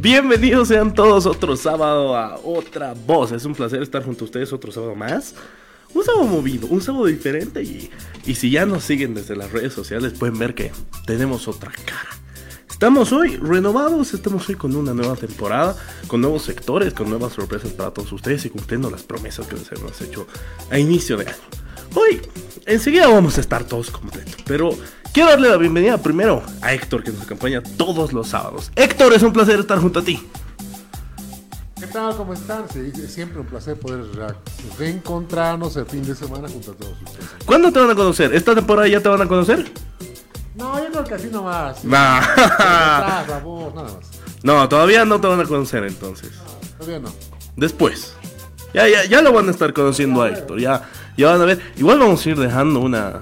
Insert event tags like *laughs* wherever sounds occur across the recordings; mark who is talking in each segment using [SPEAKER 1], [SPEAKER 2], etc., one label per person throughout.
[SPEAKER 1] Bienvenidos sean todos otro sábado a otra voz. Es un placer estar junto a ustedes otro sábado más. Un sábado movido, un sábado diferente y, y si ya nos siguen desde las redes sociales pueden ver que tenemos otra cara. Estamos hoy renovados, estamos hoy con una nueva temporada, con nuevos sectores, con nuevas sorpresas para todos ustedes y cumpliendo las promesas que les hemos hecho a inicio de año. Hoy, enseguida vamos a estar todos completos, pero quiero darle la bienvenida primero a Héctor que nos acompaña todos los sábados. Héctor, es un placer estar junto a ti.
[SPEAKER 2] ¿Qué tal? ¿Cómo están? Sí, es siempre un placer poder re- reencontrarnos el fin de semana junto a todos ustedes.
[SPEAKER 1] ¿Cuándo te van a conocer? ¿Esta temporada ya te van a conocer?
[SPEAKER 2] No, yo creo que así nomás. ¿sí?
[SPEAKER 1] No,
[SPEAKER 2] Estás, amor, nada más.
[SPEAKER 1] no todavía no te van a conocer entonces.
[SPEAKER 2] Todavía no.
[SPEAKER 1] después. Ya, ya, ya lo van a estar conociendo a Héctor, ya, ya van a ver. Igual vamos a ir dejando una,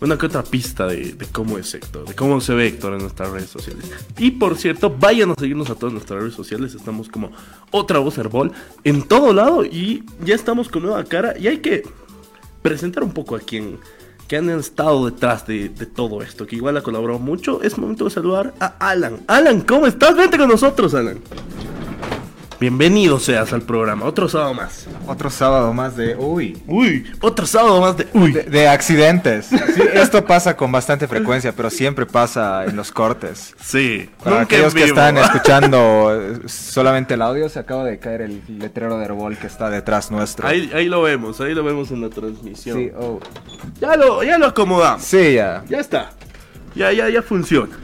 [SPEAKER 1] una que otra pista de, de cómo es Héctor, de cómo se ve Héctor en nuestras redes sociales. Y por cierto, vayan a seguirnos a todas nuestras redes sociales, estamos como otra voz herbol en todo lado y ya estamos con nueva cara y hay que presentar un poco a quien que han estado detrás de, de todo esto, que igual ha colaborado mucho. Es momento de saludar a Alan. Alan, ¿cómo estás? Vente con nosotros, Alan. Bienvenido seas al programa, otro sábado más.
[SPEAKER 3] Otro sábado más de... Uy.
[SPEAKER 1] Uy, otro sábado más de... Uy.
[SPEAKER 3] De, de accidentes. Sí, esto pasa con bastante frecuencia, pero siempre pasa en los cortes.
[SPEAKER 1] Sí, nunca
[SPEAKER 3] Para
[SPEAKER 1] en
[SPEAKER 3] aquellos que
[SPEAKER 1] vivo. *laughs*
[SPEAKER 3] están escuchando eh, solamente el audio, se acaba de caer el letrero de Herbol que está detrás nuestro.
[SPEAKER 1] Ahí, ahí lo vemos, ahí lo vemos en la transmisión.
[SPEAKER 3] Sí, oh.
[SPEAKER 1] Ya, lo, ya lo acomodamos.
[SPEAKER 3] Sí, ya.
[SPEAKER 1] Ya está. Ya, ya, ya funciona.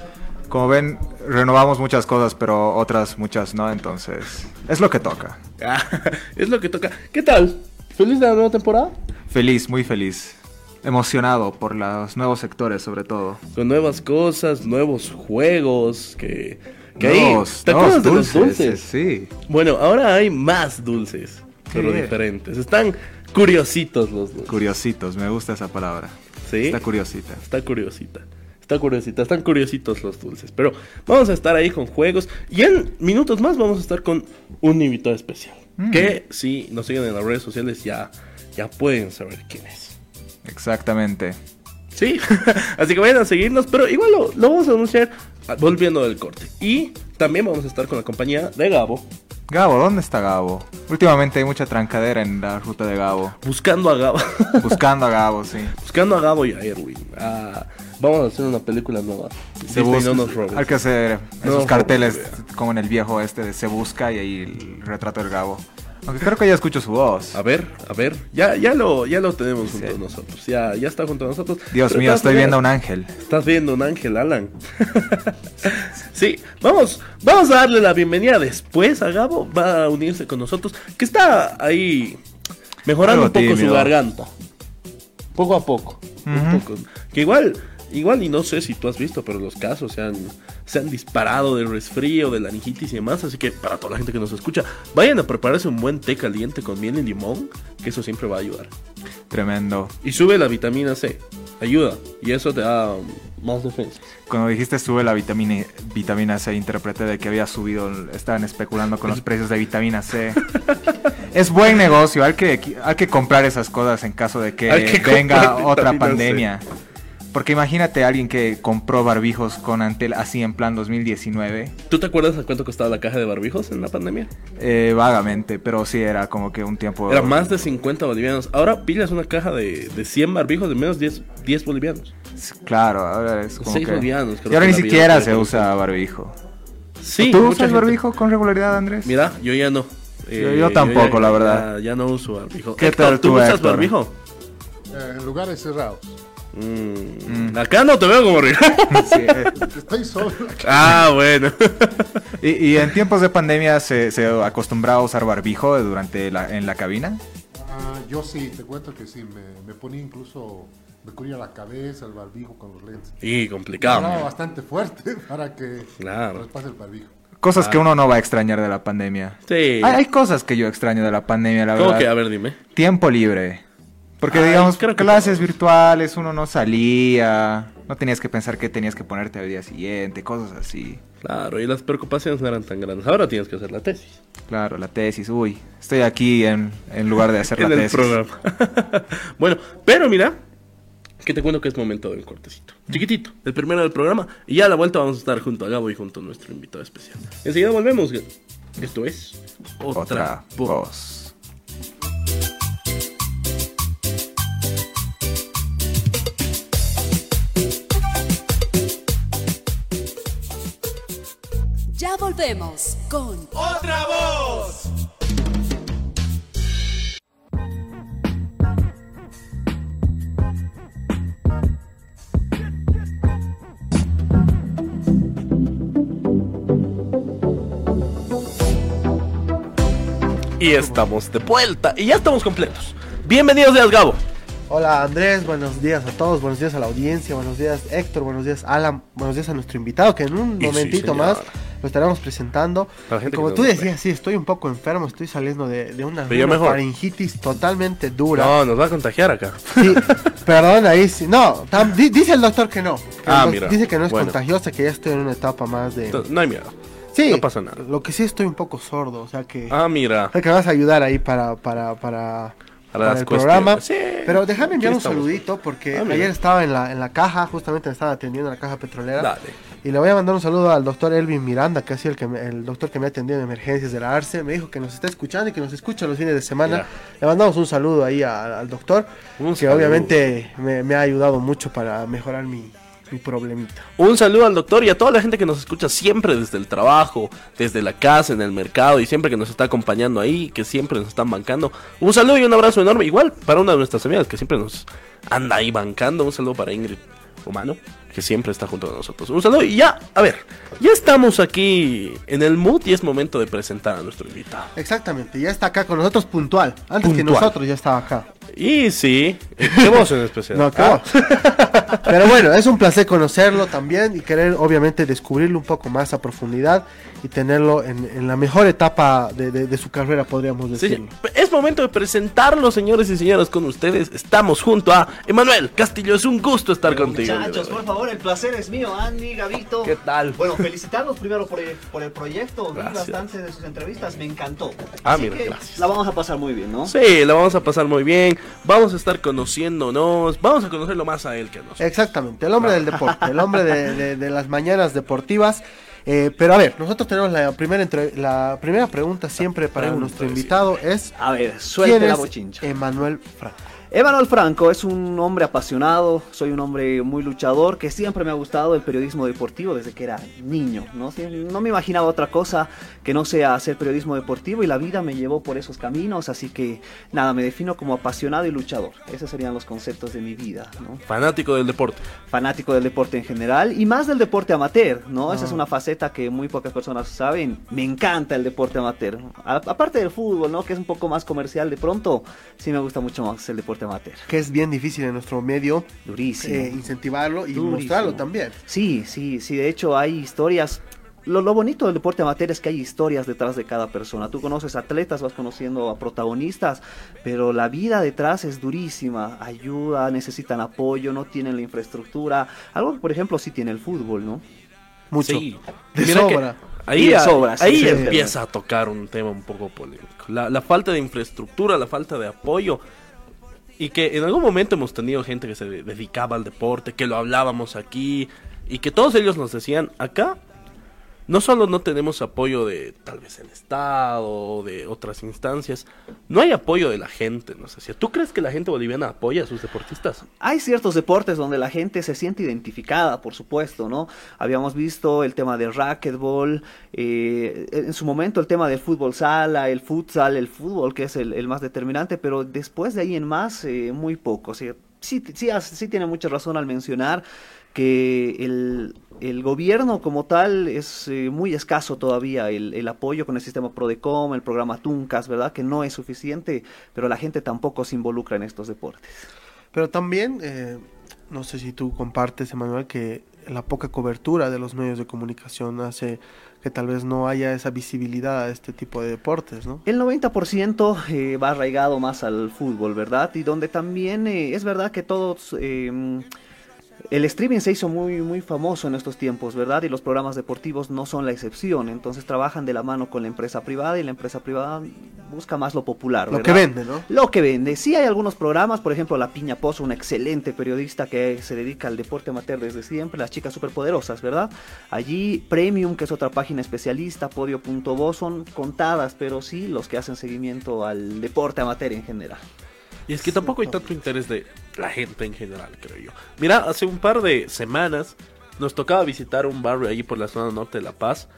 [SPEAKER 3] Como ven, renovamos muchas cosas, pero otras muchas no, entonces es lo que toca.
[SPEAKER 1] Ah, *laughs* es lo que toca. ¿Qué tal? ¿Feliz de la nueva temporada?
[SPEAKER 3] Feliz, muy feliz. Emocionado por los nuevos sectores, sobre todo.
[SPEAKER 1] Con nuevas cosas, nuevos juegos, que... que ahí-
[SPEAKER 3] Nuevos-
[SPEAKER 1] ¿Te
[SPEAKER 3] nuevos
[SPEAKER 1] acuerdas de los dulces?
[SPEAKER 3] Sí.
[SPEAKER 1] Bueno, ahora hay más dulces, pero
[SPEAKER 3] Sí.
[SPEAKER 1] diferentes. Están curiositos los dulces.
[SPEAKER 3] Curiositos, me gusta esa palabra.
[SPEAKER 1] ¿Sí?
[SPEAKER 3] Está curiosita.
[SPEAKER 1] Está curiosita. Está curiosita. Están curiositos los dulces. Pero vamos a estar ahí con juegos. Y en minutos más vamos a estar con un invitado especial. Que si nos siguen en las redes sociales ya, ya pueden saber quién es.
[SPEAKER 3] Exactamente.
[SPEAKER 1] Sí. *laughs* Así que vayan a seguirnos. Pero igual lo, lo vamos a anunciar ah, volviendo del corte. Y también vamos a estar con la compañía de Gabo.
[SPEAKER 3] Gabo, ¿dónde está Gabo? Últimamente hay mucha trancadera en la ruta de Gabo.
[SPEAKER 1] Buscando a Gabo. *laughs*
[SPEAKER 3] Buscando a Gabo, sí.
[SPEAKER 1] buscando a Gabo y a Erwin. Ah, vamos a hacer una película nueva.
[SPEAKER 3] Se
[SPEAKER 1] Disney,
[SPEAKER 3] busca-
[SPEAKER 1] no nos robes.
[SPEAKER 3] Hay que hacer
[SPEAKER 1] No
[SPEAKER 3] esos
[SPEAKER 1] nos
[SPEAKER 3] carteles
[SPEAKER 1] robes.
[SPEAKER 3] como en el viejo este de Se Busca y ahí el retrato del Gabo. Aunque creo que ya escucho su voz.
[SPEAKER 1] A ver, a ver, ya, ya lo, ya lo tenemos junto
[SPEAKER 3] Sí.
[SPEAKER 1] a nosotros, ya, ya está junto a nosotros.
[SPEAKER 3] Dios
[SPEAKER 1] Pero
[SPEAKER 3] mío,
[SPEAKER 1] estás
[SPEAKER 3] estoy viendo a un ángel.
[SPEAKER 1] Estás viendo un ángel, Alan. *laughs* sí, vamos, vamos a darle la bienvenida después a Gabo, va a unirse con nosotros, que está ahí mejorando
[SPEAKER 3] Algo
[SPEAKER 1] un poco su
[SPEAKER 3] tímido.
[SPEAKER 1] garganta. Poco a poco, un
[SPEAKER 3] Ujú.
[SPEAKER 1] poco. Que igual, igual y no sé si tú has visto, pero los casos se han, se han disparado del resfrío, de la laringitis y demás, así que para toda la gente que nos escucha, vayan a prepararse un buen té caliente con miel y limón, que eso siempre va a ayudar.
[SPEAKER 3] Tremendo.
[SPEAKER 1] Y sube la vitamina C, ayuda, y eso te da um, más defensa.
[SPEAKER 3] Cuando dijiste sube la vitamina, vitamina C, interpreté de que había subido, estaban especulando con los precios de
[SPEAKER 1] *laughs*
[SPEAKER 3] vitamina C. es buen negocio, hay que, hay que comprar esas cosas en caso de que,
[SPEAKER 1] Hay que
[SPEAKER 3] venga
[SPEAKER 1] comprar vitamina
[SPEAKER 3] otra
[SPEAKER 1] C.
[SPEAKER 3] pandemia. Porque imagínate a alguien que compró barbijos con Antel así en plan 2019,
[SPEAKER 1] ¿Tú te acuerdas a cuánto costaba la caja de barbijos en la pandemia?
[SPEAKER 3] eh, vagamente, pero sí era como que un tiempo...
[SPEAKER 1] Era más de 50 bolivianos. Ahora pillas una caja de, de 100 barbijos de menos 10, 10 bolivianos.
[SPEAKER 3] Claro, ahora es como
[SPEAKER 1] Seis
[SPEAKER 3] que...
[SPEAKER 1] bolivianos, creo
[SPEAKER 3] y ahora
[SPEAKER 1] que
[SPEAKER 3] ni
[SPEAKER 1] la vida
[SPEAKER 3] siquiera
[SPEAKER 1] puede
[SPEAKER 3] se
[SPEAKER 1] con-
[SPEAKER 3] usa barbijo.
[SPEAKER 1] Sí,
[SPEAKER 3] ¿Tú
[SPEAKER 1] mucha
[SPEAKER 3] usas
[SPEAKER 1] gente-
[SPEAKER 3] barbijo con regularidad,
[SPEAKER 1] *laughs*
[SPEAKER 3] Andrés?
[SPEAKER 1] Mira, yo ya no. Eh,
[SPEAKER 3] Yo- yo tampoco,
[SPEAKER 1] ya-
[SPEAKER 3] la verdad.
[SPEAKER 1] Ya, ya no uso barbijo.
[SPEAKER 3] ¿Qué
[SPEAKER 1] Héctor,
[SPEAKER 3] tal
[SPEAKER 1] ¿Tú
[SPEAKER 3] tú,
[SPEAKER 1] usas
[SPEAKER 3] Héctor?
[SPEAKER 1] barbijo?
[SPEAKER 2] Eh, en lugares cerrados.
[SPEAKER 1] Mm, Acá no te veo como barbijo. *laughs*
[SPEAKER 3] Sí, eh.
[SPEAKER 2] Estoy solo.
[SPEAKER 1] ah, bueno. *laughs*
[SPEAKER 3] Y, y en tiempos de pandemia se, se acostumbraba a usar barbijo durante la, en la cabina.
[SPEAKER 2] Ah, yo sí, te cuento que sí. Me, me ponía incluso... Me cubría la cabeza, el barbijo con los lentes.
[SPEAKER 1] y complicado.
[SPEAKER 2] Hablaba bastante fuerte *laughs* para que
[SPEAKER 1] Claro.
[SPEAKER 2] les pase el barbijo.
[SPEAKER 3] Cosas que uno no va a extrañar de la pandemia.
[SPEAKER 1] Sí.
[SPEAKER 3] Hay, hay cosas que yo extraño de la pandemia, la
[SPEAKER 1] ¿Cómo
[SPEAKER 3] verdad.
[SPEAKER 1] que? A ver, dime.
[SPEAKER 3] Tiempo libre. Porque
[SPEAKER 1] Ay,
[SPEAKER 3] digamos,
[SPEAKER 1] creo que
[SPEAKER 3] clases virtuales, uno no salía, no tenías que pensar qué tenías que ponerte al día siguiente, cosas así.
[SPEAKER 1] Claro, y las preocupaciones no eran tan grandes. Ahora tienes que hacer la tesis.
[SPEAKER 3] Claro, la tesis, uy, estoy aquí en, en lugar de
[SPEAKER 1] *laughs*
[SPEAKER 3] hacer
[SPEAKER 1] en
[SPEAKER 3] la
[SPEAKER 1] el
[SPEAKER 3] tesis.
[SPEAKER 1] programa. bueno, pero mira, que te cuento que es momento de un cortecito. Chiquitito, el primero del programa. Y ya a la vuelta vamos a estar junto a Gabo y junto a nuestro invitado especial. Enseguida volvemos. Esto es Otra,
[SPEAKER 3] Otra
[SPEAKER 1] Voz.
[SPEAKER 3] voz.
[SPEAKER 4] Ya volvemos con
[SPEAKER 5] Otra voz.
[SPEAKER 1] Y estamos de vuelta. Y ya estamos completos. Bienvenidos de Gabo.
[SPEAKER 6] Hola Andrés, buenos días a todos, buenos días a la audiencia, buenos días Héctor, buenos días Alan, buenos días a nuestro invitado que en un
[SPEAKER 1] Y sí,
[SPEAKER 6] momentito
[SPEAKER 1] señora.
[SPEAKER 6] más lo estaremos presentando.
[SPEAKER 1] Para la gente que
[SPEAKER 6] Como
[SPEAKER 1] no
[SPEAKER 6] tú
[SPEAKER 1] lo
[SPEAKER 6] decías, sí, estoy un poco enfermo, estoy saliendo de, de una,
[SPEAKER 1] Pero ya
[SPEAKER 6] una
[SPEAKER 1] mejor.
[SPEAKER 6] faringitis totalmente dura.
[SPEAKER 1] No, nos va a contagiar acá.
[SPEAKER 6] Sí, *laughs* perdón, ahí sí. No, tam- di- dice el doctor que no. que el
[SPEAKER 1] Ah,
[SPEAKER 6] doc-
[SPEAKER 1] mira,
[SPEAKER 6] Dice que no es
[SPEAKER 1] bueno.
[SPEAKER 6] contagiosa, que ya estoy en una etapa más de...
[SPEAKER 1] Entonces, no hay miedo.
[SPEAKER 6] sí,
[SPEAKER 1] no pasa nada.
[SPEAKER 6] Lo que sí estoy un poco sordo, o sea que...
[SPEAKER 1] Ah, mira.
[SPEAKER 6] O sea que vas a ayudar ahí para, para, para, para
[SPEAKER 1] las
[SPEAKER 6] el
[SPEAKER 1] cuestiones.
[SPEAKER 6] programa.
[SPEAKER 1] Sí,
[SPEAKER 6] Pero déjame enviar
[SPEAKER 1] aquí
[SPEAKER 6] un
[SPEAKER 1] estamos.
[SPEAKER 6] saludito porque
[SPEAKER 1] Ah, mira.
[SPEAKER 6] ayer estaba en la, en la caja, justamente me estaba atendiendo en la caja petrolera.
[SPEAKER 1] Dale.
[SPEAKER 6] Y le voy a mandar un saludo al doctor Elvin Miranda, que ha sido el, que me- el doctor que me ha atendido en emergencias de la ARCE. Me dijo que nos está escuchando y que nos escucha los fines de semana.
[SPEAKER 1] Ya.
[SPEAKER 6] Le mandamos un saludo ahí a- al doctor,
[SPEAKER 1] Un
[SPEAKER 6] que
[SPEAKER 1] saludo.
[SPEAKER 6] obviamente me, me ha ayudado mucho para mejorar mi, mi problemita.
[SPEAKER 1] Un saludo al doctor y a toda la gente que nos escucha siempre desde el trabajo, desde la casa, en el mercado y siempre que nos está acompañando ahí, que siempre nos están bancando. Un saludo y un abrazo enorme, igual para una de nuestras amigas que siempre nos anda ahí bancando. Un saludo para Ingrid Romano, que siempre está junto a nosotros. Un saludo y ya, a ver, ya estamos aquí en el mood y es momento de presentar a nuestro invitado.
[SPEAKER 6] Exactamente, ya está acá con nosotros puntual. Antes que
[SPEAKER 1] Puntual.
[SPEAKER 6] nosotros ya estaba acá.
[SPEAKER 1] Y sí, ¿qué voz en especial?
[SPEAKER 6] No,
[SPEAKER 1] Ah,
[SPEAKER 6] claro. Pero bueno, es un placer conocerlo también y querer obviamente descubrirlo un poco más a profundidad y tenerlo en, en la mejor etapa de, de- de su carrera, podríamos
[SPEAKER 1] Sí,
[SPEAKER 6] decirlo.
[SPEAKER 1] es momento de presentarlo, señores y señoras, con ustedes. Estamos junto a Emanuel Castillo. Es un gusto estar contigo. eh.
[SPEAKER 5] Muchachos, por favor, el placer es mío, Andy, Gabito.
[SPEAKER 1] ¿Qué tal?
[SPEAKER 5] Bueno, felicitarlos primero por el, por el proyecto. Vi
[SPEAKER 1] Gracias.
[SPEAKER 5] bastante de sus entrevistas, me encantó.
[SPEAKER 1] Ah,
[SPEAKER 5] Así
[SPEAKER 1] mira,
[SPEAKER 5] que
[SPEAKER 1] gracias.
[SPEAKER 5] La vamos a pasar muy bien, ¿no?
[SPEAKER 1] Sí, la vamos a pasar muy bien. Vamos a estar conociéndonos. Vamos a conocerlo más a él que a nosotros.
[SPEAKER 6] Exactamente, el hombre del deporte, el hombre de, de- de las mañanas deportivas. Eh, pero a ver, nosotros tenemos la primera, entre- la primera pregunta siempre para
[SPEAKER 1] pregunta
[SPEAKER 6] nuestro
[SPEAKER 1] de
[SPEAKER 6] invitado es...
[SPEAKER 5] A ver,
[SPEAKER 6] ¿Quién
[SPEAKER 5] suelte la
[SPEAKER 6] es
[SPEAKER 5] bochincha.
[SPEAKER 6] Emanuel Franco?
[SPEAKER 5] Emanuel Franco es un hombre apasionado, soy un hombre muy luchador, que siempre me ha gustado el periodismo deportivo desde que era niño, ¿no? Sí, No me imaginaba otra cosa que no sea hacer periodismo deportivo y la vida me llevó por esos caminos, así que nada, me defino como apasionado y luchador. Esos serían los conceptos de mi vida, ¿no?
[SPEAKER 1] Fanático del deporte.
[SPEAKER 5] fanático del deporte en general y más del deporte amateur, ¿no? Esa es una faceta que muy pocas personas saben. Me encanta el deporte amateur. A- aparte del fútbol, ¿no? Que es un poco más comercial de pronto, sí me gusta mucho más el deporte amateur.
[SPEAKER 6] Que es bien difícil en nuestro medio
[SPEAKER 5] Durísimo.
[SPEAKER 6] eh, incentivarlo y
[SPEAKER 5] Durísimo.
[SPEAKER 6] mostrarlo también.
[SPEAKER 5] Sí, sí, sí, de hecho hay historias. Lo, lo bonito del deporte amateur es que hay historias detrás de cada persona. Tú conoces atletas, vas conociendo a protagonistas, pero la vida detrás es durísima. Ayuda, necesitan apoyo, no tienen la infraestructura. Algo que, por ejemplo, sí tiene el fútbol, ¿no?
[SPEAKER 6] Mucho.
[SPEAKER 1] Sí.
[SPEAKER 6] De
[SPEAKER 1] Mira que
[SPEAKER 6] sobra.
[SPEAKER 1] Ahí,
[SPEAKER 5] Y de sobra, sí,
[SPEAKER 1] ahí
[SPEAKER 5] sí,
[SPEAKER 1] empieza a tocar un tema un poco polémico. La, la falta de infraestructura, la falta de apoyo. Y que en algún momento hemos tenido gente que se de- dedicaba al deporte, que lo hablábamos aquí. Y que todos ellos nos decían, acá no solo no tenemos apoyo de tal vez el Estado o de otras instancias, no hay apoyo de la gente. No sé si tú crees que la gente boliviana apoya a sus deportistas.
[SPEAKER 5] Hay ciertos deportes donde la gente se siente identificada, por supuesto, ¿no? Habíamos visto el tema de racquetball, eh, en su momento el tema del fútbol sala, el futsal, el fútbol, que es el, el más determinante, pero después de ahí en más, eh, muy poco. O sea, sí, sí, has- sí tiene mucha razón al mencionar que el, el gobierno como tal es eh, muy escaso todavía el, el apoyo con el sistema Prodecom, el programa Tuncas, ¿verdad? Que no es suficiente, pero la gente tampoco se involucra en estos deportes.
[SPEAKER 6] Pero también, eh, no sé si tú compartes, Emanuel, que la poca cobertura de los medios de comunicación hace que tal vez no haya esa visibilidad a este tipo de deportes, ¿no?
[SPEAKER 5] El 90% eh, va arraigado más al fútbol, ¿verdad? Y donde también eh, es verdad que todos... eh, El streaming se hizo muy, muy famoso en estos tiempos, ¿verdad? Y los programas deportivos no son la excepción. Entonces trabajan de la mano con la empresa privada y la empresa privada busca más lo popular.
[SPEAKER 6] Lo
[SPEAKER 5] ¿verdad?
[SPEAKER 6] que vende, ¿no?
[SPEAKER 5] Lo que vende. Sí hay algunos programas, por ejemplo La Piña Pozo, una excelente periodista que se dedica al deporte amateur desde siempre, las chicas superpoderosas, ¿verdad? Allí Premium, que es otra página especialista, Podio.vos, son contadas, pero sí los que hacen seguimiento al deporte amateur en general.
[SPEAKER 7] Y es que tampoco hay tanto interés de la gente en general, creo yo. Mira, hace un par de semanas nos tocaba visitar un barrio allí por la zona norte de La Paz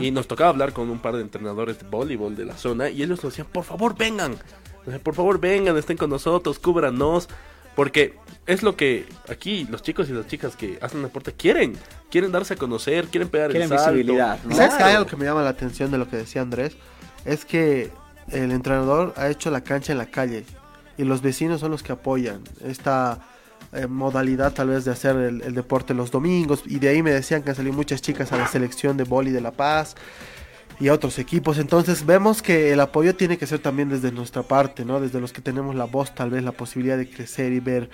[SPEAKER 7] y nos tocaba hablar con un par de entrenadores de voleibol de la zona y ellos nos decían, por favor, vengan. Nos decían, Por favor, vengan, estén con nosotros, cúbranos. Porque es lo que aquí los chicos y las chicas que hacen deporte quieren. Quieren darse a conocer, quieren pegar
[SPEAKER 5] Quieren
[SPEAKER 7] el salto.
[SPEAKER 5] visibilidad, ¿no?
[SPEAKER 6] ¿Sabes
[SPEAKER 5] Claro.
[SPEAKER 6] que hay algo que me llama la atención de lo que decía Andrés? Es que el entrenador ha hecho la cancha en la calle y los vecinos son los que apoyan esta eh, modalidad tal vez de hacer el, el deporte los domingos y de ahí me decían que han salido muchas chicas a la selección de boli de La Paz y a otros equipos. Entonces vemos que el apoyo tiene que ser también desde nuestra parte, ¿no? Desde los que tenemos la voz, tal vez la posibilidad de crecer y ver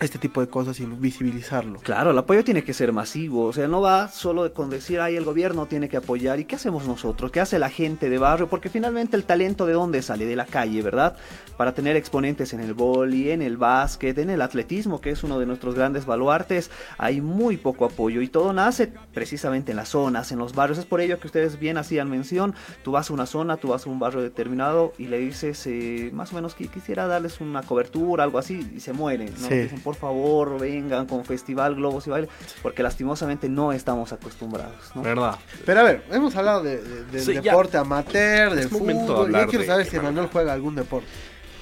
[SPEAKER 6] este tipo de cosas y visibilizarlo.
[SPEAKER 5] Claro, el apoyo tiene que ser masivo, o sea, no va solo con decir, ay, el gobierno tiene que apoyar, ¿y qué hacemos nosotros? ¿Qué hace la gente de barrio? Porque finalmente el talento de dónde sale, de la calle, ¿verdad? Para tener exponentes en el vóley, en el básquet, en el atletismo, que es uno de nuestros grandes baluartes, hay muy poco apoyo y todo nace precisamente en las zonas, en los barrios, es por ello que ustedes bien hacían mención, tú vas a una zona, tú vas a un barrio determinado y le dices, eh, más o menos, que quisiera darles una cobertura, algo así, y se mueren, ¿no?
[SPEAKER 6] Sí.
[SPEAKER 5] Dicen, por favor, vengan con Festival Globos y Baile, porque lastimosamente no estamos acostumbrados, ¿no?
[SPEAKER 7] ¿Verdad?
[SPEAKER 6] Pero a ver, hemos hablado de, de- del
[SPEAKER 7] Sí, ya.
[SPEAKER 6] deporte amateur, del
[SPEAKER 7] momento de
[SPEAKER 6] fútbol.
[SPEAKER 7] hablar
[SPEAKER 6] Yo quiero
[SPEAKER 7] de-
[SPEAKER 6] saber si Manuel juega algún deporte.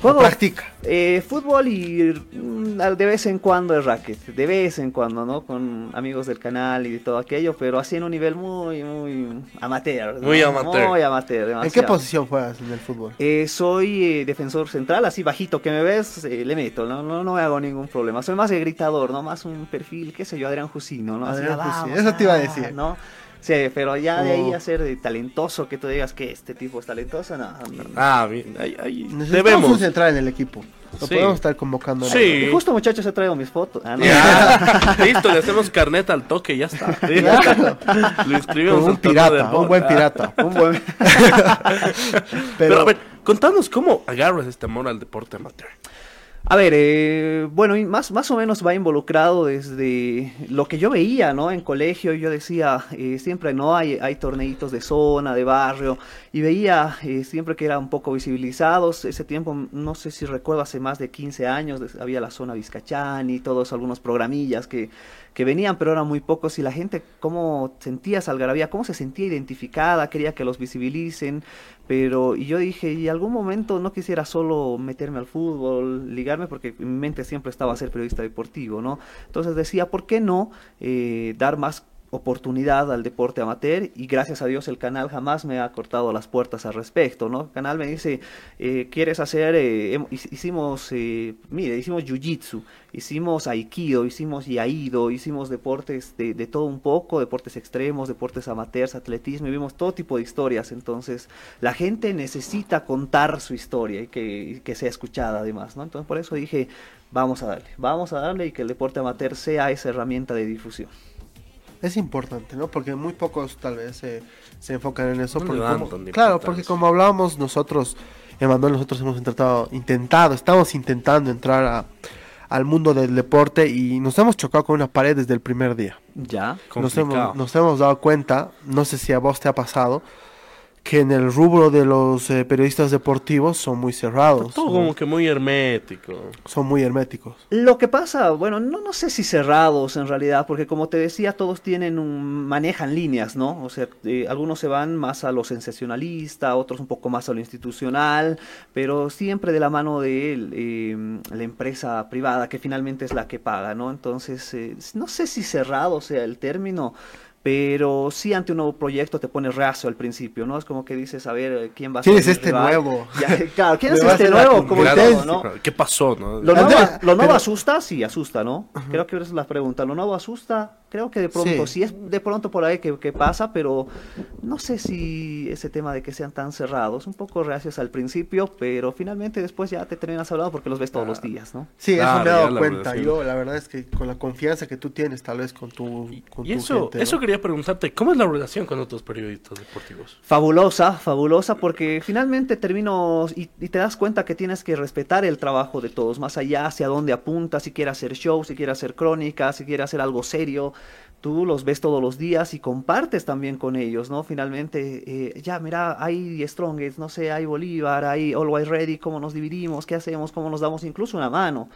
[SPEAKER 5] Juego-
[SPEAKER 6] O practica.
[SPEAKER 5] Eh, fútbol y mm, al- de vez en cuando el racket, de vez en cuando, ¿no? Con amigos del canal y de todo aquello, pero así en un nivel muy, muy amateur. ¿no?
[SPEAKER 7] Muy amateur.
[SPEAKER 5] Muy amateur,
[SPEAKER 6] ¿En qué
[SPEAKER 5] demasiado.
[SPEAKER 6] posición juegas en el fútbol?
[SPEAKER 5] Eh, soy eh, defensor central, así bajito que me ves, eh, le meto, no, no, no me hago ningún problema. Soy más de gritador, ¿no? Más un perfil, qué sé yo, Adrián Jusino, ¿no? Así,
[SPEAKER 6] Adrián
[SPEAKER 5] "Ah,
[SPEAKER 6] Jusino,
[SPEAKER 5] vamos,
[SPEAKER 6] eso te iba a
[SPEAKER 5] ah",
[SPEAKER 6] decir. Oh.
[SPEAKER 5] ¿no? Sí, pero ya de ahí
[SPEAKER 6] Como-
[SPEAKER 5] a ser de talentoso, que tú digas que este tipo es talentoso, no. no.
[SPEAKER 7] Ah, bien. ahí- ahí
[SPEAKER 6] Necesitamos
[SPEAKER 7] Debemos.
[SPEAKER 6] un central en el equipo. Lo
[SPEAKER 7] Sí.
[SPEAKER 6] podemos estar convocando. a-
[SPEAKER 7] Sí.
[SPEAKER 5] Y justo muchachos he traído mis fotos. Ah, no.
[SPEAKER 7] *laughs* Ya, listo, le hacemos carnet al toque, ya
[SPEAKER 6] *laughs*
[SPEAKER 7] está. Lo inscribimos
[SPEAKER 6] Como un
[SPEAKER 7] al torneo de
[SPEAKER 6] pirata,
[SPEAKER 7] bola.
[SPEAKER 6] un buen pirata.
[SPEAKER 5] Un buen-
[SPEAKER 7] *laughs* Pero,
[SPEAKER 6] *laughs* Pero,
[SPEAKER 7] a ver, contanos cómo agarras este amor al deporte amateur.
[SPEAKER 5] A ver, eh, bueno, y más, más o menos va involucrado desde lo que yo veía, ¿no? En colegio yo decía, eh, siempre, ¿no? Hay, hay torneitos de zona, de barrio, y veía eh, siempre que eran un poco visibilizados. Ese tiempo, no sé si recuerdo, hace más de 15 años des- había la zona Vizcachán y todos algunos programillas que, que venían, pero eran muy pocos. Y la gente, ¿cómo sentía Salgarabía? ¿Cómo se sentía identificada? Quería que los visibilicen. Pero, y yo dije, y algún momento no quisiera solo meterme al fútbol, ligarme, porque mi mente siempre estaba a ser periodista deportivo, ¿no? Entonces decía, ¿por qué no eh, dar más oportunidad al deporte amateur? Y gracias a Dios el canal jamás me ha cortado las puertas al respecto, ¿no? El canal me dice, eh, ¿quieres hacer? eh, hem- hic- hicimos, eh, mire, hicimos jiu-jitsu, hicimos aikido, hicimos yaido, hicimos deportes de, de todo un poco, deportes extremos, deportes amateurs, atletismo, y vimos todo tipo de historias. Entonces, la gente necesita contar su historia y que, y que sea escuchada además, ¿no? Entonces, por eso dije, vamos a darle, vamos a darle y que el deporte amateur sea esa herramienta de difusión.
[SPEAKER 6] es importante, ¿no? Porque muy pocos tal vez eh, se enfocan en eso.
[SPEAKER 7] No le
[SPEAKER 6] porque
[SPEAKER 7] dan
[SPEAKER 6] como-
[SPEAKER 7] tanta
[SPEAKER 6] claro,
[SPEAKER 7] importancia.
[SPEAKER 6] porque como hablábamos nosotros, Emanuel, nosotros hemos intentado, intentado, estamos intentando entrar a- al mundo del deporte y nos hemos chocado con una pared desde el primer día.
[SPEAKER 5] Ya.
[SPEAKER 6] nos
[SPEAKER 7] Complicado.
[SPEAKER 6] hemos, nos hemos dado cuenta, no sé si a vos te ha pasado, que en el rubro de los eh, periodistas deportivos son muy cerrados,
[SPEAKER 7] Todo
[SPEAKER 6] son,
[SPEAKER 7] como que muy hermético.
[SPEAKER 6] son muy herméticos.
[SPEAKER 5] Lo que pasa, bueno, no, no sé si cerrados en realidad, porque como te decía, todos tienen un, manejan líneas, ¿no? O sea, eh, algunos se van más a lo sensacionalista, otros un poco más a lo institucional, pero siempre de la mano de él, eh, la empresa privada, que finalmente es la que paga, ¿no? Entonces, eh, no sé si cerrado sea el término, pero sí ante un nuevo proyecto te pones reazo al principio, ¿no? Es como que dices, a ver, eh, ¿quién va a
[SPEAKER 6] ¿Quién
[SPEAKER 5] ser
[SPEAKER 6] es
[SPEAKER 5] mi
[SPEAKER 6] este
[SPEAKER 5] rival?
[SPEAKER 6] nuevo?
[SPEAKER 5] Ya, claro,
[SPEAKER 6] *laughs*
[SPEAKER 5] ¿quién
[SPEAKER 6] Me
[SPEAKER 5] es
[SPEAKER 6] va a
[SPEAKER 5] este
[SPEAKER 6] hacer la
[SPEAKER 5] nuevo? Como el
[SPEAKER 7] Claro,
[SPEAKER 5] todo, ¿no?
[SPEAKER 7] ¿Qué pasó, no?
[SPEAKER 5] Lo nuevo,
[SPEAKER 6] Andrea,
[SPEAKER 5] lo nuevo
[SPEAKER 6] pero-
[SPEAKER 5] asusta, sí, asusta, ¿no? Creo que esa es la pregunta. Lo nuevo asusta, creo que de pronto,
[SPEAKER 6] Sí.
[SPEAKER 5] sí, es de pronto por ahí que, que pasa, pero no sé si ese tema de que sean tan cerrados, un poco reacios al principio, pero finalmente después ya te terminas hablando porque los ves todos
[SPEAKER 6] Ah.
[SPEAKER 5] los días, ¿no?
[SPEAKER 6] Sí,
[SPEAKER 7] Claro,
[SPEAKER 6] eso me he
[SPEAKER 7] ya
[SPEAKER 6] dado
[SPEAKER 7] la
[SPEAKER 6] cuenta.
[SPEAKER 7] relación.
[SPEAKER 6] Yo, la verdad es que con la confianza que tú tienes, tal vez con tu, con
[SPEAKER 7] Y
[SPEAKER 6] tu
[SPEAKER 7] eso,
[SPEAKER 6] gente, ¿no?
[SPEAKER 7] eso quería preguntarte, ¿cómo es la relación con otros periodistas deportivos?
[SPEAKER 5] Fabulosa, fabulosa, porque finalmente termino y, y te das cuenta que tienes que respetar el trabajo de todos, más allá hacia dónde apunta, si quiere hacer show, si quiere hacer crónicas, si quiere hacer algo serio, tú los ves todos los días y compartes también con ellos, ¿no? Finalmente, eh, ya, mira, hay Strongest, no sé, hay Bolívar, hay Always Ready, cómo nos dividimos, qué hacemos, cómo nos damos incluso una mano.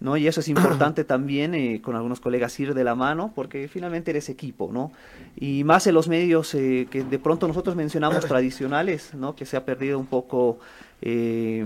[SPEAKER 5] ¿no? Y eso es importante también eh, con algunos colegas ir de la mano, porque finalmente eres equipo, ¿no? Y más en los medios eh, que de pronto nosotros
[SPEAKER 6] *clears throat*
[SPEAKER 5] mencionamos tradicionales, ¿no? Que se ha perdido un poco eh,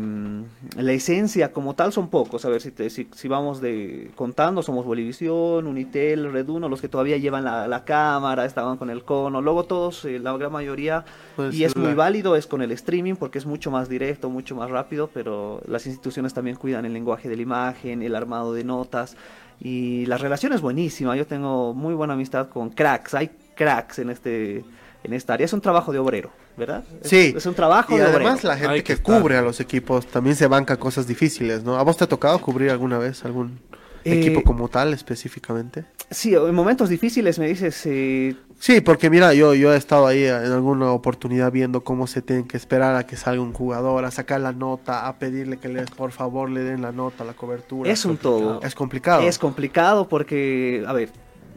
[SPEAKER 5] la esencia como tal, son pocos. A ver, si, te- si, si vamos de, contando, somos Bolivisión, Unitel, Reduno, los que todavía llevan la, la cámara, estaban con el cono, luego todos, eh, la gran mayoría,
[SPEAKER 6] Pues,
[SPEAKER 5] y es muy
[SPEAKER 6] la-
[SPEAKER 5] válido, es con el streaming porque es mucho más directo, mucho más rápido, pero las instituciones también cuidan el lenguaje de la imagen, el armado de notas y la relación es buenísima. Yo tengo muy buena amistad con cracks, hay cracks en este en esta área. Es un trabajo de obrero, ¿verdad? Es-
[SPEAKER 6] Sí.
[SPEAKER 5] Es, un trabajo
[SPEAKER 6] y
[SPEAKER 5] de obrero.
[SPEAKER 6] además la gente
[SPEAKER 7] Hay que
[SPEAKER 6] que,
[SPEAKER 7] estar.
[SPEAKER 6] cubre a los equipos también se banca cosas difíciles, ¿no? ¿A vos te ha tocado cubrir alguna vez algún
[SPEAKER 5] Eh,
[SPEAKER 6] equipo como tal específicamente?
[SPEAKER 5] Sí, en momentos difíciles me dices eh,
[SPEAKER 6] Sí, porque mira, yo, yo he estado ahí en alguna oportunidad viendo cómo se tienen que esperar a que salga un jugador, a sacar la nota, a pedirle que le, por favor le den la nota, la cobertura.
[SPEAKER 5] es un todo.
[SPEAKER 6] Es complicado.
[SPEAKER 5] Es complicado porque, a ver,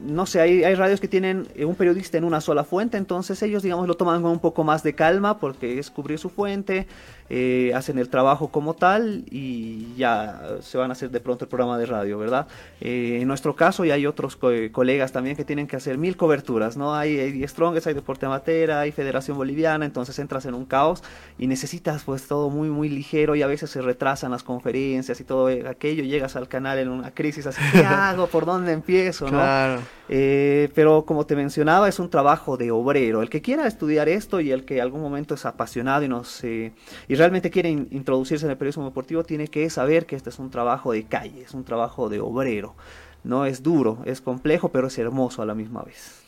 [SPEAKER 5] no sé, hay, hay radios que tienen eh, un periodista en una sola fuente, entonces ellos, digamos, lo toman con un poco más de calma porque es cubrir su fuente, eh, hacen el trabajo como tal y ya eh, se van a hacer de pronto el programa de radio, ¿verdad? Eh, en nuestro caso, y hay otros co- eh, colegas también que tienen que hacer mil coberturas, ¿no? Hay, hay Strongest, hay Deporte Amateur, hay Federación Boliviana, entonces entras en un caos y necesitas pues todo muy muy ligero y a veces se retrasan las conferencias y todo eh, aquello, llegas al canal en una crisis así, ¿qué hago? ¿Por dónde empiezo? no?
[SPEAKER 6] Claro.
[SPEAKER 5] Eh, pero como te mencionaba, es un trabajo de obrero. El que quiera estudiar esto y el que en algún momento es apasionado y, nos, eh, y realmente quiere in- introducirse en el periodismo deportivo, tiene que saber que este es un trabajo de calle, es un trabajo de obrero. No es duro, es complejo, pero es hermoso a la misma vez.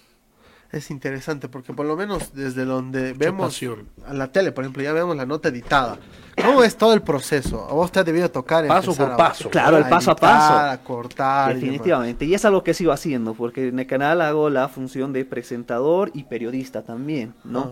[SPEAKER 6] Es interesante porque por lo menos desde donde vemos
[SPEAKER 7] pasión.
[SPEAKER 6] a la tele, por ejemplo, ya vemos la nota editada. ¿Cómo es todo el proceso? A vos te ha debido tocar
[SPEAKER 7] Paso
[SPEAKER 6] empezar
[SPEAKER 7] por
[SPEAKER 6] a-
[SPEAKER 7] paso.
[SPEAKER 5] Claro, el paso a
[SPEAKER 6] editar,
[SPEAKER 5] paso.
[SPEAKER 6] A cortar. y demás.
[SPEAKER 5] Definitivamente, y es algo que sigo haciendo, porque en el canal hago la función de presentador y periodista también, ¿no?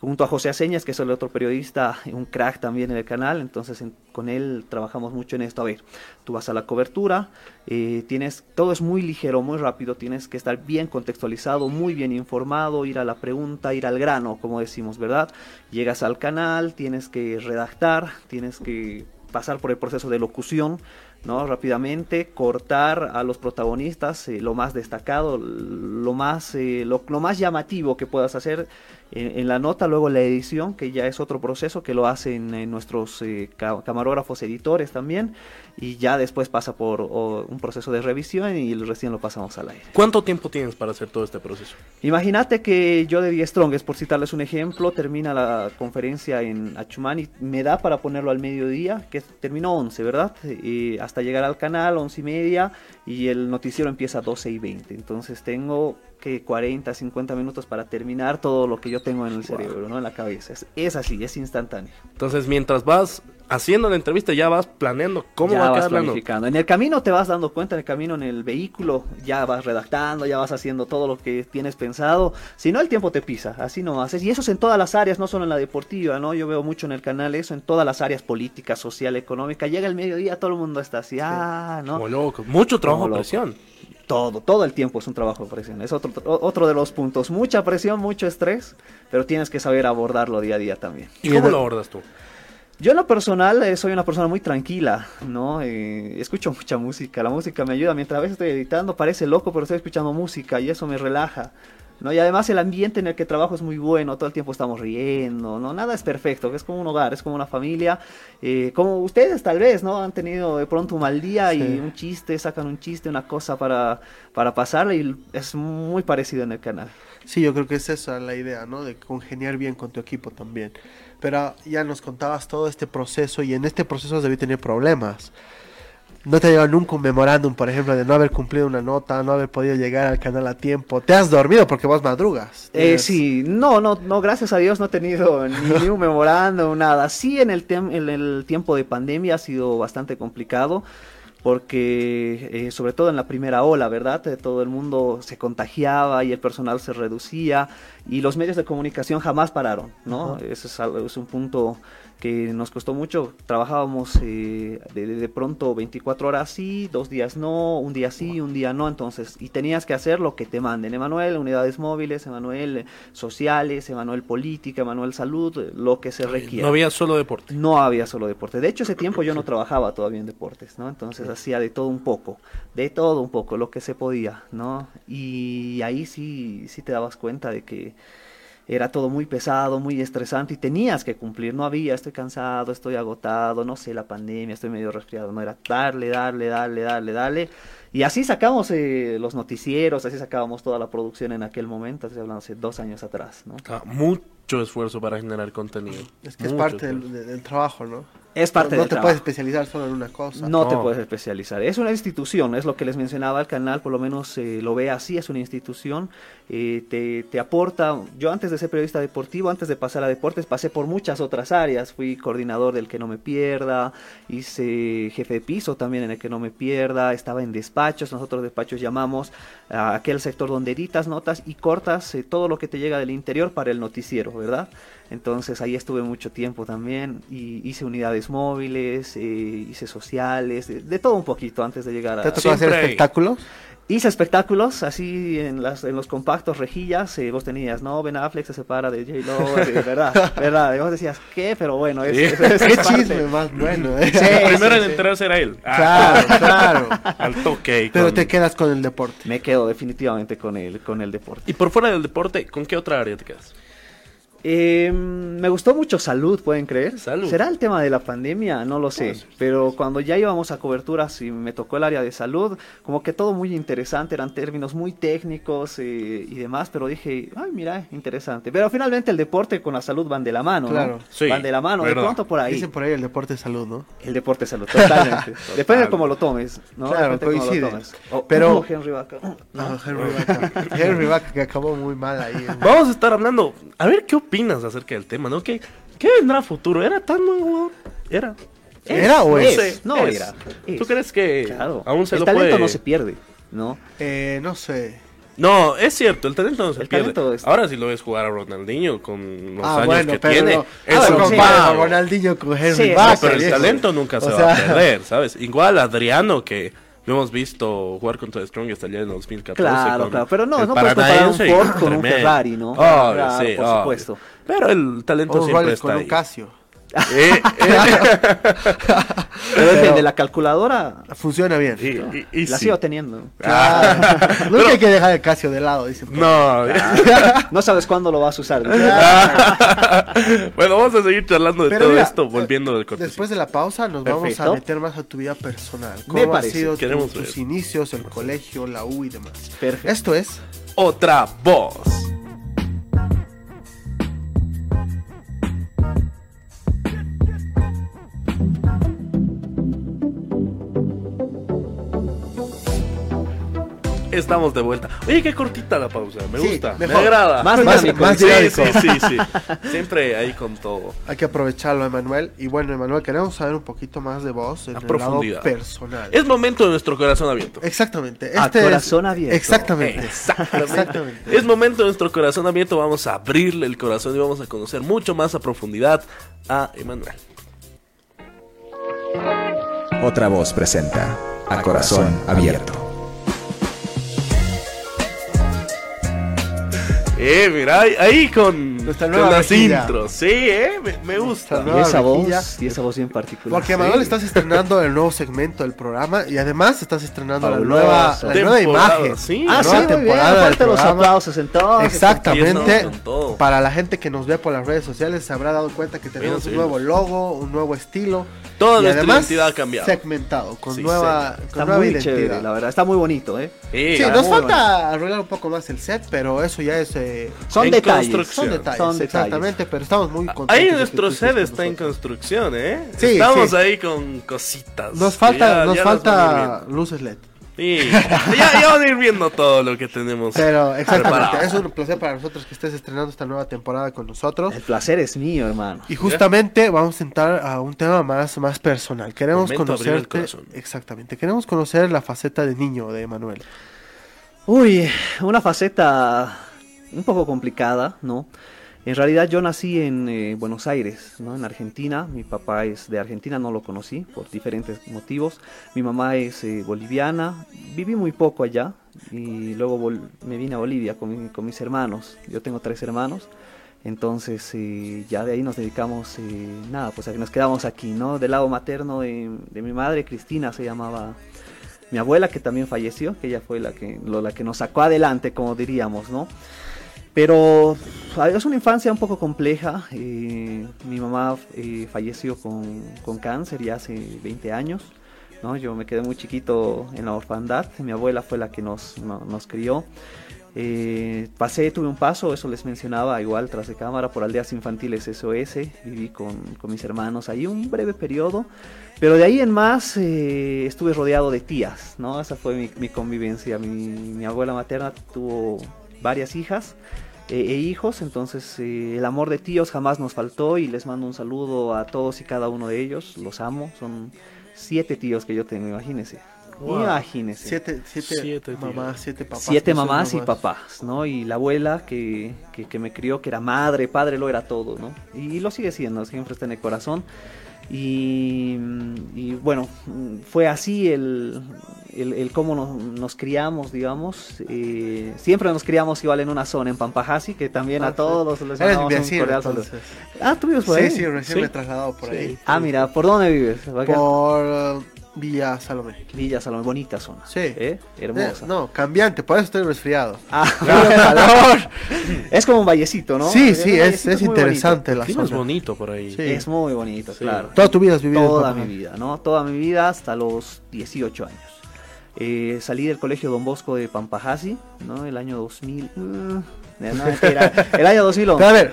[SPEAKER 5] Junto a José Aceñas, que es el otro periodista, un crack también en el canal, entonces en- con él trabajamos mucho en esto. A ver, tú vas a la cobertura, eh, tienes, todo es muy ligero, muy rápido, tienes que estar bien contextualizado, muy bien informado, ir a la pregunta, ir al grano, como decimos, ¿verdad? Llegas al canal, tienes que redactar, tienes que pasar por el proceso de locución, ¿no? Rápidamente, cortar a los protagonistas eh, lo más destacado, lo más, eh, lo, lo más llamativo que puedas hacer en, en la nota, luego la edición, que ya es otro proceso que lo hacen eh, nuestros eh, ca- camarógrafos editores también, y ya después pasa por o, un proceso de revisión y recién lo pasamos al aire.
[SPEAKER 7] ¿Cuánto tiempo tienes para hacer todo este proceso?
[SPEAKER 5] Imagínate que yo de 10 Strongest, por citarles un ejemplo, termina la conferencia en Achumán y me da para ponerlo al mediodía, que terminó 11, ¿verdad? Y hasta llegar al canal, 11 y media, y el noticiero empieza a 12 y 20. Entonces tengo que 40, 50 minutos para terminar todo lo que yo tengo en el cerebro, ¿no? En la cabeza. Es, es así, es instantáneo.
[SPEAKER 7] Entonces, mientras vas haciendo la entrevista, ya vas planeando cómo
[SPEAKER 5] Ya
[SPEAKER 7] va a
[SPEAKER 5] vas
[SPEAKER 7] quedar la nota.
[SPEAKER 5] planificando. En el camino te vas dando cuenta, en el camino, en el vehículo, ya vas redactando, ya vas haciendo todo lo que tienes pensado. Si no, el tiempo te pisa, así no haces. Y eso es en todas las áreas, no solo en la deportiva, ¿no? Yo veo mucho en el canal eso, en todas las áreas política, social, económica. Llega el mediodía, todo el mundo está así, ah, ¿no?
[SPEAKER 7] Como loco. Mucho trabajo
[SPEAKER 5] Como
[SPEAKER 7] a
[SPEAKER 5] loco.
[SPEAKER 7] presión.
[SPEAKER 5] Todo, todo el tiempo es un trabajo de presión. Es otro, o- otro de los puntos. Mucha presión, mucho estrés, pero tienes que saber abordarlo día a día también.
[SPEAKER 7] ¿Y cómo lo abordas tú?
[SPEAKER 5] Yo en lo personal eh, soy una persona muy tranquila, ¿no? Eh, escucho *laughs* mucha música, la música me ayuda. Mientras a veces estoy editando, parece loco, pero estoy escuchando música y eso me relaja, ¿no? Y además el ambiente en el que trabajo es muy bueno, todo el tiempo estamos riendo, ¿no? Nada es perfecto, es como un hogar, es como una familia. eh, como ustedes tal vez, ¿no? Han tenido de pronto un mal día y un chiste, sacan un chiste, una cosa para, para pasarla y es muy parecido en el canal.
[SPEAKER 6] Sí, yo creo que es esa la idea, ¿no? De congeniar bien con tu equipo también. Pero ya nos contabas todo este proceso y en este proceso has debido tener problemas. No te ha llegado nunca un memorándum, por ejemplo, de no haber cumplido una nota, no haber podido llegar al canal a tiempo. Te has dormido porque vos madrugas.
[SPEAKER 5] Eh,
[SPEAKER 6] Tienes-
[SPEAKER 5] sí, no, no, no, gracias a Dios no he tenido *laughs* ni, ni un memorándum, nada. Sí, en el, tem- en el tiempo de pandemia ha sido bastante complicado porque eh, sobre todo en la primera ola, ¿verdad? Eh, Todo el mundo se contagiaba y el personal se reducía y los medios de comunicación jamás pararon, ¿no? Ese es, algo- es un punto que nos costó mucho. Trabajábamos eh, de, de- de pronto 24 horas sí, dos días no, un día sí, un día no, entonces, y tenías que hacer lo que te manden. Emanuel, unidades móviles, Emanuel eh, sociales, Emanuel política, Emanuel salud, eh, lo que se requiera.
[SPEAKER 1] No había solo deporte.
[SPEAKER 5] No había solo deporte. De hecho, ese tiempo yo no trabajaba todavía en deportes, ¿no? Entonces hacía de todo un poco, de todo un poco, lo que se podía, ¿no? Y ahí sí, sí te dabas cuenta de que era todo muy pesado, muy estresante y tenías que cumplir. No había, estoy cansado, estoy agotado, no sé, la pandemia, estoy medio resfriado. No era darle, darle, darle, darle, darle. Y así sacamos eh, los noticieros, así sacábamos toda la producción en aquel momento, estoy hablando hace dos años atrás, ¿no?
[SPEAKER 1] Ah, mucho esfuerzo para generar contenido.
[SPEAKER 6] Es que es
[SPEAKER 1] Mucho
[SPEAKER 6] parte
[SPEAKER 1] esfuerzo.
[SPEAKER 6] del, del- del trabajo, ¿no?
[SPEAKER 5] Es parte
[SPEAKER 6] No
[SPEAKER 5] del
[SPEAKER 6] te
[SPEAKER 5] trabajo.
[SPEAKER 6] puedes especializar solo en una cosa.
[SPEAKER 5] No te
[SPEAKER 3] no.
[SPEAKER 5] puedes especializar. Es una institución, es lo que les mencionaba el canal, por lo menos eh, lo ve así, es una institución. eh, te, te aporta, yo antes de ser periodista deportivo, antes de pasar a deportes, pasé por muchas otras áreas. Fui coordinador del Que No Me Pierda, hice jefe de piso también en el Que No Me Pierda, estaba en despachos, nosotros despachos llamamos a aquel sector donde editas notas y cortas eh, todo lo que te llega del interior para el noticiero, ¿verdad? Entonces ahí estuve mucho tiempo también y hice unidades móviles, eh, hice sociales, de, de todo un poquito antes de llegar
[SPEAKER 6] ¿Te ha
[SPEAKER 5] a...
[SPEAKER 6] tocado hacer
[SPEAKER 1] Siempre hay.
[SPEAKER 6] espectáculos?
[SPEAKER 1] *laughs*
[SPEAKER 5] Hice espectáculos así en, las, en los compactos rejillas, eh, vos tenías, no, Ben Affleck se separa de
[SPEAKER 6] *laughs*
[SPEAKER 5] J-Lo, eh, verdad, verdad, y vos decías, ¿qué? Pero bueno, es,
[SPEAKER 1] Sí.
[SPEAKER 5] es- es
[SPEAKER 6] *laughs* Qué
[SPEAKER 5] parte.
[SPEAKER 6] chisme más bueno, ¿eh?
[SPEAKER 5] Sí,
[SPEAKER 6] *laughs*
[SPEAKER 1] El primero
[SPEAKER 5] sí,
[SPEAKER 1] en
[SPEAKER 5] sí.
[SPEAKER 1] enterarse era él. Ah,
[SPEAKER 6] Claro,
[SPEAKER 1] *laughs*
[SPEAKER 6] claro.
[SPEAKER 1] Al toque. y
[SPEAKER 6] Pero
[SPEAKER 1] con-
[SPEAKER 6] te quedas con el deporte.
[SPEAKER 5] Me quedo definitivamente con el, con el deporte.
[SPEAKER 1] Y por fuera del deporte, ¿con qué otra área te quedas?
[SPEAKER 5] Eh, me gustó mucho salud, ¿pueden creer?
[SPEAKER 1] Salud.
[SPEAKER 5] ¿Será el tema de la pandemia? No lo sé. Pero cuando ya íbamos a coberturas y me tocó el área de salud, como que todo muy interesante, eran términos muy técnicos eh, y demás, pero dije, ay, mira, interesante. Pero finalmente el deporte con la salud van de la mano, ¿no?
[SPEAKER 6] Claro.
[SPEAKER 1] Sí,
[SPEAKER 5] van de la mano,
[SPEAKER 1] verdad.
[SPEAKER 5] de pronto por ahí.
[SPEAKER 6] Dicen por ahí el deporte es salud, ¿no?
[SPEAKER 5] El deporte es salud,
[SPEAKER 1] *laughs*
[SPEAKER 5] totalmente. Depende de cómo lo tomes, ¿no?
[SPEAKER 6] Claro,
[SPEAKER 5] Depende de cómo lo
[SPEAKER 6] coincide.
[SPEAKER 5] tomes. Oh,
[SPEAKER 6] Pero-
[SPEAKER 5] uh, Henry Vaca.
[SPEAKER 6] No, Henry Vaca. *laughs* Henry Vaca que acabó muy mal ahí. ¿no?
[SPEAKER 1] Vamos a estar hablando. A ver qué opinas acerca del tema, ¿no? ¿Qué, qué vendrá a futuro? ¿Era tan buen jugador? Era.
[SPEAKER 6] ¿Era o
[SPEAKER 1] Es,
[SPEAKER 6] es?
[SPEAKER 5] No
[SPEAKER 1] es.
[SPEAKER 5] era.
[SPEAKER 1] ¿Tú
[SPEAKER 5] Es.
[SPEAKER 1] crees que
[SPEAKER 5] Claro.
[SPEAKER 1] aún se
[SPEAKER 5] el
[SPEAKER 1] lo
[SPEAKER 5] talento
[SPEAKER 1] puede?
[SPEAKER 5] no se pierde, ¿no?
[SPEAKER 6] Eh, no sé.
[SPEAKER 1] No, es cierto, el talento no se
[SPEAKER 5] El
[SPEAKER 1] pierde.
[SPEAKER 5] talento es-
[SPEAKER 1] Ahora sí lo ves jugar a Ronaldinho con los
[SPEAKER 6] ah,
[SPEAKER 1] años
[SPEAKER 6] bueno,
[SPEAKER 1] que
[SPEAKER 6] pero
[SPEAKER 1] tiene.
[SPEAKER 6] no.
[SPEAKER 1] Es
[SPEAKER 5] Ah,
[SPEAKER 6] Eso
[SPEAKER 5] bueno,
[SPEAKER 1] un
[SPEAKER 5] sí,
[SPEAKER 6] compara
[SPEAKER 1] pavo.
[SPEAKER 6] a Ronaldinho con Henry
[SPEAKER 5] Sí,
[SPEAKER 6] Vaca.
[SPEAKER 1] No, pero el
[SPEAKER 6] viejo.
[SPEAKER 1] talento nunca se
[SPEAKER 6] O
[SPEAKER 1] va a
[SPEAKER 6] sea,
[SPEAKER 1] perder, ¿sabes? Igual Adriano, que lo hemos visto jugar contra Strongest allá en 2014.
[SPEAKER 5] Claro,
[SPEAKER 1] con
[SPEAKER 5] claro, pero no,
[SPEAKER 1] el
[SPEAKER 5] no puedes comparar un
[SPEAKER 1] Paranaense y-
[SPEAKER 5] Ford con un
[SPEAKER 1] tremendo.
[SPEAKER 5] Ferrari, ¿no?
[SPEAKER 1] Obvio,
[SPEAKER 5] Claro,
[SPEAKER 1] sí,
[SPEAKER 5] por
[SPEAKER 1] obvio.
[SPEAKER 5] supuesto.
[SPEAKER 1] Pero el talento
[SPEAKER 6] o un
[SPEAKER 1] siempre
[SPEAKER 6] Rolex
[SPEAKER 1] está
[SPEAKER 6] con
[SPEAKER 1] ahí.
[SPEAKER 6] un Casio.
[SPEAKER 1] Eh, *laughs* eh, eh.
[SPEAKER 5] Pero depende de la calculadora,
[SPEAKER 6] Funciona bien.
[SPEAKER 5] *laughs*
[SPEAKER 1] y- y- y
[SPEAKER 5] la
[SPEAKER 1] sí.
[SPEAKER 5] sigo teniendo.
[SPEAKER 6] Claro.
[SPEAKER 1] *laughs*
[SPEAKER 6] Nunca hay que dejar el Casio de lado, dicen.
[SPEAKER 1] No.
[SPEAKER 5] *laughs* No sabes cuándo lo vas a usar. "Ah,
[SPEAKER 1] *laughs* bueno, vamos a seguir charlando de
[SPEAKER 6] Pero
[SPEAKER 1] todo
[SPEAKER 6] mira,
[SPEAKER 1] esto, volviendo del cortecito.
[SPEAKER 6] Después de la pausa nos vamos
[SPEAKER 5] Perfecto.
[SPEAKER 6] a meter más a tu vida personal.
[SPEAKER 5] Me
[SPEAKER 6] ¿Cómo han
[SPEAKER 5] parece,
[SPEAKER 6] sido tu-
[SPEAKER 1] queremos
[SPEAKER 6] tus
[SPEAKER 1] ver.
[SPEAKER 6] inicios, el colegio, la U y demás?
[SPEAKER 5] Perfecto.
[SPEAKER 6] Esto es...
[SPEAKER 1] Otra voz. Estamos de vuelta. Oye, qué cortita la pausa. Me
[SPEAKER 6] Sí,
[SPEAKER 1] gusta,
[SPEAKER 6] mejor.
[SPEAKER 1] me agrada.
[SPEAKER 5] Más dinámico.
[SPEAKER 6] más
[SPEAKER 1] sí, sí,
[SPEAKER 6] dinámico.
[SPEAKER 1] sí, sí. Siempre ahí con todo.
[SPEAKER 6] Hay que aprovecharlo, Emanuel. Y bueno, Emanuel, queremos saber un poquito más de vos en
[SPEAKER 1] A
[SPEAKER 6] el
[SPEAKER 1] profundidad.
[SPEAKER 6] lado personal.
[SPEAKER 1] Es momento de nuestro corazón abierto.
[SPEAKER 6] Exactamente.
[SPEAKER 5] A
[SPEAKER 6] este es-
[SPEAKER 5] corazón abierto.
[SPEAKER 6] Exactamente.
[SPEAKER 1] Exactamente.
[SPEAKER 6] Exactamente.
[SPEAKER 1] Es momento de nuestro corazón abierto. Vamos a abrirle el corazón y vamos a conocer mucho más a profundidad a Emanuel.
[SPEAKER 8] Otra voz presenta A Corazón Abierto.
[SPEAKER 1] Eh, mira, ahí, ahí con,
[SPEAKER 6] Nuestra
[SPEAKER 1] con
[SPEAKER 6] nueva
[SPEAKER 1] las
[SPEAKER 6] vejilla.
[SPEAKER 1] intros. Sí, eh, me, me gusta.
[SPEAKER 6] Nuestra
[SPEAKER 5] Y esa
[SPEAKER 6] Rejilla.
[SPEAKER 5] voz, y esa voz en particular.
[SPEAKER 6] Porque Emanuel estás estrenando el nuevo segmento del programa y además estás estrenando la
[SPEAKER 5] Fabuloso.
[SPEAKER 6] nueva, la nueva
[SPEAKER 1] Temporada,
[SPEAKER 6] imagen.
[SPEAKER 1] sí.
[SPEAKER 6] la
[SPEAKER 5] Ah, sí,
[SPEAKER 6] nueva
[SPEAKER 5] muy bien.
[SPEAKER 6] temporada del
[SPEAKER 5] Aparte los
[SPEAKER 6] programa.
[SPEAKER 5] aplausos entonces.
[SPEAKER 6] Exactamente.
[SPEAKER 1] Con todo.
[SPEAKER 6] Para la gente que nos ve por las redes sociales se habrá dado cuenta que tenemos
[SPEAKER 1] sí.
[SPEAKER 6] un nuevo logo, un nuevo estilo.
[SPEAKER 1] Toda
[SPEAKER 6] y
[SPEAKER 1] nuestra
[SPEAKER 6] además
[SPEAKER 1] identidad ha cambiado.
[SPEAKER 6] Segmentado, con
[SPEAKER 1] Sí,
[SPEAKER 6] nueva,
[SPEAKER 5] Está
[SPEAKER 6] con nueva
[SPEAKER 5] muy
[SPEAKER 6] identidad.
[SPEAKER 5] chévere, la verdad. Está muy bonito, ¿eh?
[SPEAKER 1] Eh,
[SPEAKER 6] Sí,
[SPEAKER 1] ah,
[SPEAKER 6] nos
[SPEAKER 5] muy
[SPEAKER 6] falta arreglar un poco más el set, pero eso ya es... eh,
[SPEAKER 5] Son
[SPEAKER 1] En
[SPEAKER 5] detalles.
[SPEAKER 1] construcción.
[SPEAKER 6] son detalles,
[SPEAKER 5] Son detalles.
[SPEAKER 6] exactamente, pero estamos muy contentos.
[SPEAKER 1] Ahí
[SPEAKER 6] de que tú
[SPEAKER 1] nuestro
[SPEAKER 6] estés
[SPEAKER 1] set
[SPEAKER 6] con
[SPEAKER 1] está en
[SPEAKER 6] nosotros.
[SPEAKER 1] construcción, ¿eh?
[SPEAKER 6] Sí,
[SPEAKER 1] Estamos
[SPEAKER 6] sí.
[SPEAKER 1] ahí con cositas.
[SPEAKER 6] Nos
[SPEAKER 1] que
[SPEAKER 6] falta,
[SPEAKER 1] ya-
[SPEAKER 6] nos
[SPEAKER 1] ya las van a ir
[SPEAKER 6] falta luces LED.
[SPEAKER 1] viendo. Sí, ya, ya van a ir viendo todo lo que tenemos.
[SPEAKER 6] Pero exactamente,
[SPEAKER 1] preparado.
[SPEAKER 6] es un placer para nosotros que estés estrenando esta nueva temporada con nosotros.
[SPEAKER 5] El placer es mío, hermano.
[SPEAKER 6] Y justamente vamos a entrar a un tema más, más personal. Queremos
[SPEAKER 1] Momento de abrir el
[SPEAKER 6] conocerte.
[SPEAKER 1] corazón.
[SPEAKER 6] Exactamente. Queremos conocer la faceta de niño de Manuel.
[SPEAKER 5] Uy, una faceta un poco complicada, ¿no? En realidad yo nací en eh, Buenos Aires, ¿no? En Argentina. Mi papá es de Argentina, no lo conocí por diferentes motivos. Mi mamá es eh, boliviana. Viví muy poco allá y luego vol- me vine a Bolivia con, mi- con mis hermanos. Yo tengo tres hermanos. Entonces eh, ya de ahí nos dedicamos, eh, nada, pues a que nos quedamos aquí, ¿no? Del lado materno de, de mi madre, Cristina se llamaba mi abuela que también falleció, que ella fue la que, lo- la que nos sacó adelante, como diríamos, ¿no? Pero a ver, es una infancia un poco compleja. eh, mi mamá eh, falleció con, con cáncer ya hace 20 años. ¿no? Yo me quedé muy chiquito en la orfandad. Mi abuela fue la que nos, no- nos crió. Eh, pasé, tuve un paso, eso les mencionaba igual tras de cámara, por Aldeas Infantiles SOS. Viví con, con mis hermanos ahí un breve periodo. Pero de ahí en más eh, estuve rodeado de tías, ¿no? Esa fue mi, mi convivencia. Mi, mi abuela materna tuvo varias hijas eh, e hijos, entonces eh, el amor de tíos jamás nos faltó y les mando un saludo a todos y cada uno de ellos. Los amo, son siete tíos que yo tengo, imagínense.
[SPEAKER 6] Wow.
[SPEAKER 5] Imagínense
[SPEAKER 6] Siete, siete,
[SPEAKER 1] Siete, tío.
[SPEAKER 6] mamás, siete papás.
[SPEAKER 5] siete
[SPEAKER 6] que son
[SPEAKER 5] mamás y papás, ¿no? Y la abuela que, que- que me crió, que era madre, padre, lo era todo, ¿no? Y, lo sigue siendo, siempre está en el corazón. Y, y bueno, fue así el, el- el cómo nos, nos criamos, digamos. Eh, siempre nos criamos igual en una zona, en Pampajasi, que también a todos les
[SPEAKER 6] Eres mi
[SPEAKER 5] mandamos un
[SPEAKER 6] vecino,
[SPEAKER 5] cordial saludo.
[SPEAKER 6] entonces.
[SPEAKER 5] Ah, tú vives por
[SPEAKER 6] Sí,
[SPEAKER 5] ahí?
[SPEAKER 6] sí, recién
[SPEAKER 1] Sí.
[SPEAKER 6] me he trasladado por ahí.
[SPEAKER 5] Ah, mira, ¿por dónde vives? Acá.
[SPEAKER 6] Por eh, Villa Salomé.
[SPEAKER 5] Villa Salomé, bonita zona.
[SPEAKER 6] Sí.
[SPEAKER 5] ¿eh? Hermosa.
[SPEAKER 6] Eh, no, cambiante, por eso estoy resfriado. *laughs*
[SPEAKER 5] Ah, calor. Es como un vallecito, ¿no?
[SPEAKER 6] Sí,
[SPEAKER 5] Es
[SPEAKER 6] sí,
[SPEAKER 5] un
[SPEAKER 6] es,
[SPEAKER 5] vallecito
[SPEAKER 6] es
[SPEAKER 5] muy bonito.
[SPEAKER 6] interesante
[SPEAKER 1] El clima
[SPEAKER 6] la
[SPEAKER 1] es
[SPEAKER 6] zona.
[SPEAKER 1] bonito por ahí.
[SPEAKER 6] Sí.
[SPEAKER 5] Es muy bonito, claro.
[SPEAKER 6] Toda tu vida has vivido en
[SPEAKER 5] Toda mi
[SPEAKER 6] Papajá.
[SPEAKER 5] vida, ¿no? Toda mi vida hasta los 18 años. Eh, salí del colegio Don Bosco de Pampajasi, ¿no? El año 2000. mm, no, mentira,
[SPEAKER 6] *laughs*
[SPEAKER 5] el año
[SPEAKER 6] Pero a
[SPEAKER 5] 2011.
[SPEAKER 6] ver,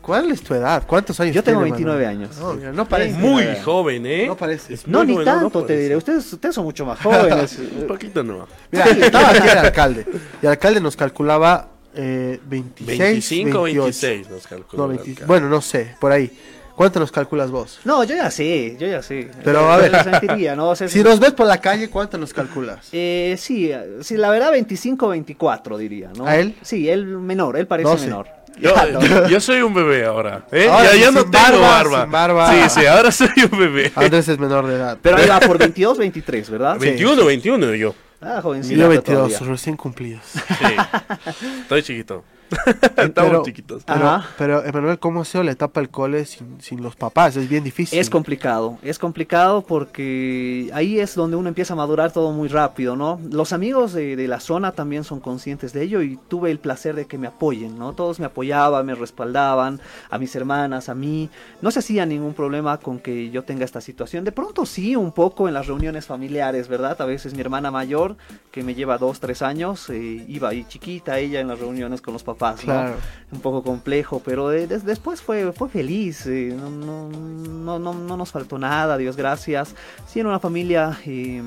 [SPEAKER 6] ¿cuál es tu edad? ¿Cuántos años
[SPEAKER 5] Yo tengo
[SPEAKER 6] tiene,
[SPEAKER 5] 29
[SPEAKER 6] Manuel?
[SPEAKER 5] años.
[SPEAKER 6] No, mira, no parece.
[SPEAKER 1] Muy
[SPEAKER 6] nada.
[SPEAKER 1] joven, ¿eh?
[SPEAKER 6] No parece.
[SPEAKER 5] No,
[SPEAKER 1] Muy
[SPEAKER 5] ni
[SPEAKER 1] joven,
[SPEAKER 5] tanto te
[SPEAKER 1] parece.
[SPEAKER 5] diré. Ustedes, ustedes son mucho más
[SPEAKER 1] *laughs*
[SPEAKER 5] jóvenes.
[SPEAKER 1] Un poquito nomás.
[SPEAKER 6] Mira, estaba aquí
[SPEAKER 5] *laughs*
[SPEAKER 6] el alcalde. Y el alcalde nos calculaba eh, 26,
[SPEAKER 1] 25 o
[SPEAKER 6] 28.
[SPEAKER 1] 26 nos calculó.
[SPEAKER 6] No,
[SPEAKER 1] el
[SPEAKER 6] 20
[SPEAKER 1] alcalde.
[SPEAKER 6] bueno, no sé, por ahí. ¿Cuánto nos calculas vos?
[SPEAKER 5] No, yo ya sé, yo ya sé.
[SPEAKER 6] Pero, a ver.
[SPEAKER 5] Les mentiría, ¿no? O sea,
[SPEAKER 6] Si nos ves por la calle, ¿cuánto nos calculas?
[SPEAKER 5] Eh, sí, eh, sí, la verdad 25-24 diría, ¿no?
[SPEAKER 6] ¿A él?
[SPEAKER 5] Sí, él menor, él parece
[SPEAKER 6] 12.
[SPEAKER 5] menor.
[SPEAKER 1] Yo,
[SPEAKER 5] Ah, no.
[SPEAKER 1] yo- yo soy un bebé ahora. ¿eh?
[SPEAKER 6] Ahora
[SPEAKER 1] ya ya
[SPEAKER 6] sin
[SPEAKER 1] no tengo
[SPEAKER 6] barba,
[SPEAKER 1] barba.
[SPEAKER 6] sin barba. Ah,
[SPEAKER 1] Sí, sí, ahora soy un bebé.
[SPEAKER 6] Andrés es menor de edad.
[SPEAKER 5] Pero ahí va por 22-23,
[SPEAKER 1] *laughs*
[SPEAKER 5] ¿verdad?
[SPEAKER 1] 21, 21 yo.
[SPEAKER 5] Ah, jovencito.
[SPEAKER 6] Yo 22,
[SPEAKER 5] todavía.
[SPEAKER 6] recién cumplidos.
[SPEAKER 1] Sí. Estoy chiquito. *laughs* Estamos
[SPEAKER 6] Pero-
[SPEAKER 1] chiquitos.
[SPEAKER 6] Pero,
[SPEAKER 5] Ajá.
[SPEAKER 6] pero, Emanuel, ¿cómo ha sido la etapa del cole sin, sin los papás? Es bien difícil.
[SPEAKER 5] Es complicado, es complicado porque ahí es donde uno empieza a madurar todo muy rápido, ¿no? Los amigos de, de la zona también son conscientes de ello y tuve el placer de que me apoyen, ¿no? Todos me apoyaban, me respaldaban, a mis hermanas, a mí. No se hacía ningún problema con que yo tenga esta situación. De pronto sí, un poco en las reuniones familiares, ¿verdad? A veces mi hermana mayor, que me lleva dos, tres años, eh, iba ahí chiquita ella en las reuniones con los papás, ¿no?
[SPEAKER 6] Claro.
[SPEAKER 5] un poco complejo, pero eh, des- después fue, fue feliz, eh, no, no, no, no, no nos faltó nada, Dios gracias. Sí, era una familia eh,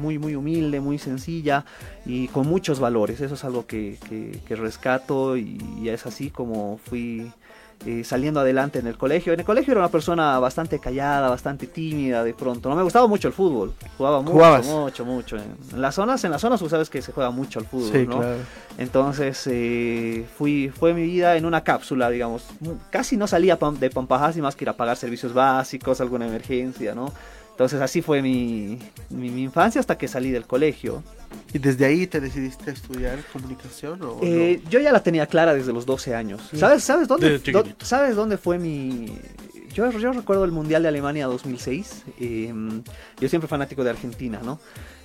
[SPEAKER 5] muy, muy humilde, muy sencilla y con muchos valores, eso es algo que, que- que rescato y, y es así como fui eh, saliendo adelante en el colegio. En el colegio era una persona bastante callada, bastante tímida de pronto, no me gustaba mucho el fútbol, jugaba mucho,
[SPEAKER 6] ¿Jugabas?
[SPEAKER 5] mucho, mucho. En, en las zonas, en las zonas tú sabes que se juega mucho al fútbol,
[SPEAKER 6] Sí,
[SPEAKER 5] ¿no?
[SPEAKER 6] claro.
[SPEAKER 5] Entonces eh, fui, fue mi vida en una cápsula, digamos. Mm, Casi no salía pam- de Pampajasi más que ir a pagar servicios básicos, alguna emergencia, ¿no? Entonces así fue mi, mi, mi infancia hasta que salí del colegio.
[SPEAKER 6] ¿Y desde ahí te decidiste a estudiar comunicación o
[SPEAKER 5] Eh, Yo ya la tenía clara desde los 12 años. ¿Sabes, sabes, dónde,
[SPEAKER 1] Desde
[SPEAKER 5] dó-
[SPEAKER 1] chiquitito.
[SPEAKER 5] ¿Sabes dónde fue mi...? Yo, yo recuerdo el Mundial de Alemania 2006. eh, yo siempre fanático de Argentina, ¿no?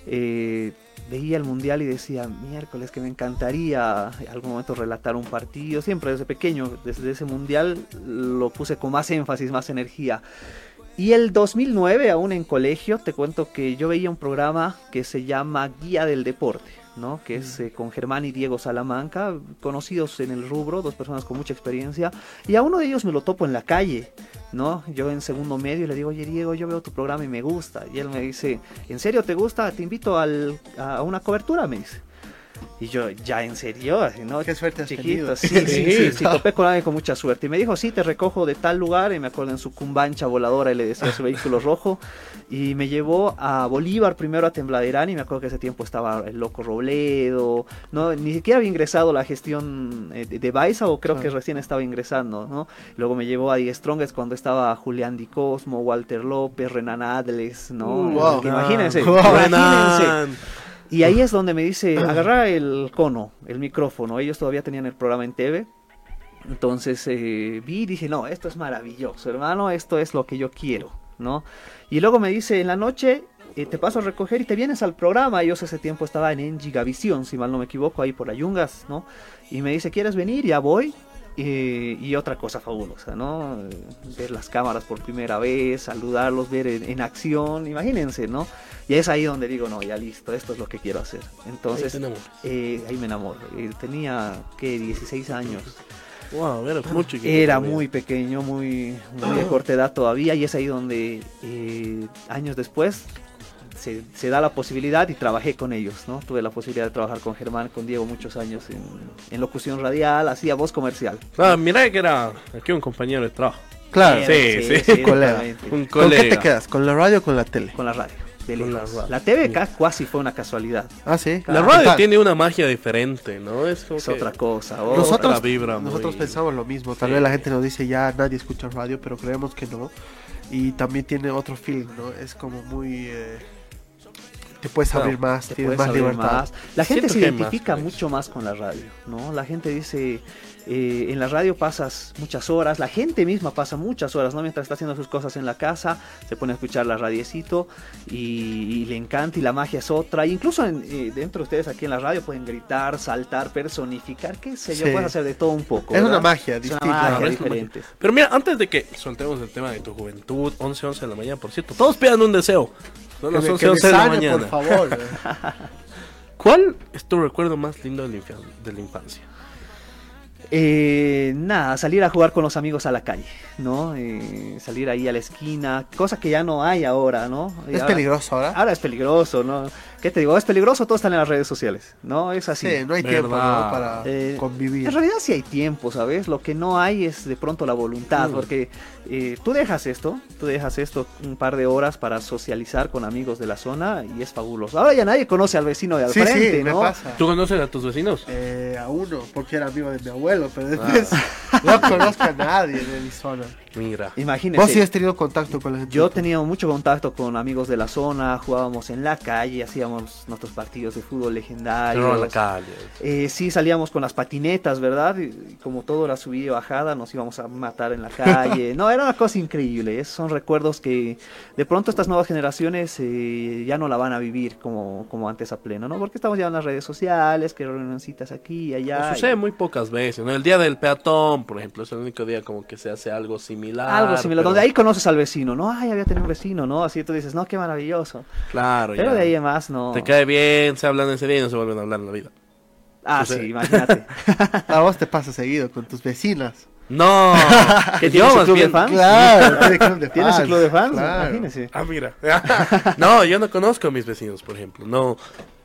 [SPEAKER 5] Eh, veía el Mundial y decía, miércoles, que me encantaría en algún momento relatar un partido. Siempre desde pequeño, desde ese Mundial, lo puse con más énfasis, más energía. Y el 2009, aún en colegio, te cuento que yo veía un programa que se llama Guía del Deporte, ¿no? que es eh, con Germán y Diego Salamanca, conocidos en el rubro, dos personas con mucha experiencia, y a uno de ellos me lo topo en la calle, ¿no? Yo en segundo medio y le digo, oye Diego, yo veo tu programa y me gusta, y él me dice, ¿en serio te gusta? Te invito al- a una cobertura, me dice. Y yo, ya en serio, Así, ¿no?
[SPEAKER 6] Qué suerte has
[SPEAKER 5] Chiquito,
[SPEAKER 6] tenido.
[SPEAKER 5] sí, sí, sí,
[SPEAKER 6] Sí.
[SPEAKER 5] sí, topé con alguien con mucha suerte. Y me dijo, sí, te recojo de tal lugar, y me acuerdo en su cumbancha voladora, y le decía su vehículo rojo, y me llevó a Bolívar primero a Tembladerán y me acuerdo que ese tiempo estaba el loco Robledo, no ni siquiera había ingresado la gestión eh, de, de Baiza o creo que recién estaba ingresando, ¿no? Luego me llevó a Die Strongest cuando estaba Julián Di Cosmo, Walter López, Renan Adles, ¿no?
[SPEAKER 6] Uh, wow.
[SPEAKER 5] Imagínense,
[SPEAKER 6] Wow.
[SPEAKER 5] imagínense. Y ahí es donde me dice, agarra el cono, el micrófono. Ellos todavía tenían el programa en TV. Entonces eh, vi y dije, no, esto es maravilloso, hermano, esto es lo que yo quiero, ¿no? Y luego me dice, en la noche eh, te paso a recoger y te vienes al programa. Ellos ese tiempo estaban en Gigavisión, si mal no me equivoco, ahí por la Yungas, ¿no? Y me dice, ¿quieres venir? Ya voy. Eh, y otra cosa fabulosa, ¿no? Eh, Ver las cámaras por primera vez, saludarlos, ver en, en acción, imagínense, ¿no? Y es ahí donde digo, no, ya listo, esto es lo que quiero hacer. Entonces,
[SPEAKER 1] Ahí te enamoras.
[SPEAKER 5] eh, ahí me enamoro. Eh, tenía, ¿qué? 16 años.
[SPEAKER 1] Wow, era muy chiquito. todavía.
[SPEAKER 5] Era
[SPEAKER 1] Ah.
[SPEAKER 5] muy pequeño, muy, muy de corta edad todavía y es ahí donde eh, años después se, se da la posibilidad y trabajé con ellos, ¿no? Tuve la posibilidad de trabajar con Germán, con Diego muchos años en, en locución radial, hacía voz comercial.
[SPEAKER 1] Ah, mirá que era aquí un compañero de trabajo.
[SPEAKER 6] Claro.
[SPEAKER 1] Sí.
[SPEAKER 6] colega.
[SPEAKER 5] exactamente.
[SPEAKER 1] Un *laughs*
[SPEAKER 6] ¿Con
[SPEAKER 1] colega.
[SPEAKER 6] qué te quedas? ¿Con la radio o con la tele?
[SPEAKER 5] Con la radio. de
[SPEAKER 1] Con la
[SPEAKER 5] lejos.
[SPEAKER 1] radio.
[SPEAKER 5] La TV ca- casi fue una casualidad.
[SPEAKER 6] Ah, sí.
[SPEAKER 1] La
[SPEAKER 6] ¿Qué
[SPEAKER 1] radio
[SPEAKER 6] tal?
[SPEAKER 1] tiene una magia diferente, ¿no? Es como
[SPEAKER 5] Es
[SPEAKER 1] que-
[SPEAKER 5] otra cosa. otra
[SPEAKER 6] Nosotros,
[SPEAKER 1] la vibra muy-
[SPEAKER 6] nosotros pensamos lo mismo. Tal
[SPEAKER 1] Sí.
[SPEAKER 6] vez la gente nos dice ya nadie escucha radio, pero creemos que no. Y también tiene otro feeling, ¿no? Es como muy. eh, te puedes
[SPEAKER 1] Claro,
[SPEAKER 6] abrir más,
[SPEAKER 5] te
[SPEAKER 6] tienes
[SPEAKER 5] puedes
[SPEAKER 6] más
[SPEAKER 5] abrir
[SPEAKER 6] libertad.
[SPEAKER 5] más. La gente
[SPEAKER 1] Siento
[SPEAKER 5] se
[SPEAKER 1] que hay más
[SPEAKER 5] identifica
[SPEAKER 1] con eso.
[SPEAKER 5] mucho más con la radio, ¿no? La gente dice, eh, en la radio pasas muchas horas, la gente misma pasa muchas horas, ¿no? Mientras está haciendo sus cosas en la casa, se pone a escuchar la radiecito y, y le encanta y la magia es otra. E incluso en- eh, dentro de ustedes aquí en la radio pueden gritar, saltar, personificar, qué sé yo,
[SPEAKER 6] Sí.
[SPEAKER 5] pueden hacer de todo un poco.
[SPEAKER 6] Es una
[SPEAKER 5] ¿verdad?
[SPEAKER 6] magia
[SPEAKER 5] Es una
[SPEAKER 6] distinta.
[SPEAKER 5] magia
[SPEAKER 1] Claro, Ah, es una
[SPEAKER 5] diferente.
[SPEAKER 1] Pero mira, antes de que soltemos el tema de tu juventud, 11, 11 de la mañana, por cierto, todos pidan un deseo. Son las
[SPEAKER 6] Que me-
[SPEAKER 1] 11,
[SPEAKER 6] que me
[SPEAKER 1] 11 de la
[SPEAKER 6] sane,
[SPEAKER 1] mañana.
[SPEAKER 6] por favor.
[SPEAKER 1] *laughs*
[SPEAKER 6] eh.
[SPEAKER 1] ¿Cuál es tu recuerdo más lindo de la, infan- de la infancia?
[SPEAKER 5] Eh, nada, salir a jugar con los amigos a la calle, ¿no? Eh, salir ahí a la esquina, cosa que ya no hay ahora, ¿no? Y
[SPEAKER 6] es
[SPEAKER 5] ahora-
[SPEAKER 6] peligroso ahora.
[SPEAKER 5] Ahora es peligroso, ¿no? ¿Qué te digo? Es peligroso, todo está en las redes sociales, ¿no? Es así.
[SPEAKER 6] Sí, no hay tiempo
[SPEAKER 1] Verdad.
[SPEAKER 6] ¿no? para
[SPEAKER 5] Eh,
[SPEAKER 6] convivir.
[SPEAKER 5] En realidad sí hay tiempo, ¿sabes? Lo que no hay es de pronto la
[SPEAKER 6] Mm.
[SPEAKER 5] voluntad, porque eh, tú dejas esto, tú dejas esto un par de horas para socializar con amigos de la zona y es fabuloso. Ahora ya nadie conoce al vecino de al
[SPEAKER 6] sí,
[SPEAKER 5] frente,
[SPEAKER 6] sí,
[SPEAKER 5] ¿no?
[SPEAKER 6] me pasa.
[SPEAKER 1] ¿Tú conoces a tus vecinos?
[SPEAKER 6] Eh, a uno, porque era amigo de mi abuelo,
[SPEAKER 1] Ah.
[SPEAKER 6] pero después *laughs* no conozco a nadie de mi zona.
[SPEAKER 1] Mira.
[SPEAKER 5] Imagínense.
[SPEAKER 6] ¿Vos sí has tenido contacto con la gente?
[SPEAKER 5] Yo tenía mucho contacto con amigos de la zona, jugábamos en la calle, hacíamos nuestros partidos de fútbol legendarios.
[SPEAKER 1] Pero a la calle.
[SPEAKER 5] Eh, sí, salíamos con las patinetas, ¿verdad? Y- y como todo era subida y bajada, nos íbamos a matar en la
[SPEAKER 1] *laughs*
[SPEAKER 5] calle. No, era una cosa increíble. Esos son recuerdos que de pronto estas nuevas generaciones eh, ya no la van a vivir como, como antes a pleno, ¿no? Porque estamos ya en las redes sociales, que reunioncitas aquí y allá.
[SPEAKER 1] Sucede
[SPEAKER 5] y-
[SPEAKER 1] muy pocas veces, ¿no? El día del peatón, por ejemplo, es el único día como que se hace algo similar.
[SPEAKER 5] Algo similar,
[SPEAKER 1] pero-
[SPEAKER 5] donde ahí conoces al vecino, ¿no? Ay, había tenido un vecino, ¿no? Así tú dices, no, qué maravilloso.
[SPEAKER 1] Claro,
[SPEAKER 5] Pero
[SPEAKER 1] ya.
[SPEAKER 5] de ahí en más, no.
[SPEAKER 1] Te cae bien, se hablan ese día y no se vuelven a hablar en la vida.
[SPEAKER 5] Ah,
[SPEAKER 1] sucede.
[SPEAKER 5] sí, imagínate.
[SPEAKER 6] A Ah, vos te pasa seguido con tus vecinas.
[SPEAKER 5] *laughs*
[SPEAKER 1] ¡No!
[SPEAKER 5] ¿Que
[SPEAKER 1] Yo
[SPEAKER 5] tiene su
[SPEAKER 1] más
[SPEAKER 5] club de
[SPEAKER 1] bien-
[SPEAKER 5] fans? *laughs*
[SPEAKER 6] Claro, tiene club *laughs* de
[SPEAKER 5] ¿Tiene su
[SPEAKER 6] fans,
[SPEAKER 5] club de fans?
[SPEAKER 6] claro.
[SPEAKER 5] Imagínese.
[SPEAKER 1] Ah,
[SPEAKER 5] *laughs*
[SPEAKER 1] mira. *laughs* no, yo no conozco a mis vecinos, por ejemplo. No.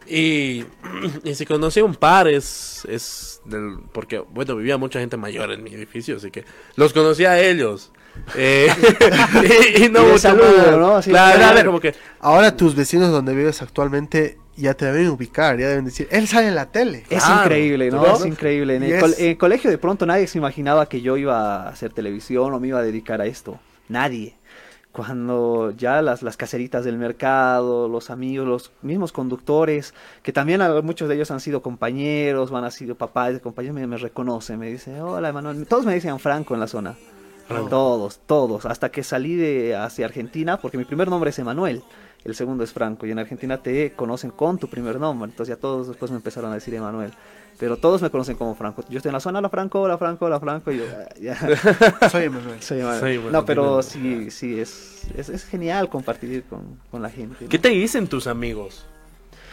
[SPEAKER 1] Y, *clears throat* y si conocí un par es, es del, porque, bueno, vivía mucha gente mayor en mi edificio, así que los conocí a ellos. Eh, *laughs* y, y no
[SPEAKER 5] Y de
[SPEAKER 1] mucho
[SPEAKER 5] saludo,
[SPEAKER 1] más.
[SPEAKER 5] ¿no? Así,
[SPEAKER 1] claro,
[SPEAKER 5] claro.
[SPEAKER 1] a ver, como que,
[SPEAKER 6] Ahora tus vecinos donde vives actualmente ya te deben ubicar, ya deben decir, él sale en la
[SPEAKER 5] *laughs*
[SPEAKER 6] tele.
[SPEAKER 5] Es
[SPEAKER 1] Claro,
[SPEAKER 5] increíble, ¿no?
[SPEAKER 1] ¿no?
[SPEAKER 5] Es increíble. En
[SPEAKER 6] Y
[SPEAKER 5] el,
[SPEAKER 6] es-
[SPEAKER 5] col- en el colegio de pronto nadie se imaginaba que yo iba a hacer televisión o me iba a dedicar a esto. Nadie. Cuando ya las, las caseritas del mercado, los amigos, los mismos conductores, que también a- muchos de ellos han sido compañeros, van a sido papás de compañeros, me, me reconocen, me dicen, hola Emanuel, todos me decían Franco en la zona. Todos, todos, hasta que salí de hacia Argentina, porque mi primer nombre es Emanuel, el segundo es Franco, y en Argentina te conocen con tu primer nombre, entonces ya todos después me empezaron a decir Emanuel, pero todos me conocen como Franco. Yo estoy en la zona, la Franco, hola Franco, hola Franco, y yo, "Ah,
[SPEAKER 1] *laughs*
[SPEAKER 5] ya,
[SPEAKER 6] Soy Emanuel.
[SPEAKER 5] soy Emanuel.
[SPEAKER 1] Soy Emanuel.
[SPEAKER 5] No, pero sí, sí, es, es, es genial compartir con, con la gente. ¿no?
[SPEAKER 1] ¿qué te dicen tus amigos?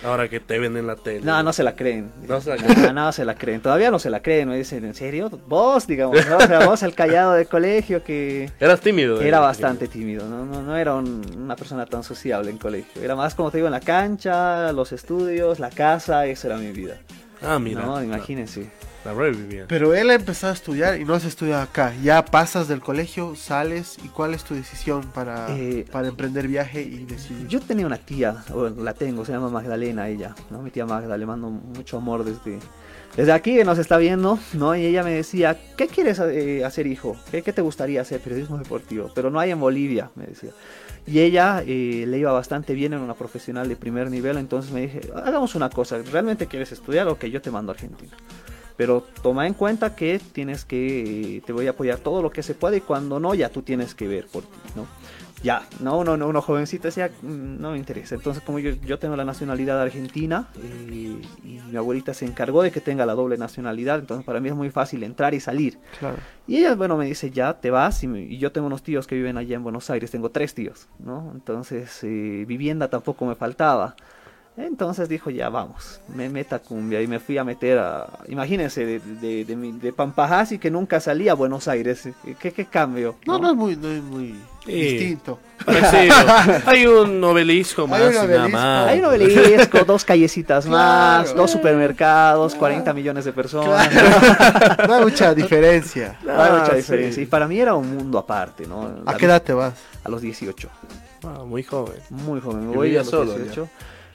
[SPEAKER 1] Ahora que te ven en la tele.
[SPEAKER 5] No, no se la creen.
[SPEAKER 1] No
[SPEAKER 5] *laughs*
[SPEAKER 1] se la creen.
[SPEAKER 5] creen. No, no se la creen. Todavía no se la creen. Me dicen, ¿en serio? Vos, digamos. ¿no? O sea, vos, el callado del colegio que...
[SPEAKER 1] Eras tímido.
[SPEAKER 5] que Era
[SPEAKER 1] eh.
[SPEAKER 5] bastante tímido, no, no, no era un- una persona tan sociable en colegio. Era más, como te digo, en la cancha, los estudios, la casa, esa era mi vida.
[SPEAKER 1] Ah, mira.
[SPEAKER 5] no, imagínense.
[SPEAKER 1] La revivía.
[SPEAKER 6] Pero él ha empezado a estudiar y no has estudiado acá. Ya pasas del colegio, sales y cuál es tu decisión para,
[SPEAKER 5] Eh,
[SPEAKER 6] para emprender viaje y decidir.
[SPEAKER 5] Yo tenía una tía, bueno, la tengo, se llama Magdalena ella, ¿no? Mi tía Magda, le mando mucho amor desde, desde aquí, que nos está viendo, ¿no? Y ella me decía, ¿qué quieres eh, hacer, hijo? ¿Qué, qué te gustaría hacer? Periodismo deportivo, pero no hay en Bolivia, me decía. Y ella eh, le iba bastante bien, era una profesional de primer nivel, entonces me dije, hagamos una cosa, ¿realmente quieres estudiar o que yo te mando a Argentina? Pero toma en cuenta que tienes que, eh, te voy a apoyar todo lo que se puede y cuando no, ya tú tienes que ver por ti, ¿no? Ya, no, no, no, uno jovencito decía, "Mm, no me interesa. Entonces, como yo, yo tengo la nacionalidad argentina eh, y mi abuelita se encargó de que tenga la doble nacionalidad, entonces para mí es muy fácil entrar y salir.
[SPEAKER 6] Claro.
[SPEAKER 5] Y ella, bueno, me dice, ya te vas. Y, me- y yo tengo unos tíos que viven allá en Buenos Aires, tengo tres tíos, ¿no? Entonces, eh, vivienda tampoco me faltaba. Entonces dijo, ya vamos, me meta a cumbia. Y me fui a meter a. Imagínense, de, de, de, mi- de Pampajás y que nunca salía a Buenos Aires. eh, ¿Qué, qué cambio?
[SPEAKER 6] No, no es muy, no es muy
[SPEAKER 1] Sí.
[SPEAKER 6] *laughs* distinto.
[SPEAKER 5] *laughs*
[SPEAKER 1] Parecido. Hay un novelisco más
[SPEAKER 6] un
[SPEAKER 1] y nada
[SPEAKER 6] novelisco.
[SPEAKER 1] más.
[SPEAKER 5] Hay un obelisco, dos
[SPEAKER 1] *laughs*
[SPEAKER 5] callecitas más,
[SPEAKER 6] Claro.
[SPEAKER 5] dos supermercados,
[SPEAKER 1] Ah.
[SPEAKER 5] 40 millones de personas.
[SPEAKER 6] *laughs* No hay mucha diferencia.
[SPEAKER 5] No hay mucha
[SPEAKER 1] Ah,
[SPEAKER 5] diferencia.
[SPEAKER 1] sí.
[SPEAKER 5] Y para mí era un mundo aparte, ¿no?
[SPEAKER 6] ¿A
[SPEAKER 5] La-
[SPEAKER 6] qué edad te vas?
[SPEAKER 5] A los 18.
[SPEAKER 1] Ah, muy joven.
[SPEAKER 5] Muy joven. Me
[SPEAKER 1] ¿Y
[SPEAKER 5] voy
[SPEAKER 1] vivías
[SPEAKER 5] a los
[SPEAKER 1] solo
[SPEAKER 5] 18.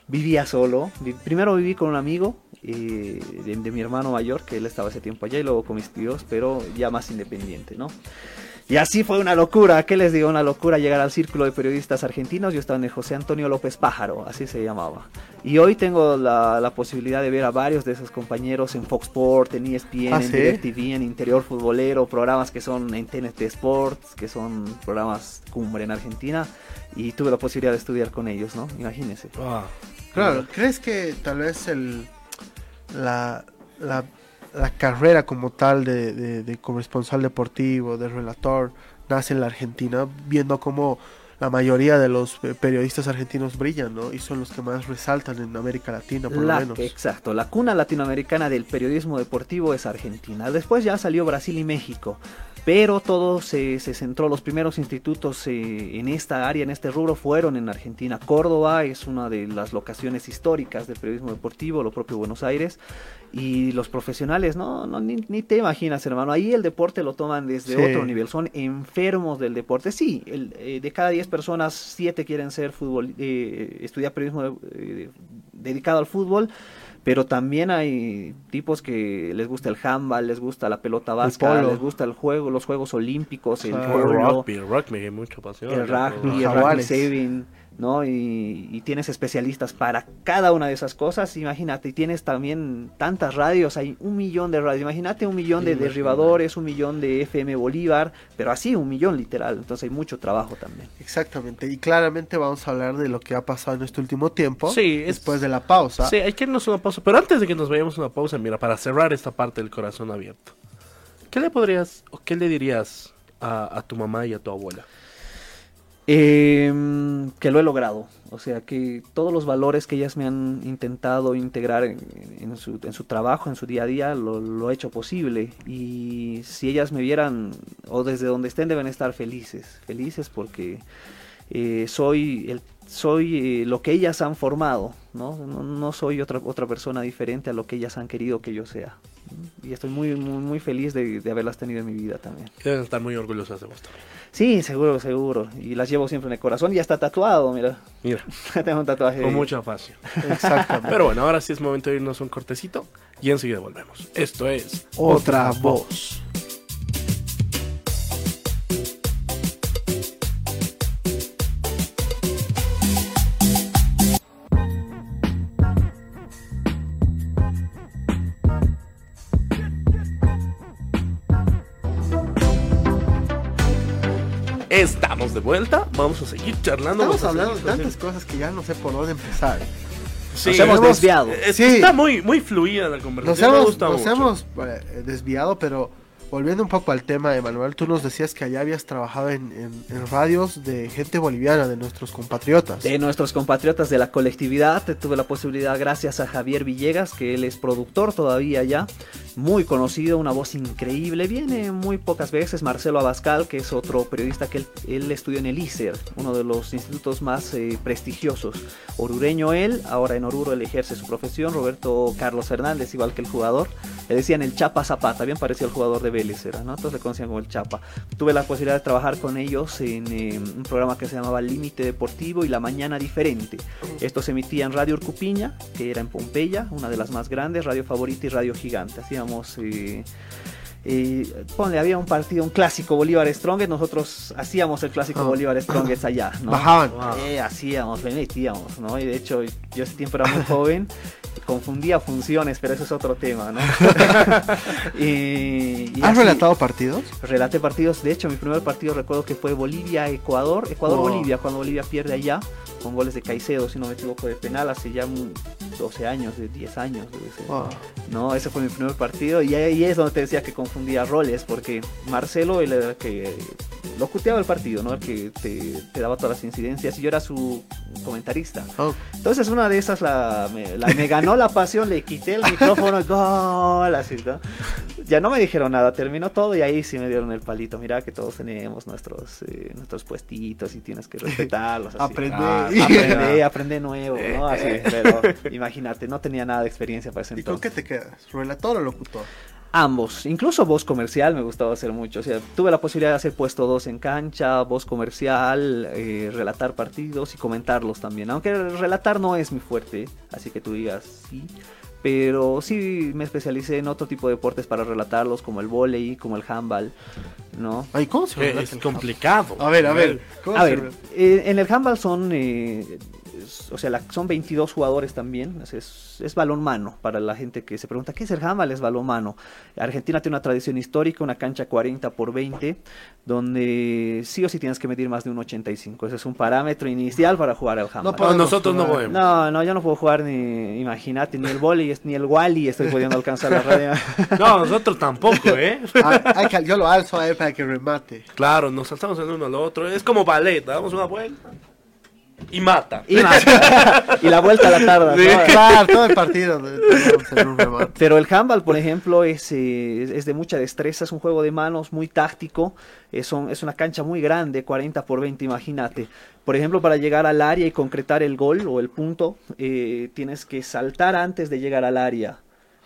[SPEAKER 5] Vivía solo. Vi- primero viví con un amigo eh, de, de mi hermano mayor, que él estaba ese tiempo allá, y luego con mis tíos, pero ya más independiente, ¿no? Y así fue una locura, ¿qué les digo? Una locura llegar al círculo de periodistas argentinos. Yo estaba en el José Antonio López Pájaro, así se llamaba. Y hoy tengo la, la posibilidad de ver a varios de esos compañeros en Fox Sport, en E ESPN,
[SPEAKER 6] Ah,
[SPEAKER 5] en
[SPEAKER 6] ¿sí?
[SPEAKER 5] DirecTV, en Interior Futbolero, programas que son en TNT Sports, que son programas cumbre en Argentina. Y tuve la posibilidad de estudiar con ellos, ¿no? Imagínense.
[SPEAKER 1] Ah,
[SPEAKER 6] Claro, ¿crees que tal vez el, la, la, la carrera como tal de, de- de corresponsal deportivo, de relator, nace en la Argentina, viendo cómo la mayoría de los eh, periodistas argentinos brillan, ¿no? Y son los que más resaltan en América Latina, por
[SPEAKER 5] La-
[SPEAKER 6] lo menos.
[SPEAKER 5] exacto, la cuna latinoamericana del periodismo deportivo es Argentina. Después ya salió Brasil y México. Pero todo se, se centró, los primeros institutos eh, en esta área, en este rubro, fueron en Argentina. Córdoba es una de las locaciones históricas del periodismo deportivo, lo propio Buenos Aires. Y los profesionales, no, no ni, ni te imaginas, hermano. Ahí el deporte lo toman desde
[SPEAKER 6] Sí.
[SPEAKER 5] otro nivel. Son enfermos del deporte. Sí, el, eh, de cada 10 personas, 7 quieren ser fútbol, eh, estudiar periodismo eh, dedicado al fútbol. Pero también hay tipos que les gusta el handball, les gusta la pelota vasca,
[SPEAKER 6] polo.
[SPEAKER 5] les gusta el juego, los Juegos Olímpicos, el
[SPEAKER 6] Claro.
[SPEAKER 5] polo,
[SPEAKER 1] rugby, rugby, hay mucha pasión.
[SPEAKER 5] Ah, el rugby, el rugby
[SPEAKER 6] Jaguares.
[SPEAKER 5] saving, ¿no? Y, y tienes especialistas para cada una de esas cosas, imagínate, y tienes también tantas radios, hay un millón de radios, imagínate un millón de derribadores, un millón de FM Bolívar, pero así, un millón literal, entonces hay mucho trabajo también.
[SPEAKER 6] Exactamente, y claramente vamos a hablar de lo que ha pasado en este último tiempo,
[SPEAKER 1] Sí, es-
[SPEAKER 6] después de la pausa.
[SPEAKER 1] Sí, hay que irnos a una pausa. Pero antes de que nos vayamos a una pausa, mira, para cerrar esta parte del corazón abierto, ¿qué le podrías o qué le dirías a, a tu mamá y a tu abuela?
[SPEAKER 5] Em, que lo he logrado. O sea, que todos los valores que ellas me han intentado integrar en, en su, en su trabajo, en su día a día, lo, lo he hecho posible. Y si ellas me vieran, o desde donde estén, deben estar felices. Felices porque eh, soy, el, soy eh, lo que ellas han formado, ¿no? No, no soy otra, otra persona diferente a lo que ellas han querido que yo sea. Y estoy muy, muy, muy feliz de- de haberlas tenido en mi vida también.
[SPEAKER 1] Deben estar muy orgullosas de vos también.
[SPEAKER 5] Sí, seguro, seguro. Y las llevo siempre en el corazón y hasta tatuado, mira. *laughs*
[SPEAKER 1] Mira,
[SPEAKER 5] Tengo un tatuaje.
[SPEAKER 1] con mucha pasión.
[SPEAKER 6] Exactamente.
[SPEAKER 1] *laughs* Pero bueno, ahora sí es momento de irnos a un cortecito y enseguida volvemos. Esto es
[SPEAKER 6] Otra voz.
[SPEAKER 1] Estamos de vuelta. Vamos a seguir charlando.
[SPEAKER 6] Estamos
[SPEAKER 1] vamos a
[SPEAKER 6] hablando de
[SPEAKER 1] seguir-
[SPEAKER 6] tantas cosas que ya no sé por dónde empezar.
[SPEAKER 1] Sí,
[SPEAKER 5] Nos hemos
[SPEAKER 1] tenemos-
[SPEAKER 5] desviado.
[SPEAKER 1] Es que
[SPEAKER 6] Sí.
[SPEAKER 1] Está muy, muy fluida la conversación.
[SPEAKER 6] Nos
[SPEAKER 1] me
[SPEAKER 6] hemos,
[SPEAKER 1] gusta
[SPEAKER 6] nos
[SPEAKER 1] mucho.
[SPEAKER 6] hemos, eh, desviado, pero volviendo un poco al tema, Emanuel, tú nos decías que allá habías trabajado en, en- en radios de gente boliviana, de nuestros compatriotas.
[SPEAKER 5] De nuestros compatriotas de la colectividad, te tuve la posibilidad gracias a Javier Villegas, que él es productor todavía ya, muy conocido, una voz increíble, viene muy pocas veces, Marcelo Abascal, que es otro periodista que él, él estudió en el ICER, uno de los institutos más eh, prestigiosos, orureño él, ahora en Oruro él ejerce su profesión, Roberto Carlos Hernández, igual que el jugador, le decían el Chapa Zapata, bien parecía el jugador de Vélez, era, ¿no? Entonces le conocían como el Chapa. Tuve la posibilidad de trabajar con ellos en eh, un programa que se llamaba Límite Deportivo y La Mañana Diferente. Esto se emitía en Radio Urcupiña, que era en Pompeya, una de las más grandes, Radio Favorita y Radio Gigante. Hacíamos... eh, y ponle, había un partido, un clásico Bolívar Strongest, nosotros hacíamos el clásico Bolívar Strongest allá, ¿no?
[SPEAKER 6] Bajaban.
[SPEAKER 5] Eh, hacíamos, le metíamos, ¿no? Y de hecho, yo ese
[SPEAKER 6] *laughs*
[SPEAKER 5] tiempo era muy joven, confundía funciones, pero eso es otro
[SPEAKER 6] *laughs*
[SPEAKER 5] tema, ¿no? Y- y
[SPEAKER 6] ¿Has
[SPEAKER 5] así-
[SPEAKER 6] relatado partidos?
[SPEAKER 5] Relaté partidos, de hecho mi primer partido recuerdo que fue Bolivia-Ecuador, Ecuador-Bolivia, cuando Bolivia pierde allá, con goles de Caicedo, si no me equivoco, de penal, hace ya mm, 12 años, de 10 años, debe ser.
[SPEAKER 6] Wow.
[SPEAKER 5] No, ese fue mi primer partido y ahí es donde te decía que confundía roles porque Marcelo él era el que locuteaba el partido, ¿no? El que te, te daba todas las incidencias y yo era su comentarista.
[SPEAKER 6] Oh.
[SPEAKER 5] Entonces una de esas la, me, la- me ganó la pasión, le quité el micrófono y gol, así, ¿no? Ya no me dijeron nada, terminó todo y ahí sí me dieron el palito. Mira que todos tenemos nuestros, eh, nuestros puestitos y tienes que respetarlos. Así.
[SPEAKER 6] Aprende.
[SPEAKER 3] Ah,
[SPEAKER 5] Aprende, aprende nuevo, ¿no? Así, pero imagínate, no tenía nada de experiencia para ese
[SPEAKER 6] ¿Y con
[SPEAKER 5] entonces.
[SPEAKER 6] qué te quedas? ¿Relator o locutor?
[SPEAKER 5] Ambos, incluso voz comercial me gustaba hacer mucho. O sea, tuve la posibilidad de hacer puesto 2 en cancha, voz comercial, eh, relatar partidos y comentarlos también. Aunque relatar no es mi fuerte, así que tú digas sí. Pero sí me especialicé en otro tipo de deportes para relatarlos, como el vóley, como el handball, ¿no?
[SPEAKER 6] Ay, ¿cómo se relata
[SPEAKER 1] Eh, Es
[SPEAKER 6] el
[SPEAKER 1] complicado.
[SPEAKER 6] handball? A ver, a ver. ¿cómo
[SPEAKER 5] A
[SPEAKER 6] se
[SPEAKER 5] ver,
[SPEAKER 6] relata?
[SPEAKER 5] eh, en el handball son, eh, es- o sea, la- son 22 jugadores también, es, es, es balón mano para la gente que se pregunta, ¿qué es el handball? Es balón mano. Argentina tiene una tradición histórica, una cancha 40 por 20, donde sí o sí tienes que medir más de un 85, ese es un parámetro inicial para jugar al handball.
[SPEAKER 6] No
[SPEAKER 1] No,
[SPEAKER 6] podemos
[SPEAKER 1] nosotros no
[SPEAKER 6] jugar.
[SPEAKER 1] podemos.
[SPEAKER 5] No, no, yo no puedo jugar ni, imagínate, ni el vóley, es- ni el wally estoy pudiendo
[SPEAKER 6] *laughs*
[SPEAKER 5] alcanzar la radio.
[SPEAKER 1] No, nosotros tampoco, ¿eh? *laughs*
[SPEAKER 6] Ah, hay que- yo lo alzo a él para que remate.
[SPEAKER 1] Claro, nos saltamos el uno al otro. Es como ballet, damos una vuelta y mata.
[SPEAKER 5] Y, más. y la vuelta a la tarda.
[SPEAKER 1] Sí.
[SPEAKER 5] ¿no?
[SPEAKER 6] Claro, todo el partido. eh, vamos a hacer un remate.
[SPEAKER 5] Pero el handball, por ejemplo, es, eh, es de mucha destreza, es un juego de manos muy táctico, es, un- es una cancha muy grande, 40 por 20, imagínate. Por ejemplo, para llegar al área y concretar el gol o el punto, eh, tienes que saltar antes de llegar al área.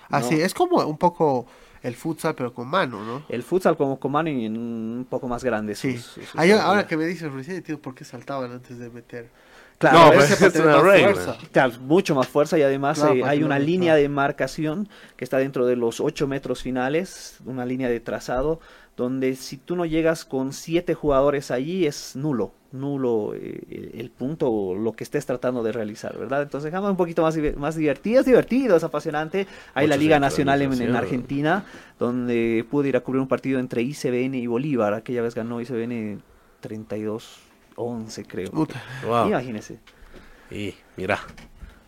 [SPEAKER 5] ¿no?
[SPEAKER 6] Así, es como un poco el futsal, pero con mano, ¿no?
[SPEAKER 5] El futsal como comando y en un poco más grande.
[SPEAKER 6] Sí.
[SPEAKER 5] sus- sus-
[SPEAKER 6] Ah, yo-
[SPEAKER 5] sus-
[SPEAKER 6] ahora que me dices recién, entiendo por qué saltaban antes de meter.
[SPEAKER 5] Claro,
[SPEAKER 1] No,
[SPEAKER 5] a
[SPEAKER 6] A
[SPEAKER 5] ver,
[SPEAKER 6] ver si
[SPEAKER 1] pues,
[SPEAKER 6] para
[SPEAKER 1] es
[SPEAKER 6] tener
[SPEAKER 1] una
[SPEAKER 6] más
[SPEAKER 1] regla.
[SPEAKER 6] fuerza.
[SPEAKER 5] Claro, mucho más fuerza y además
[SPEAKER 6] Claro,
[SPEAKER 5] eh,
[SPEAKER 6] para
[SPEAKER 5] hay
[SPEAKER 6] que
[SPEAKER 5] una
[SPEAKER 6] no-
[SPEAKER 5] línea
[SPEAKER 6] claro.
[SPEAKER 5] de marcación que está dentro de los 8 metros finales, una línea de trazado, donde si tú no llegas con 7 jugadores allí es nulo, nulo eh, el, el punto o lo que estés tratando de realizar, ¿verdad? Entonces, jamás un poquito más, diver- más divertido, es divertido, es apasionante. Hay la
[SPEAKER 1] Mucha
[SPEAKER 5] Liga Nacional en, en
[SPEAKER 1] centralización.
[SPEAKER 5] Argentina, donde pude ir a cubrir un partido entre ICBN y Bolívar, aquella vez ganó ICBN 32-11 creo.
[SPEAKER 6] Puta.
[SPEAKER 1] Wow.
[SPEAKER 5] Imagínese.
[SPEAKER 1] Y mira.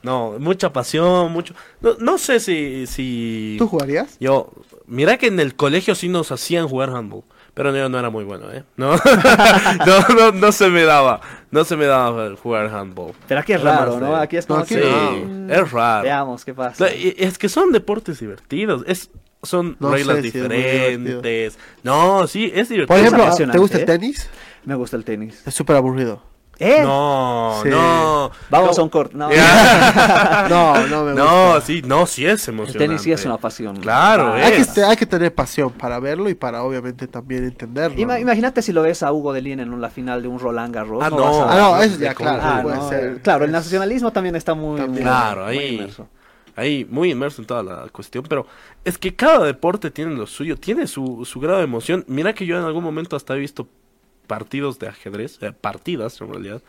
[SPEAKER 1] No, mucha pasión, mucho. No, no sé si, si.
[SPEAKER 6] ¿Tú jugarías?
[SPEAKER 1] Yo, mira que en el colegio sí nos hacían jugar handball, pero yo no era muy bueno, ¿eh? No, *laughs* no, no, no se me daba, no se me daba jugar handball.
[SPEAKER 5] Pero aquí es
[SPEAKER 1] Era
[SPEAKER 5] raro,
[SPEAKER 1] más
[SPEAKER 5] ¿no?
[SPEAKER 1] de-
[SPEAKER 5] Aquí es como
[SPEAKER 6] No,
[SPEAKER 1] Sí,
[SPEAKER 5] que... "Ah,
[SPEAKER 6] no.
[SPEAKER 1] es raro.
[SPEAKER 5] Veamos qué pasa.
[SPEAKER 1] No, y- Es que son deportes divertidos, es, son
[SPEAKER 6] No sé
[SPEAKER 1] reglas
[SPEAKER 6] si es muy
[SPEAKER 1] diferentes. No, sí, es divertido.
[SPEAKER 6] Por ejemplo, ah, ¿te
[SPEAKER 5] apasionante,
[SPEAKER 6] gusta
[SPEAKER 5] ¿eh?
[SPEAKER 6] el tenis?
[SPEAKER 5] Me gusta el tenis.
[SPEAKER 6] Es súper aburrido.
[SPEAKER 5] ¡Eh!
[SPEAKER 1] no,
[SPEAKER 6] Sí.
[SPEAKER 1] no.
[SPEAKER 5] Vamos a
[SPEAKER 1] No.
[SPEAKER 5] un
[SPEAKER 1] *laughs*
[SPEAKER 5] corte. No,
[SPEAKER 6] *laughs* No, no me gusta.
[SPEAKER 1] No, sí, no, sí es
[SPEAKER 5] el
[SPEAKER 1] emocionante.
[SPEAKER 5] tenis sí es una pasión.
[SPEAKER 1] Claro, eh.
[SPEAKER 5] Ah,
[SPEAKER 6] Hay que,
[SPEAKER 1] es.
[SPEAKER 6] te- hay que tener pasión para verlo y para obviamente también entenderlo.
[SPEAKER 5] ima-
[SPEAKER 6] ¿no?
[SPEAKER 5] Imagínate si lo ves a Hugo de Lien en la final de un Roland Garros.
[SPEAKER 1] Ah,
[SPEAKER 5] vas
[SPEAKER 1] no.
[SPEAKER 5] a-
[SPEAKER 6] Ah, no, eso ya,
[SPEAKER 1] De
[SPEAKER 6] claro.
[SPEAKER 5] Ah,
[SPEAKER 6] puede
[SPEAKER 5] no,
[SPEAKER 6] ser.
[SPEAKER 5] Claro, el
[SPEAKER 6] Es-
[SPEAKER 5] nacionalismo también está muy...
[SPEAKER 6] También.
[SPEAKER 5] muy-
[SPEAKER 1] Claro,
[SPEAKER 5] muy
[SPEAKER 1] ahí.
[SPEAKER 5] inmerso.
[SPEAKER 1] Ahí, muy inmerso en toda la cuestión, pero es que cada deporte tiene lo suyo, tiene su, su grado de emoción. Mira que yo en algún momento hasta he visto partidos de ajedrez, eh, partidas en realidad,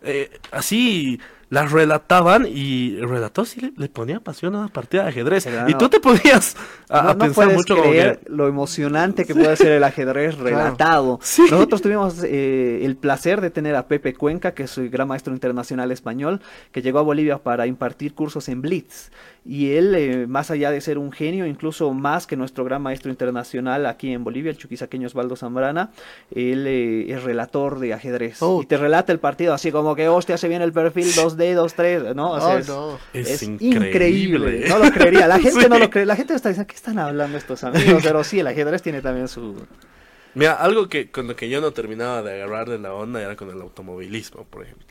[SPEAKER 1] eh, así las relataban y el relator sí le, le ponía pasión a una partida de ajedrez.
[SPEAKER 5] Claro.
[SPEAKER 1] Y tú te podías a,
[SPEAKER 5] No,
[SPEAKER 1] a
[SPEAKER 5] no
[SPEAKER 1] pensar
[SPEAKER 5] puedes
[SPEAKER 1] mucho como
[SPEAKER 5] creer
[SPEAKER 1] que...
[SPEAKER 5] lo emocionante que puede ser el ajedrez relatado.
[SPEAKER 1] Sí.
[SPEAKER 5] Nosotros tuvimos eh, el placer de tener a Pepe Cuenca, que es el gran maestro internacional español, que llegó a Bolivia para impartir cursos en Blitz. Y él, eh, más allá de ser un genio, incluso más que nuestro gran maestro internacional aquí en Bolivia, el chuquisaqueño Osvaldo Zambrana, él eh, es relator de ajedrez.
[SPEAKER 6] Oh.
[SPEAKER 5] Y te relata el partido así como que, hostia, se viene el perfil 2D, 2-3, ¿no? O sea,
[SPEAKER 6] Oh,
[SPEAKER 5] es-
[SPEAKER 6] no.
[SPEAKER 1] Es
[SPEAKER 5] es,
[SPEAKER 1] increíble.
[SPEAKER 5] increíble. No lo creería. *laughs* La gente
[SPEAKER 1] Sí.
[SPEAKER 5] no lo cree. La gente está diciendo, ¿qué están hablando estos amigos? Pero sí, el ajedrez tiene también su...
[SPEAKER 1] Mira, algo que con lo que yo no terminaba de agarrar de la onda era con el automovilismo, por ejemplo.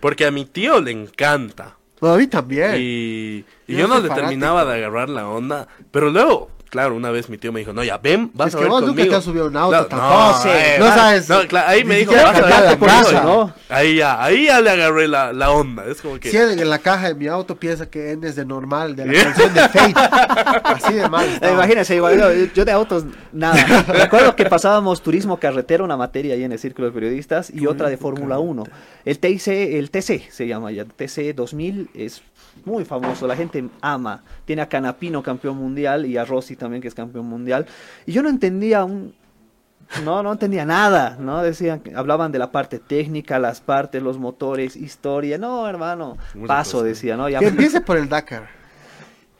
[SPEAKER 1] Porque a mi tío le encanta.
[SPEAKER 6] No, a mí también.
[SPEAKER 1] Y, y
[SPEAKER 6] Yo
[SPEAKER 1] yo no
[SPEAKER 6] soy
[SPEAKER 1] le
[SPEAKER 6] fanático.
[SPEAKER 1] terminaba de agarrar la onda. Pero luego, claro, una vez mi tío me dijo, no, ya ven, vas
[SPEAKER 6] Es
[SPEAKER 1] a
[SPEAKER 6] que
[SPEAKER 1] ver
[SPEAKER 6] vos
[SPEAKER 1] conmigo.
[SPEAKER 6] nunca te has subido a un auto
[SPEAKER 1] Claro,
[SPEAKER 6] tampoco.
[SPEAKER 1] No, eh,
[SPEAKER 6] No
[SPEAKER 1] vas-
[SPEAKER 6] sabes.
[SPEAKER 1] no, claro, ahí
[SPEAKER 6] Ni
[SPEAKER 1] me dijo,
[SPEAKER 6] siquiera
[SPEAKER 1] vas a
[SPEAKER 6] cambiarte
[SPEAKER 1] ver
[SPEAKER 6] por
[SPEAKER 1] conmigo,
[SPEAKER 6] casa.
[SPEAKER 1] ¿no? Ahí ya, ahí ya le agarré la, la onda. Es como que...
[SPEAKER 6] Si en en la caja de mi auto piensa que N es de normal, de
[SPEAKER 1] *laughs*
[SPEAKER 6] la canción de Fate. Así de
[SPEAKER 5] *laughs*
[SPEAKER 6] mal.
[SPEAKER 5] Eh,
[SPEAKER 6] estaba.
[SPEAKER 5] imagínense, igual, yo, yo de autos, nada. Me acuerdo que pasábamos turismo carretera, una materia ahí en el Círculo de Periodistas, y otra de Fórmula 1. El TIC, el TC se llama ya, TC 2000, es muy famoso, la gente ama. Tiene a Canapino, campeón mundial, y a Rossi también, que es campeón mundial. Y yo no entendía un, No, no entendía nada, ¿no? Decían, hablaban de la parte técnica, las partes, los motores, historia. No, hermano,
[SPEAKER 1] Muchas
[SPEAKER 5] paso,
[SPEAKER 1] cosas.
[SPEAKER 5] decía, ¿no? Ya-
[SPEAKER 6] Que
[SPEAKER 5] *laughs*
[SPEAKER 6] empiece por el Dakar.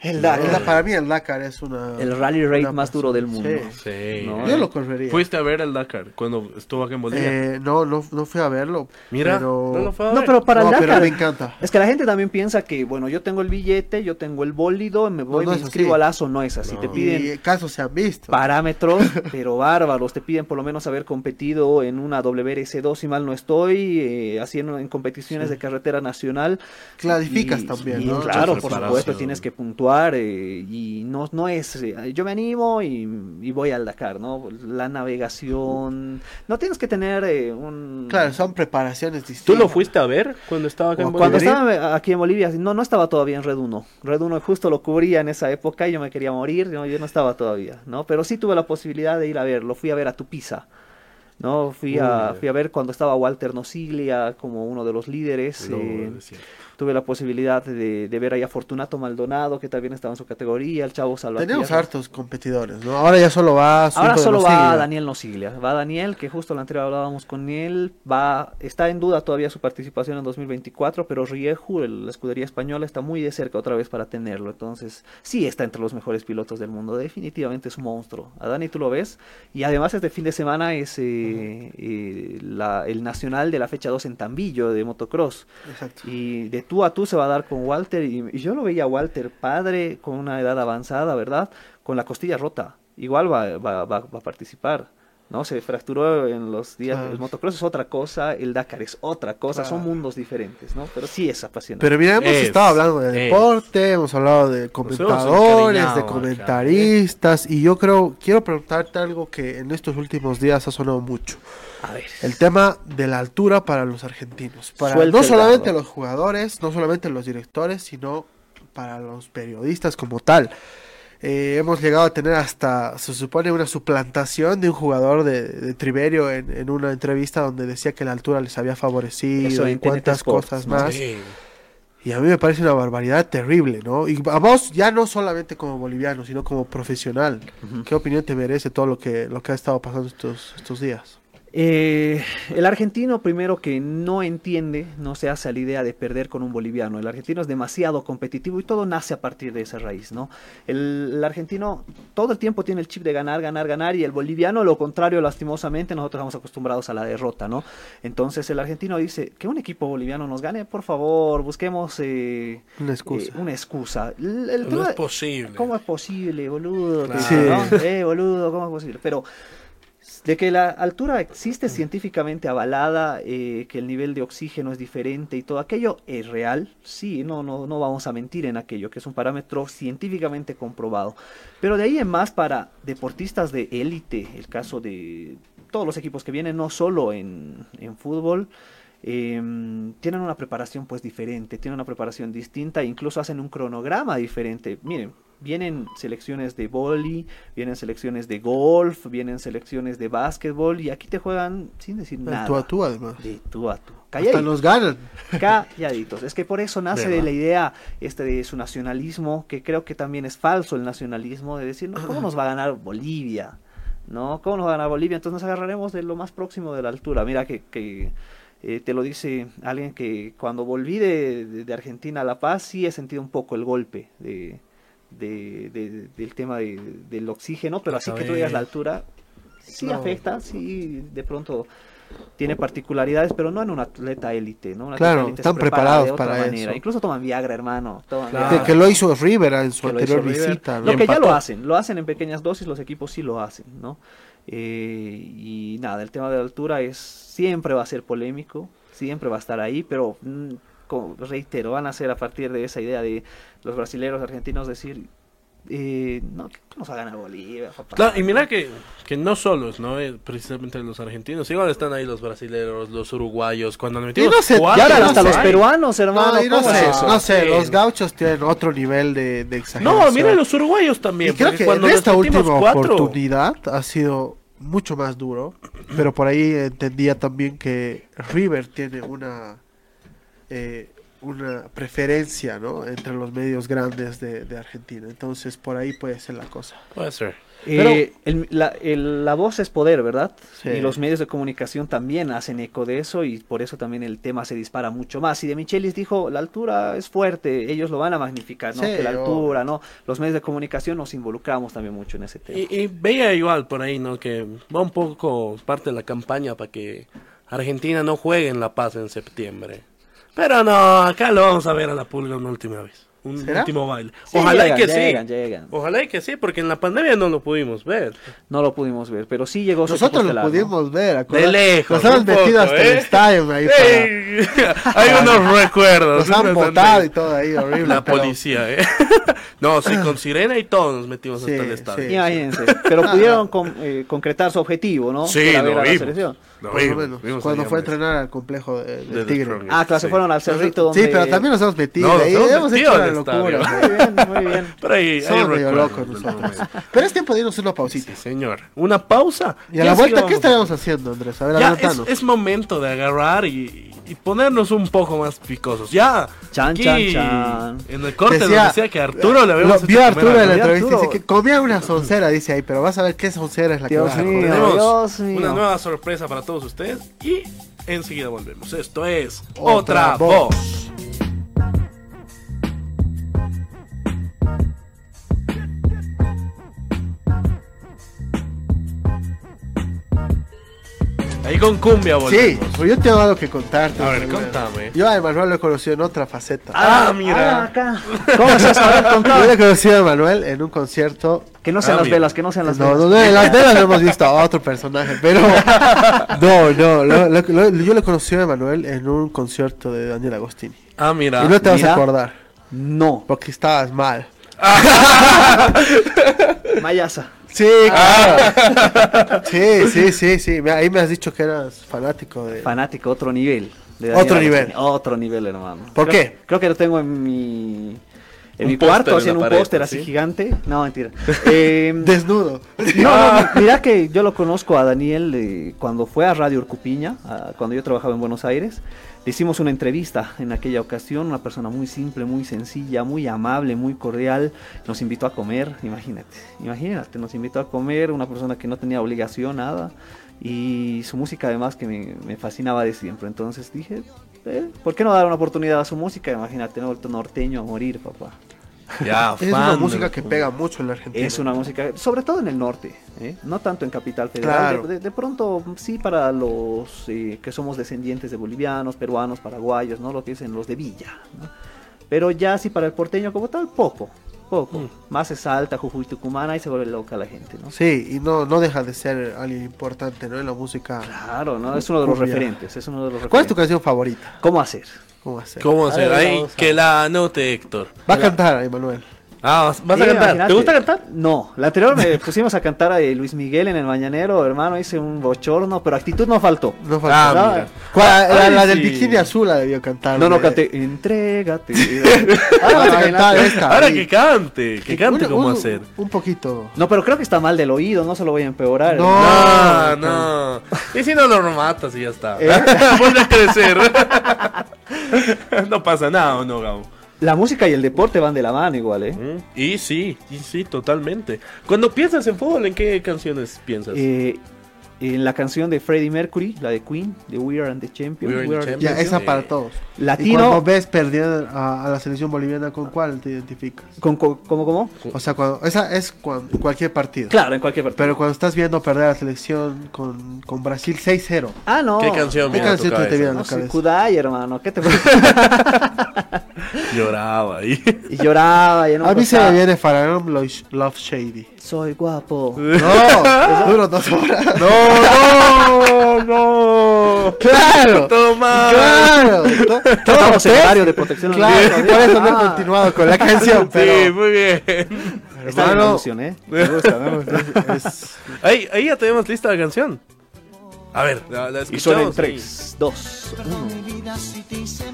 [SPEAKER 5] el,
[SPEAKER 6] El
[SPEAKER 5] Dakar,
[SPEAKER 6] Da- para mí el Dakar es una...
[SPEAKER 5] Ah, eh. el rally raid
[SPEAKER 6] una
[SPEAKER 5] más duro del
[SPEAKER 6] pasión.
[SPEAKER 5] mundo.
[SPEAKER 6] Sí.
[SPEAKER 1] Sí.
[SPEAKER 5] No,
[SPEAKER 6] Yo lo correría.
[SPEAKER 1] eh. Fuiste a ver el Dakar cuando estuvo acá en Bolivia.
[SPEAKER 6] Eh, no, no, no fui a verlo.
[SPEAKER 1] Mira,
[SPEAKER 6] pero...
[SPEAKER 1] no lo fue a
[SPEAKER 5] No,
[SPEAKER 1] ver.
[SPEAKER 5] pero para
[SPEAKER 6] No,
[SPEAKER 5] el
[SPEAKER 6] pero
[SPEAKER 5] Dakar.
[SPEAKER 6] me encanta.
[SPEAKER 5] Es que la gente también piensa que, bueno, yo tengo el billete, yo tengo el bólido, me voy,
[SPEAKER 6] No, no es
[SPEAKER 5] me inscribo
[SPEAKER 6] así.
[SPEAKER 5] al ASO. No es así. Te
[SPEAKER 6] Y
[SPEAKER 5] piden
[SPEAKER 6] eh, casos se han visto. *laughs*
[SPEAKER 5] parámetros, pero bárbaros. Te piden por lo menos haber competido en una WRC2, si mal no estoy, eh, haciendo en competiciones de carretera nacional.
[SPEAKER 6] Clasificas
[SPEAKER 5] Y-
[SPEAKER 6] también,
[SPEAKER 5] y
[SPEAKER 6] ¿no?
[SPEAKER 5] Claro,
[SPEAKER 1] Mucha
[SPEAKER 5] por
[SPEAKER 1] preparación.
[SPEAKER 5] supuesto, tienes que puntuar eh, y no, no es, eh, yo me animo y, y voy al Dakar, ¿no? La navegación, no tienes que tener eh, un...
[SPEAKER 6] Claro, son preparaciones distintas.
[SPEAKER 1] ¿Tú lo fuiste a ver cuando estaba acá en
[SPEAKER 6] Cuando
[SPEAKER 5] Cuando
[SPEAKER 1] Bolivia?
[SPEAKER 5] estaba eh, aquí en Bolivia, no, no estaba todavía en Red 1. Red 1 justo lo cubría en esa época y yo me quería morir, ¿no? yo no estaba todavía, ¿no? Pero sí tuve la posibilidad de ir a verlo, fui a ver a Tupiza, ¿no? Fui, a,
[SPEAKER 1] Uy.
[SPEAKER 5] fui a ver cuando estaba Walter Nosiglia como uno de los líderes.
[SPEAKER 1] No,
[SPEAKER 5] eh,
[SPEAKER 1] es cierto.
[SPEAKER 5] tuve la posibilidad de, de ver ahí a Fortunato Maldonado, que también estaba en su categoría, el Chavo Salvatierra.
[SPEAKER 6] Tenemos hartos competidores, ¿no? Ahora ya solo va... Zurdo
[SPEAKER 5] Ahora
[SPEAKER 6] de
[SPEAKER 5] solo
[SPEAKER 6] los
[SPEAKER 5] va
[SPEAKER 6] Tigres.
[SPEAKER 5] Daniel Nosiglia. Va Daniel, que justo la anterior hablábamos con él. Va, está en duda todavía su participación en 2024, pero Rieju, el- la escudería española, está muy de cerca otra vez para tenerlo. Entonces, sí está entre los mejores pilotos del mundo. Definitivamente es un monstruo. A Dani tú lo ves. Y además este fin de semana es eh, eh, la- el nacional de la fecha 2 en Tambillo de motocross.
[SPEAKER 6] Exacto.
[SPEAKER 5] Y de tú a tú se va a dar con Walter. Y, y yo lo veía a Walter, padre, con una edad avanzada, ¿verdad? Con la costilla rota. Igual va, va- va- va a participar. ¿no? Se fracturó en los días.
[SPEAKER 6] Claro.
[SPEAKER 5] El motocross es otra cosa, el Dakar es otra cosa. Son mundos diferentes, ¿no? Pero sí es apasionante.
[SPEAKER 6] Pero mira, hemos
[SPEAKER 1] Es,
[SPEAKER 6] estado hablando de
[SPEAKER 1] es.
[SPEAKER 6] deporte, hemos hablado de comentadores, de
[SPEAKER 1] encariñado,
[SPEAKER 6] comentaristas, y yo creo, quiero preguntarte algo que en estos últimos días ha sonado mucho.
[SPEAKER 5] a ver.
[SPEAKER 6] El tema de la altura para los argentinos. Para
[SPEAKER 5] Suelta
[SPEAKER 6] no
[SPEAKER 5] el
[SPEAKER 6] solamente
[SPEAKER 5] dardo.
[SPEAKER 6] los jugadores, no solamente los directores, sino para los periodistas como tal. Eh, hemos llegado a tener hasta, se supone, una suplantación de un jugador de, de Triverio en, en una entrevista donde decía que la altura les había
[SPEAKER 5] Eso
[SPEAKER 6] favorecido y
[SPEAKER 5] en TNT
[SPEAKER 6] cuantas
[SPEAKER 5] Sports,
[SPEAKER 6] cosas
[SPEAKER 5] ¿no?
[SPEAKER 6] más.
[SPEAKER 1] Sí.
[SPEAKER 6] Y a mí me parece una barbaridad terrible, ¿no? Y a vos, ya no solamente como boliviano, sino como profesional. ¿Qué opinión te merece todo lo que, lo que ha estado pasando estos, estos días?
[SPEAKER 5] Eh, el argentino primero que no entiende, no se hace a la idea de perder con un boliviano. El argentino es demasiado competitivo y todo nace a partir de esa raíz, ¿no? El, el argentino todo el tiempo tiene el chip de ganar, ganar, ganar y el boliviano lo contrario, lastimosamente, nosotros estamos acostumbrados a la derrota, ¿no? Entonces el argentino dice, que un equipo boliviano nos gane, por favor, busquemos eh,
[SPEAKER 6] Una excusa.
[SPEAKER 5] eh, una excusa. El- el
[SPEAKER 1] No
[SPEAKER 5] tema-
[SPEAKER 1] es posible.
[SPEAKER 5] ¿Cómo es posible, boludo?
[SPEAKER 1] Claro.
[SPEAKER 5] Sí. ¿no? Eh, boludo, ¿cómo es posible? Pero de que la altura existe científicamente avalada, eh, que el nivel de oxígeno es diferente y todo aquello es real, sí, no, no, no vamos a mentir en aquello, que es un parámetro científicamente comprobado. Pero de ahí en más para deportistas de élite, el caso de todos los equipos que vienen, no solo en, en fútbol, em, tienen una preparación pues diferente, tienen una preparación distinta, incluso hacen un cronograma diferente. Miren, vienen selecciones de vóley, vienen selecciones de golf, vienen selecciones de básquetbol y aquí te juegan sin decir
[SPEAKER 6] Pues,
[SPEAKER 5] nada.
[SPEAKER 6] Tú a tú, además.
[SPEAKER 5] De tú a tú.
[SPEAKER 6] Hasta
[SPEAKER 5] Calladito.
[SPEAKER 6] nos ganan.
[SPEAKER 5] Calladitos. Es que por eso nace de
[SPEAKER 1] ¿Verdad?
[SPEAKER 5] la idea este de su nacionalismo, que creo que también es falso el nacionalismo, de decir, "No, ¿cómo nos va a ganar Bolivia? ¿No? ¿Cómo nos va a ganar Bolivia? Entonces nos agarraremos de lo más próximo de la altura. Mira que, que, eh, te lo dice alguien que cuando volví de, de- de Argentina a La Paz sí he sentido un poco el golpe de, de- de- del tema de- del oxígeno, pero así que tú digas la altura, sí
[SPEAKER 6] No.
[SPEAKER 5] afecta, sí de pronto tiene particularidades, pero no en un atleta élite, ¿no? Un
[SPEAKER 6] Claro,
[SPEAKER 5] atleta élite se
[SPEAKER 6] están
[SPEAKER 5] prepara
[SPEAKER 6] preparados
[SPEAKER 5] de otra
[SPEAKER 6] para
[SPEAKER 5] manera.
[SPEAKER 6] eso.
[SPEAKER 5] Incluso toman Viagra, hermano. toman
[SPEAKER 1] Claro.
[SPEAKER 5] Viagra.
[SPEAKER 6] Que, que lo hizo River en su
[SPEAKER 5] Que lo hizo
[SPEAKER 6] anterior
[SPEAKER 5] River.
[SPEAKER 6] visita. ¿no?
[SPEAKER 5] No, que ya lo hacen, lo hacen en pequeñas dosis, los equipos sí lo hacen, ¿no? Eh, y nada, el tema de la altura es siempre va a ser polémico, siempre va a estar ahí, pero mm, como reitero, van a ser a partir de esa idea de los brasileños argentinos decir, eh, no, ¿qué nos va a ganar Bolivia? papá?
[SPEAKER 1] Claro, y mira que, que no solos, ¿no? Eh, Precisamente los argentinos. Igual están ahí los brasileños, los uruguayos. Cuando nos metimos
[SPEAKER 6] no se-
[SPEAKER 5] Y
[SPEAKER 1] cuatro,
[SPEAKER 5] ahora
[SPEAKER 6] no
[SPEAKER 5] hasta
[SPEAKER 6] sé.
[SPEAKER 5] los peruanos, hermano.
[SPEAKER 6] No, y no
[SPEAKER 5] ¿cómo es
[SPEAKER 6] sé,
[SPEAKER 5] eso?
[SPEAKER 6] no sé,
[SPEAKER 1] Sí.
[SPEAKER 6] los gauchos tienen otro nivel de, de exageración.
[SPEAKER 1] No, mira los uruguayos también.
[SPEAKER 6] Y creo
[SPEAKER 1] porque
[SPEAKER 6] que en
[SPEAKER 1] cuando nos
[SPEAKER 6] esta
[SPEAKER 1] metimos
[SPEAKER 6] última
[SPEAKER 1] cuatro-
[SPEAKER 6] oportunidad ha sido mucho más duro, pero por ahí entendía también que River tiene una eh, una preferencia, ¿no? Entre los medios grandes de, de Argentina, entonces por ahí puede ser la cosa.
[SPEAKER 1] Puede ser.
[SPEAKER 5] Eh, el- la, el- la voz es poder, ¿verdad?
[SPEAKER 6] Sí.
[SPEAKER 5] Y los medios de comunicación también hacen eco de eso y por eso también el tema se dispara mucho más. Y de Michelis dijo, la altura es fuerte, ellos lo van a magnificar, ¿no?
[SPEAKER 6] Sí,
[SPEAKER 5] que la
[SPEAKER 6] obvio.
[SPEAKER 5] altura, ¿no? Los medios de comunicación nos involucramos también mucho en ese tema.
[SPEAKER 1] Y, y veía igual por ahí, ¿no? Que va un poco parte de la campaña para que Argentina no juegue en La Paz en septiembre. Pero no, acá lo vamos a ver a la pulga una última vez. Un
[SPEAKER 6] ¿Será?
[SPEAKER 1] último baile.
[SPEAKER 5] Sí,
[SPEAKER 1] Ojalá
[SPEAKER 5] llegan,
[SPEAKER 1] y que
[SPEAKER 5] llegan,
[SPEAKER 1] sí.
[SPEAKER 5] llegan.
[SPEAKER 1] Ojalá y que sí, porque en la pandemia no lo pudimos ver.
[SPEAKER 5] No lo pudimos ver, pero sí llegó. su
[SPEAKER 6] Nosotros
[SPEAKER 5] equipo
[SPEAKER 6] lo
[SPEAKER 5] estelar, ¿no?
[SPEAKER 6] pudimos ver, ¿acuerdas?
[SPEAKER 1] De lejos,
[SPEAKER 6] Nos han
[SPEAKER 1] un poco,
[SPEAKER 6] metido hasta el
[SPEAKER 1] ¿eh?
[SPEAKER 6] estadio ahí para-
[SPEAKER 1] Sí. *laughs* Hay unos recuerdos.
[SPEAKER 6] nos han
[SPEAKER 1] unos
[SPEAKER 6] botado y todo ahí,
[SPEAKER 1] *laughs*
[SPEAKER 6] horrible.
[SPEAKER 1] La
[SPEAKER 6] *laughs* pero-
[SPEAKER 1] policía, ¿eh? no, sí, con sirena y todo nos metimos
[SPEAKER 6] Sí,
[SPEAKER 1] hasta el estadio.
[SPEAKER 6] sí.
[SPEAKER 5] Imagínense,
[SPEAKER 6] *laughs*
[SPEAKER 5] pero pudieron con- eh, concretar su objetivo, ¿no?
[SPEAKER 1] Sí,
[SPEAKER 5] Que era
[SPEAKER 1] lo
[SPEAKER 5] ver a la
[SPEAKER 1] vimos.
[SPEAKER 5] selección.
[SPEAKER 1] Lo
[SPEAKER 6] por lo
[SPEAKER 1] vimos,
[SPEAKER 6] menos,
[SPEAKER 1] vimos
[SPEAKER 6] cuando
[SPEAKER 1] allá,
[SPEAKER 6] fue a
[SPEAKER 1] hombre.
[SPEAKER 6] entrenar al complejo de- del
[SPEAKER 1] De- del
[SPEAKER 6] Tigre.
[SPEAKER 1] Strongest,
[SPEAKER 5] Ah, claro, se
[SPEAKER 1] sí.
[SPEAKER 5] fueron al cerrito donde...
[SPEAKER 6] Sí, pero también nos hemos metido.
[SPEAKER 1] No, nos
[SPEAKER 6] ahí,
[SPEAKER 1] hemos
[SPEAKER 6] hemos
[SPEAKER 1] metido
[SPEAKER 6] hecho una
[SPEAKER 1] al estadio.
[SPEAKER 6] locura.
[SPEAKER 5] Muy bien, muy bien.
[SPEAKER 1] *laughs* Pero ahí, hay
[SPEAKER 6] Somos medio
[SPEAKER 1] recuerdos
[SPEAKER 6] locos
[SPEAKER 1] del
[SPEAKER 6] nosotros.
[SPEAKER 1] momento.
[SPEAKER 6] Pero es tiempo de irnos una pausita.
[SPEAKER 1] Sí, señor. Una pausa.
[SPEAKER 6] Y
[SPEAKER 1] Ya
[SPEAKER 6] a la
[SPEAKER 1] sí
[SPEAKER 6] vuelta,
[SPEAKER 1] vamos.
[SPEAKER 6] ¿qué estaríamos haciendo, Andrés? A ver,
[SPEAKER 1] Ya es,
[SPEAKER 6] adelantanos.
[SPEAKER 1] es momento de agarrar y, y ponernos un poco más picosos. Ya.
[SPEAKER 5] Chan, chan, chan.
[SPEAKER 1] En el corte
[SPEAKER 6] Decía-
[SPEAKER 1] nos decía que Arturo le
[SPEAKER 6] Lo,
[SPEAKER 1] habíamos hecho
[SPEAKER 6] vio a Arturo
[SPEAKER 1] comer
[SPEAKER 6] en la
[SPEAKER 1] algo.
[SPEAKER 5] Vio a
[SPEAKER 6] entrevista y dice
[SPEAKER 5] Arturo.
[SPEAKER 6] que comía una soncera, dice ahí, pero vas a ver qué soncera es la que
[SPEAKER 5] Dios
[SPEAKER 6] vas a
[SPEAKER 5] mío.
[SPEAKER 6] comer.
[SPEAKER 1] Ah, Tenemos
[SPEAKER 5] Dios mío.
[SPEAKER 1] una nueva sorpresa para todos ustedes y enseguida volvemos. Esto es Otra,
[SPEAKER 6] Otra Voz.
[SPEAKER 1] voz. Ahí con cumbia
[SPEAKER 6] Sí,
[SPEAKER 1] volvemos.
[SPEAKER 6] pues yo tengo algo que contarte.
[SPEAKER 1] A ver,
[SPEAKER 6] Manuel.
[SPEAKER 1] contame.
[SPEAKER 6] Yo a Emanuel lo conocí en otra faceta.
[SPEAKER 1] Ah,
[SPEAKER 5] Ah,
[SPEAKER 1] mira.
[SPEAKER 5] acá. ¿Cómo es eso? A
[SPEAKER 6] *laughs*
[SPEAKER 5] ver, contá.
[SPEAKER 6] Yo le conocí a Emanuel en un concierto
[SPEAKER 5] Que no sean
[SPEAKER 1] Ah,
[SPEAKER 5] las
[SPEAKER 1] mira.
[SPEAKER 5] velas, que no sean las
[SPEAKER 6] No,
[SPEAKER 5] velas.
[SPEAKER 6] no, no, en las velas lo hemos visto a otro personaje,
[SPEAKER 5] *laughs*
[SPEAKER 6] pero no, no, lo- lo- lo- yo lo conocí a Manuel en un concierto de Daniel Agostini.
[SPEAKER 1] Ah, mira.
[SPEAKER 6] y no te vas a
[SPEAKER 5] mira.
[SPEAKER 6] acordar,
[SPEAKER 5] No,
[SPEAKER 6] porque estabas mal.
[SPEAKER 5] Mayasa.
[SPEAKER 6] Sí, claro. Ah. *laughs* Sí, sí, sí, sí. me- Ahí me has dicho que eras fanático de.
[SPEAKER 5] Fanático, otro nivel. de
[SPEAKER 6] Otro
[SPEAKER 5] Daniel
[SPEAKER 6] nivel.
[SPEAKER 5] Agostini. Otro nivel, hermano.
[SPEAKER 6] ¿Por
[SPEAKER 5] Creo-
[SPEAKER 6] qué?
[SPEAKER 5] Creo que lo tengo en mi. En
[SPEAKER 1] Un
[SPEAKER 5] mi
[SPEAKER 1] póster
[SPEAKER 5] cuarto,
[SPEAKER 1] en
[SPEAKER 5] así en
[SPEAKER 1] la
[SPEAKER 5] un
[SPEAKER 1] pared,
[SPEAKER 5] póster así
[SPEAKER 1] ¿sí?
[SPEAKER 5] gigante. No, mentira. Eh,
[SPEAKER 6] Desnudo. *laughs*
[SPEAKER 5] No, no, mi- mira que yo lo conozco a Daniel eh, cuando fue a Radio Urcupiña, a- cuando yo trabajaba en Buenos Aires. Le hicimos una entrevista en aquella ocasión, una persona muy simple, muy sencilla, muy amable, muy cordial. Nos invitó a comer, imagínate, imagínate, nos invitó a comer, una persona que no tenía obligación, nada. Y su música además que me, me fascinaba de siempre. Entonces dije, eh, ¿por qué no dar una oportunidad a su música? Imagínate, no, norteño a morir, papá.
[SPEAKER 1] Ya,
[SPEAKER 6] *laughs* Es
[SPEAKER 1] fan
[SPEAKER 6] una
[SPEAKER 1] del
[SPEAKER 6] música que
[SPEAKER 1] cumbia.
[SPEAKER 6] pega mucho en la Argentina.
[SPEAKER 5] Es una música, sobre todo en el norte, ¿eh? no tanto en Capital Federal.
[SPEAKER 6] Claro.
[SPEAKER 5] De, de- de pronto, sí, para los eh, que somos descendientes de bolivianos, peruanos, paraguayos, ¿no? Lo que dicen los de Villa. ¿no? Pero ya, sí, para el porteño como tal, poco, poco. Más es alta, Jujuy, Tucumana y se vuelve loca la gente, ¿no?
[SPEAKER 6] Mm. Sí, y no, no deja de ser alguien importante, ¿no? En la música.
[SPEAKER 5] Claro, ¿no? Es uno de los
[SPEAKER 6] Cumbia.
[SPEAKER 5] referentes, es uno de los
[SPEAKER 6] ¿Cuál es tu
[SPEAKER 5] referentes.
[SPEAKER 6] canción favorita?
[SPEAKER 5] ¿Cómo hacer?
[SPEAKER 6] ¿Cómo hacer?
[SPEAKER 1] ¿Cómo hacer?
[SPEAKER 2] Ahí
[SPEAKER 1] Ahí,
[SPEAKER 2] vamos a-
[SPEAKER 1] que la anote Héctor.
[SPEAKER 6] Va a cantar, Emanuel.
[SPEAKER 1] Ah, vas, vas
[SPEAKER 5] Sí,
[SPEAKER 1] a cantar.
[SPEAKER 5] imagínate.
[SPEAKER 1] ¿Te gusta cantar?
[SPEAKER 5] No, la anterior me *laughs* pusimos a cantar a Luis Miguel en el Mañanero, hermano, hice un bochorno, pero actitud no faltó.
[SPEAKER 6] No falta.
[SPEAKER 5] No,
[SPEAKER 1] Ah, mira.
[SPEAKER 6] ¿Cuál? la, la
[SPEAKER 1] Ay,
[SPEAKER 6] del
[SPEAKER 1] sí.
[SPEAKER 6] bikini azul la debió cantar.
[SPEAKER 5] No, no,
[SPEAKER 6] güey.
[SPEAKER 5] canté, entrégate.
[SPEAKER 6] *laughs* Ah,
[SPEAKER 5] Ah,
[SPEAKER 6] cantar esta.
[SPEAKER 1] Ahora
[SPEAKER 6] Sí.
[SPEAKER 1] que cante, que cante
[SPEAKER 6] Un-
[SPEAKER 1] como
[SPEAKER 6] un-
[SPEAKER 1] hacer.
[SPEAKER 6] Un poquito.
[SPEAKER 5] No, pero creo que está mal del oído, no se lo voy a empeorar.
[SPEAKER 6] No.
[SPEAKER 1] No, Ah, no. Eh. Y si no lo matas y ya está. *laughs* Vuelve a crecer. *laughs* no pasa nada, ¿o no, Gabo?
[SPEAKER 5] La música y el deporte van de la mano igual, ¿eh?
[SPEAKER 1] Mm, Y sí, y sí, totalmente. Cuando piensas en fútbol, ¿en qué canciones piensas?
[SPEAKER 5] Eh, en la canción de Freddie Mercury, la de Queen, de We Are and the Champions.
[SPEAKER 1] We Are the Champions.
[SPEAKER 6] Ya, esa
[SPEAKER 1] Sí.
[SPEAKER 6] para todos. ¿Y cuando
[SPEAKER 5] Latino,
[SPEAKER 6] ves perder a, a la selección boliviana, con cuál te identificas?
[SPEAKER 5] con, con- ¿cómo, cómo?
[SPEAKER 6] O sea, cuando, esa es cuan- cualquier partido.
[SPEAKER 5] Claro, en cualquier parte.
[SPEAKER 6] Pero cuando estás viendo perder a la selección con, con Brasil 6-0,
[SPEAKER 5] Ah, no.
[SPEAKER 1] ¿Qué canción
[SPEAKER 6] ¿qué
[SPEAKER 1] viene a tu
[SPEAKER 6] canción te
[SPEAKER 1] cabeza?
[SPEAKER 6] viene a la
[SPEAKER 5] No sé,
[SPEAKER 6] cabeza?
[SPEAKER 5] Kudai, hermano, ¿qué te
[SPEAKER 6] *laughs*
[SPEAKER 1] Lloraba ahí.
[SPEAKER 5] Y lloraba y no
[SPEAKER 6] a mí se
[SPEAKER 5] pasaba.
[SPEAKER 6] me viene Faraón Lo-
[SPEAKER 1] *laughs*
[SPEAKER 6] Love Shady.
[SPEAKER 5] Soy guapo.
[SPEAKER 6] No, duro dos horas.
[SPEAKER 1] *laughs* No, no, no.
[SPEAKER 6] Claro,
[SPEAKER 1] Todo mal.
[SPEAKER 6] claro. No,
[SPEAKER 5] Estamos
[SPEAKER 6] ¿ves?
[SPEAKER 5] secretario de protección al
[SPEAKER 6] Claro, y
[SPEAKER 5] niño.
[SPEAKER 6] por eso no he
[SPEAKER 5] Ah,
[SPEAKER 6] continuado con la canción,
[SPEAKER 1] Sí,
[SPEAKER 6] pero
[SPEAKER 1] muy bien.
[SPEAKER 5] Está bien la canción, *laughs* ¿eh?
[SPEAKER 6] me gusta, me gusta. Es-
[SPEAKER 1] Ahí, ahí ya tenemos lista la canción. A ver, la, la
[SPEAKER 5] Y son en
[SPEAKER 1] escuchamos.
[SPEAKER 5] 3, 2, 1.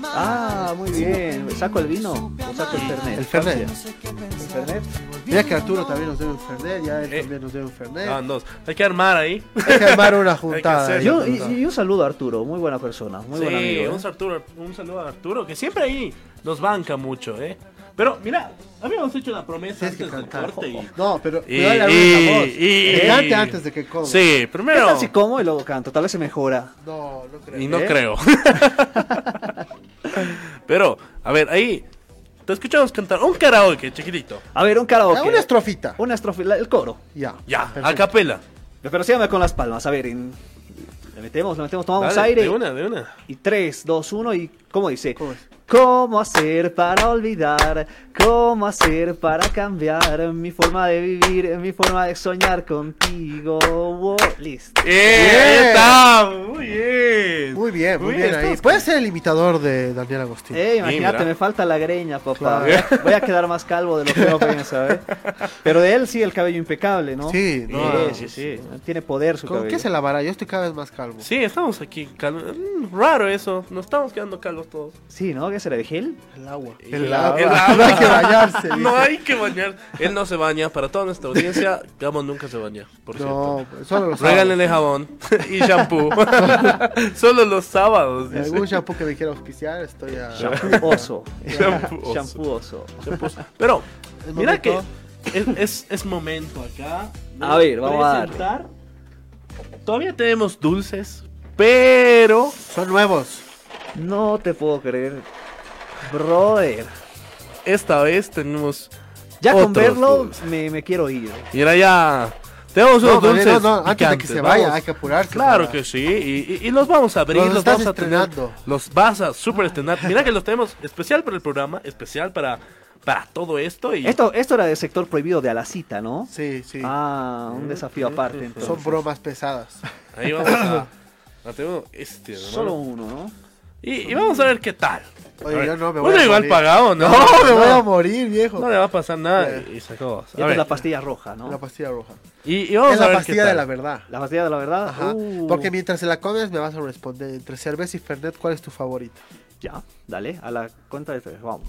[SPEAKER 5] Ah, muy bien. ¿Saco el vino o saco el Fernet?
[SPEAKER 6] el Fernet.
[SPEAKER 5] El Fernet.
[SPEAKER 6] Mira que Arturo también nos debe un Fernet, ya él
[SPEAKER 1] Eh.
[SPEAKER 6] también nos debe un Fernet.
[SPEAKER 1] Ah, dos. Hay que armar ahí.
[SPEAKER 6] Hay que armar una
[SPEAKER 1] hacer-
[SPEAKER 6] juntada. ahí,
[SPEAKER 5] Yo, y,
[SPEAKER 6] juntada.
[SPEAKER 5] y un saludo a Arturo, muy buena persona, muy buen
[SPEAKER 1] sí,
[SPEAKER 5] amigo.
[SPEAKER 1] un,
[SPEAKER 5] ¿eh?
[SPEAKER 1] Arturo- un saludo a Arturo, que siempre ahí nos banca mucho, ¿eh. Pero mira, habíamos hecho una promesa
[SPEAKER 6] Tienes que
[SPEAKER 1] antes del
[SPEAKER 6] cantar.
[SPEAKER 1] corte y...
[SPEAKER 6] No, pero
[SPEAKER 1] Y-
[SPEAKER 6] cuidado, la
[SPEAKER 1] y-
[SPEAKER 6] voz.
[SPEAKER 1] y-
[SPEAKER 6] Que
[SPEAKER 1] y-
[SPEAKER 6] cante antes de que coma.
[SPEAKER 1] Sí,
[SPEAKER 5] ¿Qué
[SPEAKER 1] primero...
[SPEAKER 5] tal si como y luego canto? Tal vez se mejora.
[SPEAKER 6] No, no creo.
[SPEAKER 1] Y no creo. *laughs* Pero, a ver, ahí... Te escuchamos cantar un karaoke, chiquitito.
[SPEAKER 5] A ver, un
[SPEAKER 6] Ah,
[SPEAKER 5] karaoke.
[SPEAKER 6] Una estrofita.
[SPEAKER 5] Una estrofa, la- el coro.
[SPEAKER 6] Ya.
[SPEAKER 1] Ya, a
[SPEAKER 6] perfecto.
[SPEAKER 1] capela.
[SPEAKER 5] Pero síganme con las palmas, a ver. en- Le metemos, le metemos, tomamos
[SPEAKER 1] Dale,
[SPEAKER 5] aire.
[SPEAKER 1] De una, de una.
[SPEAKER 5] Y 3, 2, 1 y ¿cómo dice?
[SPEAKER 6] ¿Cómo es?
[SPEAKER 5] ¿Cómo hacer para olvidar? ¿Cómo hacer para cambiar mi forma de vivir, mi forma de soñar contigo? Wow, listo.
[SPEAKER 1] ¡Eh! ahí está! Muy bien.
[SPEAKER 6] Muy bien, muy
[SPEAKER 1] Uy,
[SPEAKER 6] bien
[SPEAKER 1] estás
[SPEAKER 6] ahí. Puedes ser el imitador de Daniel Agostín.
[SPEAKER 5] Eh,
[SPEAKER 1] Sí,
[SPEAKER 5] imagínate,
[SPEAKER 1] mira.
[SPEAKER 5] me falta la greña, papá.
[SPEAKER 6] Claro.
[SPEAKER 5] Voy a- Voy a quedar más calvo de lo que uno piensa, ¿eh? Pero de él sí, el cabello impecable, ¿no?
[SPEAKER 1] Eh,
[SPEAKER 6] Sí, no.
[SPEAKER 5] sí, sí, sí. Tiene poder su
[SPEAKER 6] ¿Con
[SPEAKER 5] cabello.
[SPEAKER 6] qué se lavará? Yo estoy cada vez más calvo.
[SPEAKER 1] Sí, estamos aquí. calvo. Mm, Raro eso. Nos estamos quedando calvos todos.
[SPEAKER 5] Sí, ¿no? ¿Qué será de gel?
[SPEAKER 6] El agua.
[SPEAKER 1] El
[SPEAKER 6] El agua.
[SPEAKER 1] agua.
[SPEAKER 6] No hay que bañarse.
[SPEAKER 1] *laughs* No hay que bañar. Él no se baña. Para toda nuestra audiencia, Gabo nunca se baña, por cierto.
[SPEAKER 6] No, pues, solo los sábados.
[SPEAKER 1] Regálenle jabón *laughs* y shampoo. *laughs* Solo los sábados. dice.
[SPEAKER 6] Algún shampoo que me quiera auspiciar, estoy a... *laughs*
[SPEAKER 5] Shampoo oso. *laughs*
[SPEAKER 1] Shampoo oso.
[SPEAKER 5] Shampoo oso.
[SPEAKER 1] Shampoos. Pero,
[SPEAKER 6] Es
[SPEAKER 1] mira que
[SPEAKER 6] momento.
[SPEAKER 1] es, es- es momento acá. de
[SPEAKER 5] A ver, vamos a darle.
[SPEAKER 1] presentar. Todavía tenemos dulces, pero
[SPEAKER 6] Son nuevos.
[SPEAKER 5] No te puedo creer. Brother.
[SPEAKER 1] esta vez tenemos.
[SPEAKER 5] Ya con
[SPEAKER 1] otros
[SPEAKER 5] verlo
[SPEAKER 1] dulces.
[SPEAKER 5] me, me quiero ir.
[SPEAKER 1] Mira ya. Tenemos
[SPEAKER 6] No,
[SPEAKER 1] unos
[SPEAKER 6] no,
[SPEAKER 1] dulces.
[SPEAKER 6] no, no, antes de que
[SPEAKER 1] picantes,
[SPEAKER 6] se vaya,
[SPEAKER 1] vamos.
[SPEAKER 6] hay que apurarse.
[SPEAKER 1] Claro
[SPEAKER 6] para-
[SPEAKER 1] que sí, y, y- y los vamos a abrir,
[SPEAKER 6] Los
[SPEAKER 1] los,
[SPEAKER 6] estás
[SPEAKER 1] vamos a tener,
[SPEAKER 6] estrenando.
[SPEAKER 1] los vas a super estrenar. Mira que los tenemos especial para el programa, especial para, para todo esto y
[SPEAKER 5] Esto, esto era del sector prohibido de Alacita, ¿no?
[SPEAKER 6] Sí, sí.
[SPEAKER 5] Ah, un desafío aparte. Entonces.
[SPEAKER 6] Son
[SPEAKER 1] *laughs*
[SPEAKER 6] bromas pesadas.
[SPEAKER 1] ahí vamos a, a tener este, hermano.
[SPEAKER 5] Solo uno, ¿no?
[SPEAKER 1] y, y vamos a ver qué tal.
[SPEAKER 6] Oye,
[SPEAKER 1] A ver,
[SPEAKER 6] yo no me voy
[SPEAKER 1] uno
[SPEAKER 6] a
[SPEAKER 1] igual
[SPEAKER 6] morir.
[SPEAKER 1] pagado, no,
[SPEAKER 6] *laughs* No, me
[SPEAKER 1] no,
[SPEAKER 6] voy a morir, viejo.
[SPEAKER 1] no le va a pasar nada y, y se acabó.
[SPEAKER 5] Y
[SPEAKER 1] A
[SPEAKER 5] esta es
[SPEAKER 1] ver,
[SPEAKER 5] la pastilla roja, ¿no?
[SPEAKER 6] La
[SPEAKER 5] La,
[SPEAKER 6] pastilla roja.
[SPEAKER 1] y, y vamos
[SPEAKER 6] es
[SPEAKER 1] a
[SPEAKER 6] la
[SPEAKER 1] ver
[SPEAKER 6] pastilla
[SPEAKER 1] qué
[SPEAKER 6] de
[SPEAKER 1] tal.
[SPEAKER 6] la verdad.
[SPEAKER 5] pastilla de la verdad.
[SPEAKER 6] Ajá.
[SPEAKER 5] Uh,
[SPEAKER 6] Porque mientras se la comes me vas a responder entre cerveza y Fernet, ¿cuál es tu favorito?
[SPEAKER 5] Ya, dale, a la cuenta de tres, vamos.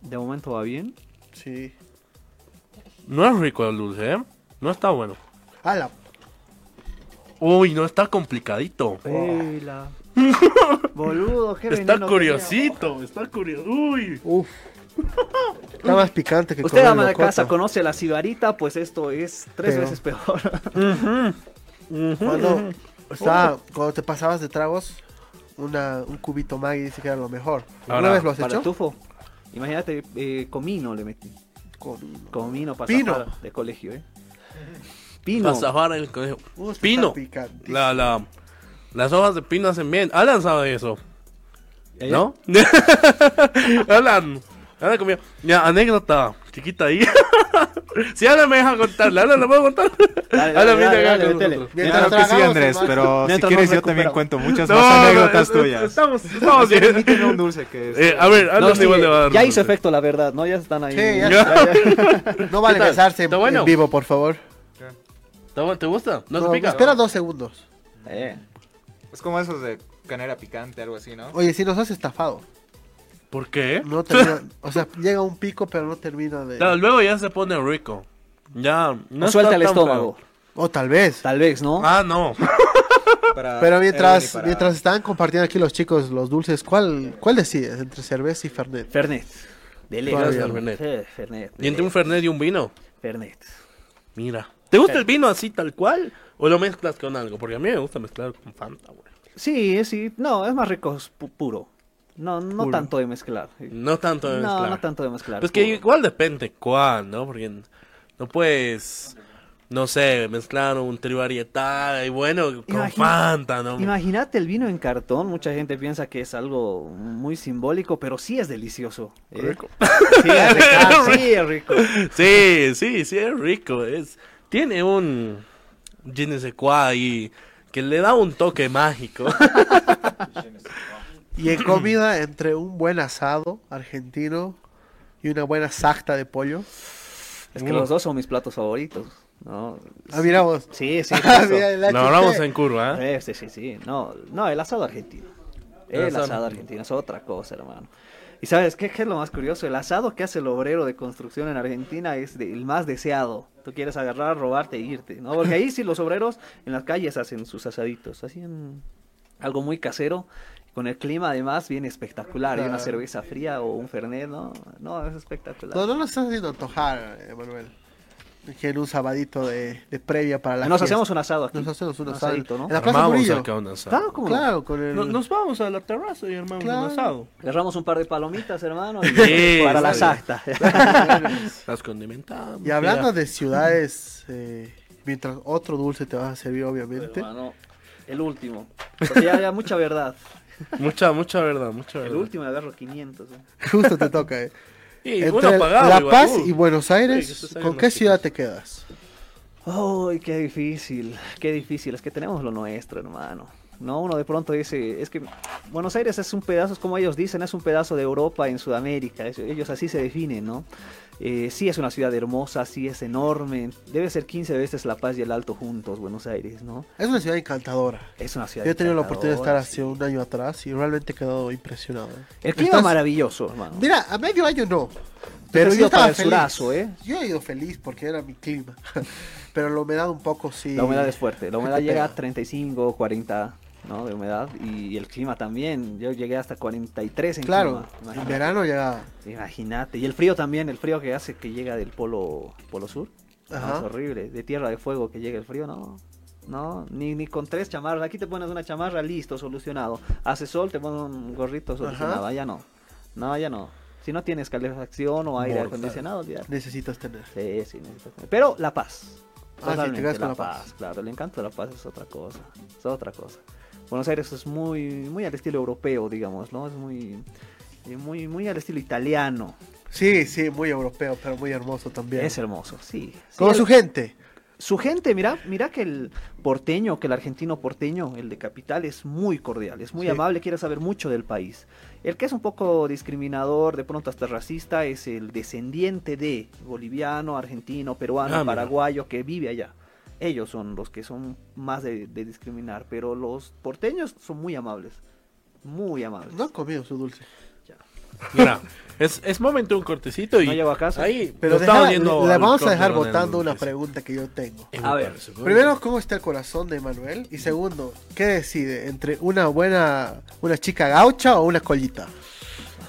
[SPEAKER 5] De momento va bien.
[SPEAKER 6] Sí.
[SPEAKER 1] No es rico el dulce, ¿eh? No está bueno.
[SPEAKER 6] Ah, la...
[SPEAKER 1] Uy, no está complicadito.
[SPEAKER 5] Pela.
[SPEAKER 6] *laughs*
[SPEAKER 5] Boludo, qué
[SPEAKER 1] Está
[SPEAKER 5] veneno tenía.
[SPEAKER 1] curiosito, está curioso. Uy.
[SPEAKER 6] Uf.
[SPEAKER 1] Mm.
[SPEAKER 6] Está más picante que
[SPEAKER 5] Usted,
[SPEAKER 6] comer
[SPEAKER 5] ama de
[SPEAKER 6] locoto.
[SPEAKER 5] casa, conoce la cibarita, pues esto es tres
[SPEAKER 6] Peor.
[SPEAKER 5] veces peor.
[SPEAKER 6] Cuando, estaba- cuando te pasabas de tragos, una, un cubito Maggi dice que era lo mejor. ¿Alguna
[SPEAKER 1] Ahora,
[SPEAKER 6] vez lo has
[SPEAKER 5] *laughs* Para
[SPEAKER 6] hecho?
[SPEAKER 5] tufo. Imagínate, eh, comino le metí.
[SPEAKER 1] *laughs*
[SPEAKER 6] Con-
[SPEAKER 5] Comino para
[SPEAKER 6] Pino.
[SPEAKER 5] zafar de colegio, ¿eh? Pino.
[SPEAKER 1] Vas a jugar en el colegio.
[SPEAKER 6] Uf, Uh, está
[SPEAKER 1] Pino.
[SPEAKER 6] picantísimo.
[SPEAKER 1] La, la, las hojas de pino hacen bien. Alan sabe de eso,
[SPEAKER 5] ¿Eh?
[SPEAKER 1] ¿no? *laughs* Alan, Anda conmigo. Ya, anécdota chiquita ahí. *laughs* si ahora me deja contarla, ahora la puedo contar.
[SPEAKER 5] Dale,
[SPEAKER 1] Ahora
[SPEAKER 5] dale,
[SPEAKER 1] viene
[SPEAKER 5] dale,
[SPEAKER 1] acá
[SPEAKER 5] dale,
[SPEAKER 1] con
[SPEAKER 5] metele.
[SPEAKER 1] nosotros.
[SPEAKER 3] Yo creo que sí, Andrés,
[SPEAKER 1] *laughs*
[SPEAKER 3] pero si
[SPEAKER 5] Mientras
[SPEAKER 3] quieres
[SPEAKER 5] nos
[SPEAKER 3] yo también
[SPEAKER 5] recuperamos.
[SPEAKER 3] cuento muchas
[SPEAKER 1] No,
[SPEAKER 3] más
[SPEAKER 1] no,
[SPEAKER 3] anécdotas
[SPEAKER 1] es- es-
[SPEAKER 3] tuyas.
[SPEAKER 1] Estamos,
[SPEAKER 3] *laughs*
[SPEAKER 1] estamos bien.
[SPEAKER 3] Permíteme un dulce que es.
[SPEAKER 1] Eh, a ver,
[SPEAKER 5] No,
[SPEAKER 1] Andrés
[SPEAKER 5] sí,
[SPEAKER 1] igual le va a dar
[SPEAKER 5] ya
[SPEAKER 1] un dulce. *laughs*
[SPEAKER 5] hizo efecto, la verdad, ¿no? Ya están ahí.
[SPEAKER 6] Sí, ya.
[SPEAKER 5] Ya, ya.
[SPEAKER 6] No vale
[SPEAKER 1] ¿Qué tal?
[SPEAKER 6] besarse en,
[SPEAKER 1] ¿Está bueno?
[SPEAKER 6] en vivo, por favor.
[SPEAKER 1] ¿Te gu- ¿Te gusta? ¿No,
[SPEAKER 6] No,
[SPEAKER 1] te pica?
[SPEAKER 6] espera dos segundos.
[SPEAKER 5] Eh,
[SPEAKER 3] Es como esos de canela picante, algo así, ¿no?
[SPEAKER 6] Oye, si nos has estafado.
[SPEAKER 1] ¿Por qué?
[SPEAKER 6] No
[SPEAKER 1] *laughs*
[SPEAKER 6] termina, o sea, llega un pico, pero no termina de.
[SPEAKER 1] Claro, luego ya se pone rico. Ya, no está
[SPEAKER 5] suelta el
[SPEAKER 1] tan
[SPEAKER 5] estómago.
[SPEAKER 1] feo.
[SPEAKER 6] O tal vez.
[SPEAKER 5] Tal vez, ¿no?
[SPEAKER 1] Ah, no.
[SPEAKER 6] Pero mientras, mientras estaban compartiendo aquí los chicos los dulces, ¿cuál, cuál decides? ¿Entre cerveza y Fernet?
[SPEAKER 5] Fernet. Dele.
[SPEAKER 6] Gracias,
[SPEAKER 1] Fernet.
[SPEAKER 5] Eh, Fernet.
[SPEAKER 1] Y entre un Fernet y un vino.
[SPEAKER 5] Fernet.
[SPEAKER 1] Mira. ¿Te gusta el vino así tal cual? ¿O lo mezclas con algo? Porque a mí me gusta mezclar con Fanta, güey.
[SPEAKER 5] Sí, sí. No, es más rico es pu- puro. No, no
[SPEAKER 1] Puro.
[SPEAKER 5] tanto de mezclar.
[SPEAKER 1] No tanto de
[SPEAKER 5] No,
[SPEAKER 1] mezclar.
[SPEAKER 5] no tanto de mezclar.
[SPEAKER 1] Pues que
[SPEAKER 5] puro.
[SPEAKER 1] igual depende cuál, ¿no? Porque no puedes, no sé, mezclar un trivarietal y bueno, con
[SPEAKER 5] Imagina-
[SPEAKER 1] Fanta, Ah, ¿no?
[SPEAKER 5] Imagínate el vino en cartón. Mucha gente piensa que es algo muy simbólico, pero sí es delicioso. ¿eh? Sí, es
[SPEAKER 6] *laughs*
[SPEAKER 5] rico. sí, es rico.
[SPEAKER 1] *laughs* Sí, sí, sí, es rico. Es, tiene un je ne sais quoi ahí que le da un toque mágico.
[SPEAKER 6] Y
[SPEAKER 1] *clears throat*
[SPEAKER 6] en comida, entre un buen asado argentino y una buena sarta de pollo.
[SPEAKER 5] Es que los dos son mis platos favoritos. ¿no?
[SPEAKER 6] Mm. Ah, mira vos.
[SPEAKER 5] Sí, sí.
[SPEAKER 6] *laughs* Ah,
[SPEAKER 5] justo.
[SPEAKER 6] mira, la
[SPEAKER 1] Lo hablamos
[SPEAKER 6] chuté.
[SPEAKER 1] en curva, ¿eh?
[SPEAKER 5] Eh, sí, sí, sí. No, no, el asado argentino. El,
[SPEAKER 1] El
[SPEAKER 5] asado,
[SPEAKER 1] asado
[SPEAKER 5] argentino es otra cosa, hermano. ¿Y sabes qué, qué es lo más curioso? El asado que hace el obrero de construcción en Argentina es de- el más deseado. Tú quieres agarrar, robarte e irte, ¿no? Porque ahí sí los obreros en las calles hacen sus asaditos. Hacen algo muy casero. Con el clima, además, bien espectacular. Y una cerveza fría o un fernet, ¿no? No, es espectacular.
[SPEAKER 6] No, no nos estás haciendo antojar, eh, Manuel. Que en un sabadito de, de previa para la
[SPEAKER 5] Nos
[SPEAKER 6] fiesta.
[SPEAKER 5] hacemos un asado aquí.
[SPEAKER 6] Nos hacemos un asado.
[SPEAKER 5] asadito, ¿no?
[SPEAKER 6] En la Plaza
[SPEAKER 1] Armamos
[SPEAKER 6] Murillo.
[SPEAKER 1] acá un asado.
[SPEAKER 5] Claro, ¿cómo no?
[SPEAKER 6] Claro, con el...
[SPEAKER 1] No- Nos vamos a la terraza y armamos
[SPEAKER 6] Claro.
[SPEAKER 1] un asado.
[SPEAKER 5] Agarramos un par de palomitas, hermano,
[SPEAKER 1] *laughs*
[SPEAKER 5] y
[SPEAKER 1] Sí,
[SPEAKER 5] para la
[SPEAKER 1] está *laughs*
[SPEAKER 5] sacta.
[SPEAKER 1] Las condimentamos.
[SPEAKER 6] Y hablando
[SPEAKER 1] mira.
[SPEAKER 6] de ciudades, *laughs* eh, mientras otro dulce te va a servir, obviamente.
[SPEAKER 5] Hermano, el último. Porque ya, ya mucha verdad.
[SPEAKER 1] Mucha, mucha verdad, mucha
[SPEAKER 5] El
[SPEAKER 1] verdad.
[SPEAKER 5] último agarro 500. eh.
[SPEAKER 6] *laughs* Justo te toca, eh.
[SPEAKER 1] Sí, uno
[SPEAKER 6] Entre
[SPEAKER 1] pagado,
[SPEAKER 6] La
[SPEAKER 1] igual.
[SPEAKER 6] Paz
[SPEAKER 1] Uh.
[SPEAKER 6] y Buenos
[SPEAKER 1] Sí, que
[SPEAKER 6] Aires,
[SPEAKER 1] estos años
[SPEAKER 6] ¿con
[SPEAKER 1] más
[SPEAKER 6] qué
[SPEAKER 1] chicos.
[SPEAKER 6] ciudad te quedas?
[SPEAKER 5] Ay, qué difícil, qué difícil. Es que tenemos lo nuestro, hermano. No, uno de pronto dice, es que Buenos Aires es un pedazo, es como ellos dicen, es un pedazo de Europa en Sudamérica. es- Ellos así se definen, ¿no? Eh, sí es una ciudad hermosa, sí es enorme. Debe ser 15 veces La Paz y el Alto juntos, Buenos Aires, ¿no?
[SPEAKER 6] Es una ciudad encantadora.
[SPEAKER 5] Es una ciudad
[SPEAKER 6] Yo he tenido la oportunidad de estar
[SPEAKER 5] encantadora,
[SPEAKER 6] hace un año atrás y realmente he quedado impresionado.
[SPEAKER 5] El clima
[SPEAKER 6] Estás-
[SPEAKER 5] maravilloso, hermano.
[SPEAKER 6] Mira, a medio año no.
[SPEAKER 5] Pero
[SPEAKER 6] Pero
[SPEAKER 5] has
[SPEAKER 6] yo
[SPEAKER 5] ido
[SPEAKER 6] estaba
[SPEAKER 5] para el
[SPEAKER 6] feliz.
[SPEAKER 5] surazo, ¿eh?
[SPEAKER 6] Yo he ido feliz porque era mi clima. *laughs* pero la humedad un poco sí.
[SPEAKER 5] La humedad es
[SPEAKER 6] *laughs*
[SPEAKER 5] fuerte. La humedad
[SPEAKER 6] te
[SPEAKER 5] llega a
[SPEAKER 6] pega.
[SPEAKER 5] 35, 40, ¿no? De humedad. Y el clima también. Yo llegué hasta 43 en
[SPEAKER 6] Claro,
[SPEAKER 5] clima.
[SPEAKER 6] en
[SPEAKER 5] Imagínate.
[SPEAKER 6] verano ya.
[SPEAKER 5] Imagínate. Y el frío también. El frío que hace que llega del polo, polo sur. ¿no?
[SPEAKER 6] Ajá.
[SPEAKER 5] Es horrible. De tierra de fuego que llega el frío, no. No, ni, ni con tres chamarras. Aquí te pones una chamarra, listo, solucionado. Hace sol, te pones un gorrito, solucionado. Allá no. No, allá no. Si no tienes calefacción o aire acondicionado, olvídate.
[SPEAKER 6] Necesitas tener.
[SPEAKER 5] Sí, sí, necesitas comer. Pero La Paz.
[SPEAKER 6] Ah, sí,
[SPEAKER 5] Totalmente,
[SPEAKER 6] te quedas con
[SPEAKER 5] la,
[SPEAKER 6] La
[SPEAKER 5] paz.
[SPEAKER 6] Paz.
[SPEAKER 5] Claro, el encanto de La Paz es otra cosa. Es otra cosa. Buenos Aires es muy, muy al estilo europeo, digamos, ¿no? Es muy, eh, muy, muy al estilo italiano.
[SPEAKER 6] Sí, sí, muy europeo, pero muy hermoso también.
[SPEAKER 5] Es hermoso, sí. Sí,
[SPEAKER 6] Con
[SPEAKER 5] el-
[SPEAKER 6] su gente.
[SPEAKER 5] su gente, mira, mira que el porteño, que el argentino porteño, el de capital, es muy cordial, es muy
[SPEAKER 6] Sí.
[SPEAKER 5] amable, quiere saber mucho del país. El que es un poco discriminador, de pronto hasta racista, es el descendiente de boliviano, argentino, peruano,
[SPEAKER 1] Ah, mira.
[SPEAKER 5] paraguayo que vive allá. Ellos son los que son más de, de discriminar, pero los porteños son muy amables. Muy amables.
[SPEAKER 6] No han comido su dulce.
[SPEAKER 1] Mira, es, es momento de un cortecito y.
[SPEAKER 5] No llego a casa.
[SPEAKER 1] Ahí,
[SPEAKER 6] Pero
[SPEAKER 1] nos estamos
[SPEAKER 6] deja-
[SPEAKER 1] yendo
[SPEAKER 6] le, le
[SPEAKER 1] al
[SPEAKER 6] vamos a
[SPEAKER 1] corte,
[SPEAKER 6] dejar
[SPEAKER 1] Ronald,
[SPEAKER 6] votando una
[SPEAKER 1] entonces.
[SPEAKER 6] pregunta que yo tengo.
[SPEAKER 5] A ver.
[SPEAKER 6] *laughs* Primero, ¿cómo está el corazón de Manuel? Y segundo, ¿qué decide entre una buena, una chica gaucha o una collita?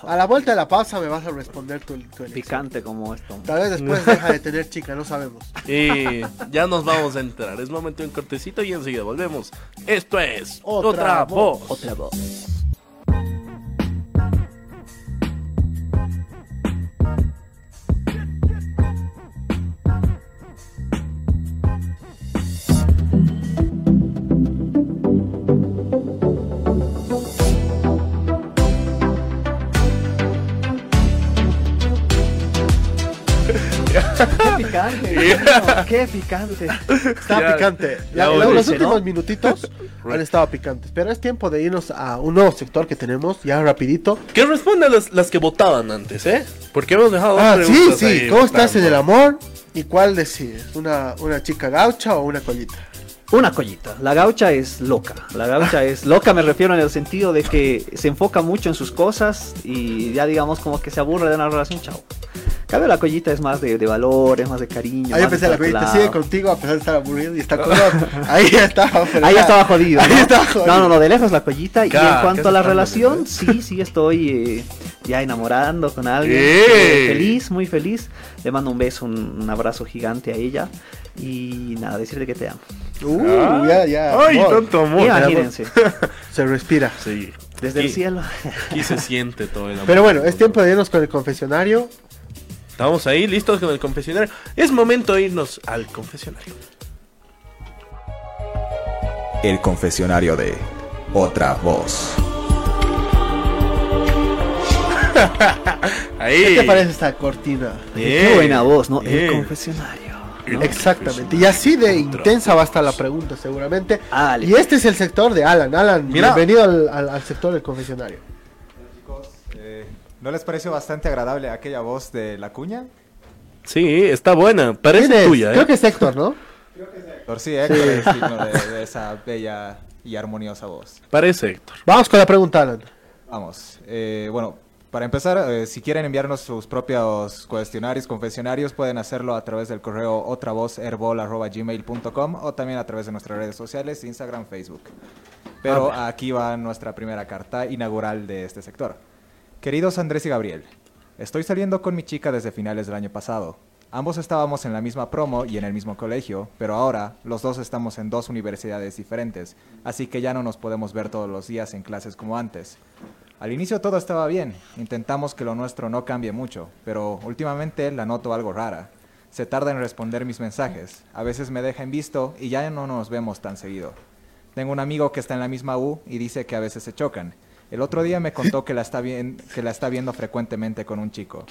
[SPEAKER 6] A la vuelta de la pausa me vas a responder tu, tu elección.
[SPEAKER 5] Picante como esto.
[SPEAKER 6] Tal vez después deja de tener chica, no sabemos.
[SPEAKER 1] Y ya nos vamos a entrar. Es momento de un cortecito y enseguida volvemos. Esto es Otra,
[SPEAKER 6] Otra
[SPEAKER 1] voz.
[SPEAKER 5] Otra voz.
[SPEAKER 1] acá.
[SPEAKER 5] Qué picante, bueno, qué picante.
[SPEAKER 6] Estaba
[SPEAKER 1] Ya,
[SPEAKER 6] picante.
[SPEAKER 1] ya
[SPEAKER 6] Ya, los-
[SPEAKER 1] volviste,
[SPEAKER 6] los
[SPEAKER 5] ¿no?
[SPEAKER 6] últimos minutitos han estado picantes. Pero es tiempo de irnos a un nuevo sector que tenemos, ya rapidito.
[SPEAKER 9] Que respondan las, las que votaban antes, ¿eh? Porque hemos dejado dos
[SPEAKER 6] Ah, sí,
[SPEAKER 9] preguntas
[SPEAKER 6] sí.
[SPEAKER 9] ahí
[SPEAKER 6] ¿Cómo estás en
[SPEAKER 9] votando.
[SPEAKER 6] el amor? ¿Y cuál decides? ¿Una, una chica gaucha o una collita?
[SPEAKER 5] Una collita. La gaucha es loca. La gaucha es loca, me refiero en el sentido de que se enfoca mucho en sus cosas y ya digamos como que se aburre de una relación, chao. Cambio la collita es más de, de valor, es más de cariño.
[SPEAKER 6] Ahí
[SPEAKER 5] más de
[SPEAKER 6] empecé la collita,
[SPEAKER 5] calculado.
[SPEAKER 6] sigue contigo a pesar de estar aburrido y está
[SPEAKER 1] *laughs*
[SPEAKER 6] con otro. Ahí ya estaba. pero
[SPEAKER 5] Ahí
[SPEAKER 6] ya.
[SPEAKER 5] estaba
[SPEAKER 6] *laughs*
[SPEAKER 5] jodido.
[SPEAKER 6] Ahí
[SPEAKER 5] ¿no?
[SPEAKER 6] estaba jodido.
[SPEAKER 5] No, no, no, de lejos la collita. y
[SPEAKER 1] Ca,
[SPEAKER 5] en
[SPEAKER 1] ¿qué
[SPEAKER 5] cuanto a la
[SPEAKER 1] estás
[SPEAKER 5] relación, sí, sí, estoy eh, ya enamorando con alguien.
[SPEAKER 1] ¡Ey!
[SPEAKER 5] eh, Feliz, muy feliz. Le mando un beso, un, un abrazo gigante a ella. Y nada, decirle que te amo.
[SPEAKER 6] Uh, ya, ya.
[SPEAKER 1] Ah. Ay,
[SPEAKER 6] amor.
[SPEAKER 1] tanto amor.
[SPEAKER 5] Imagínense,
[SPEAKER 6] Se respira.
[SPEAKER 1] Sí.
[SPEAKER 6] *laughs*
[SPEAKER 5] desde el
[SPEAKER 1] Sí.
[SPEAKER 5] cielo.
[SPEAKER 9] Aquí se siente todo el amor.
[SPEAKER 6] Pero bueno, es tiempo de irnos con el confesionario.
[SPEAKER 9] Estamos ahí listos con el confesionario. Es momento de irnos al confesionario.
[SPEAKER 10] El confesionario de Otra Voz.
[SPEAKER 9] Ahí.
[SPEAKER 6] ¿Qué te parece esta cortina?
[SPEAKER 5] Qué
[SPEAKER 1] Eh,
[SPEAKER 5] buena voz, ¿no?
[SPEAKER 1] eh.
[SPEAKER 5] El confesionario.
[SPEAKER 6] *laughs*
[SPEAKER 5] ¿no?
[SPEAKER 6] Exactamente. Y así de intensa va a estar la pregunta, seguramente.
[SPEAKER 5] Ale.
[SPEAKER 6] Y este es el sector de Alan. Alan,
[SPEAKER 1] Mira.
[SPEAKER 6] bienvenido al, al- al sector del confesionario.
[SPEAKER 3] Eh, ¿No les pareció bastante agradable aquella voz de la cuña?
[SPEAKER 9] Sí, está buena.
[SPEAKER 6] ¿Quién
[SPEAKER 9] Parece
[SPEAKER 6] es?
[SPEAKER 9] tuya,
[SPEAKER 6] Creo
[SPEAKER 9] ¿eh?
[SPEAKER 6] que es Héctor, ¿no?
[SPEAKER 3] Héctor, sí, Héctor es digno de, de esa bella y armoniosa voz.
[SPEAKER 9] Parece, Héctor.
[SPEAKER 6] Vamos con la pregunta, Alan.
[SPEAKER 3] Vamos. eh, bueno, para empezar, eh, si quieren enviarnos sus propios cuestionarios, confesionarios, pueden hacerlo a través del correo otravozherbol.gmail.com o también a través de nuestras redes sociales, Instagram, Facebook. Pero aquí va nuestra primera carta inaugural de este sector. Queridos Andrés y Gabriel, estoy saliendo con mi chica desde finales del año pasado. Ambos estábamos en la misma promo y en el mismo colegio, pero ahora los dos estamos en dos universidades diferentes, así que ya no nos podemos ver todos los días en clases como antes. Al inicio todo estaba bien, intentamos que lo nuestro no cambie mucho, pero últimamente la noto algo rara. Se tarda en responder mis mensajes, a veces me deja en visto y ya no nos vemos tan seguido. Tengo un amigo que está en la misma U y dice que a veces se chocan. El otro día me contó que la está, bien, que la está viendo frecuentemente con un chico.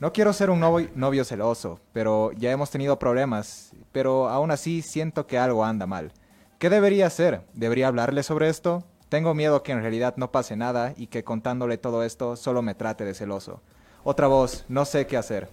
[SPEAKER 3] No quiero ser un novo- novio celoso, pero ya hemos tenido problemas, pero aún así siento que algo anda mal. ¿Qué debería hacer? ¿Debería hablarle sobre esto? Tengo miedo que en realidad no pase nada y que contándole todo esto solo me trate de celoso. Otra voz, no sé qué hacer.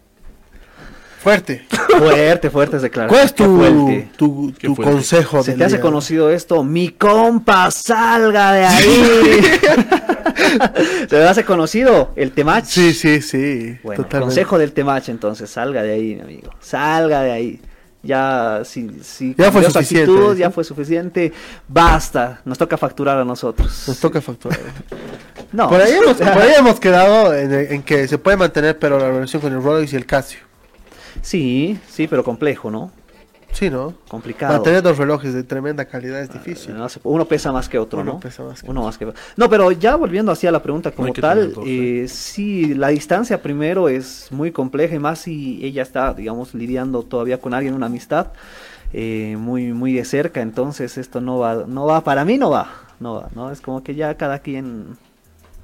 [SPEAKER 6] Fuerte.
[SPEAKER 5] Fuerte, fuertes
[SPEAKER 6] ¿Cuál es
[SPEAKER 5] declaraciones. qué
[SPEAKER 6] tu,
[SPEAKER 5] fuerte.
[SPEAKER 6] tu,
[SPEAKER 1] Qué
[SPEAKER 6] tu
[SPEAKER 1] fuerte.
[SPEAKER 6] consejo?
[SPEAKER 5] Se
[SPEAKER 6] del
[SPEAKER 5] te hace
[SPEAKER 6] día?
[SPEAKER 5] conocido esto, mi compa, salga de ahí. *laughs* Se te hace conocido el temach.
[SPEAKER 6] Sí, sí, sí.
[SPEAKER 5] Bueno,
[SPEAKER 6] totalmente.
[SPEAKER 5] consejo del temach entonces, salga de ahí, mi amigo. Salga de ahí. Ya, si, si
[SPEAKER 6] Ya fue
[SPEAKER 5] cambió su
[SPEAKER 6] suficiente,
[SPEAKER 5] actitud,
[SPEAKER 6] ¿sí?
[SPEAKER 5] ya fue suficiente. Basta, nos toca facturar a nosotros.
[SPEAKER 6] Nos toca facturar.
[SPEAKER 5] *laughs* No.
[SPEAKER 6] Por ahí
[SPEAKER 5] *laughs*
[SPEAKER 6] hemos, por ahí hemos quedado en, en que se puede mantener, pero la relación con el Rolex y el Casio.
[SPEAKER 5] Sí, sí, pero complejo, ¿no?
[SPEAKER 6] Sí, ¿no?
[SPEAKER 5] Complicado.
[SPEAKER 6] Mantener dos relojes de tremenda calidad es difícil.
[SPEAKER 5] No se- uno pesa más que otro,
[SPEAKER 6] Uno
[SPEAKER 5] ¿no?
[SPEAKER 6] pesa más que
[SPEAKER 5] Uno más que otro. No, pero ya volviendo hacia la pregunta
[SPEAKER 1] hay
[SPEAKER 5] como
[SPEAKER 1] que
[SPEAKER 5] tal,
[SPEAKER 1] tener dos,
[SPEAKER 5] eh, sí, la distancia primero es muy compleja y más si ella está, digamos, lidiando todavía con alguien, una amistad eh, muy, muy de cerca, entonces esto no va, no va, para mí no va, no va, ¿no? Es como que ya cada quien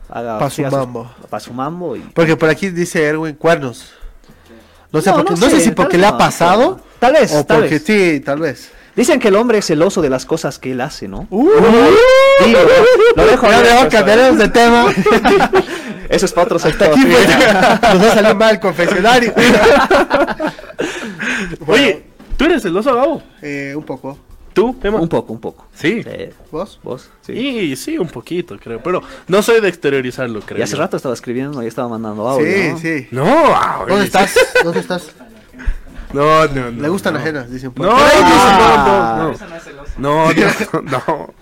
[SPEAKER 5] haga...
[SPEAKER 6] Pa' su
[SPEAKER 5] siga sus-
[SPEAKER 6] mambo.
[SPEAKER 5] pa' su mambo y...
[SPEAKER 6] Porque por aquí dice Erwin cuernos. No sé, por qué- no, sé, si
[SPEAKER 5] tal
[SPEAKER 6] porque
[SPEAKER 5] vez
[SPEAKER 6] le
[SPEAKER 5] no,
[SPEAKER 6] ha pasado
[SPEAKER 5] Tal vez,
[SPEAKER 6] o
[SPEAKER 5] tal
[SPEAKER 6] porque
[SPEAKER 5] vez.
[SPEAKER 6] sí, tal vez.
[SPEAKER 5] Dicen que el hombre es celoso de las cosas que él hace, ¿no?
[SPEAKER 6] Sí,
[SPEAKER 5] Digo, lo dejo
[SPEAKER 6] ¡Uh! ya
[SPEAKER 5] hablar
[SPEAKER 6] mejor
[SPEAKER 5] otras
[SPEAKER 6] cambiaremos de
[SPEAKER 5] *laughs*
[SPEAKER 6] tema. *laughs*
[SPEAKER 5] Eso es para otro
[SPEAKER 6] Hasta
[SPEAKER 5] sector.
[SPEAKER 6] aquí pues, nos ha salido mal el confesionario.
[SPEAKER 1] *laughs* Oye, ¿tú eres celoso, Gabo?
[SPEAKER 6] Eh, un poco.
[SPEAKER 1] ¿Tú, Emma?
[SPEAKER 5] un poco, un poco.
[SPEAKER 1] Sí.
[SPEAKER 5] Sí.
[SPEAKER 6] ¿Vos?
[SPEAKER 5] ¿Vos? Sí.
[SPEAKER 1] Y sí, un poquito, creo. Pero no soy de exteriorizarlo, creo.
[SPEAKER 5] Y hace
[SPEAKER 1] yo.
[SPEAKER 5] rato estaba escribiendo y estaba mandando audio.
[SPEAKER 6] sí,
[SPEAKER 5] ¿no?
[SPEAKER 6] sí.
[SPEAKER 1] No, ah, oye,
[SPEAKER 6] ¿Dónde estás? ¿Dónde estás?
[SPEAKER 1] No, no, no.
[SPEAKER 6] Le gustan ajenas, dicen. por
[SPEAKER 1] No,
[SPEAKER 6] ahí.
[SPEAKER 1] no, no,
[SPEAKER 6] *laughs*
[SPEAKER 1] no, no, no, no.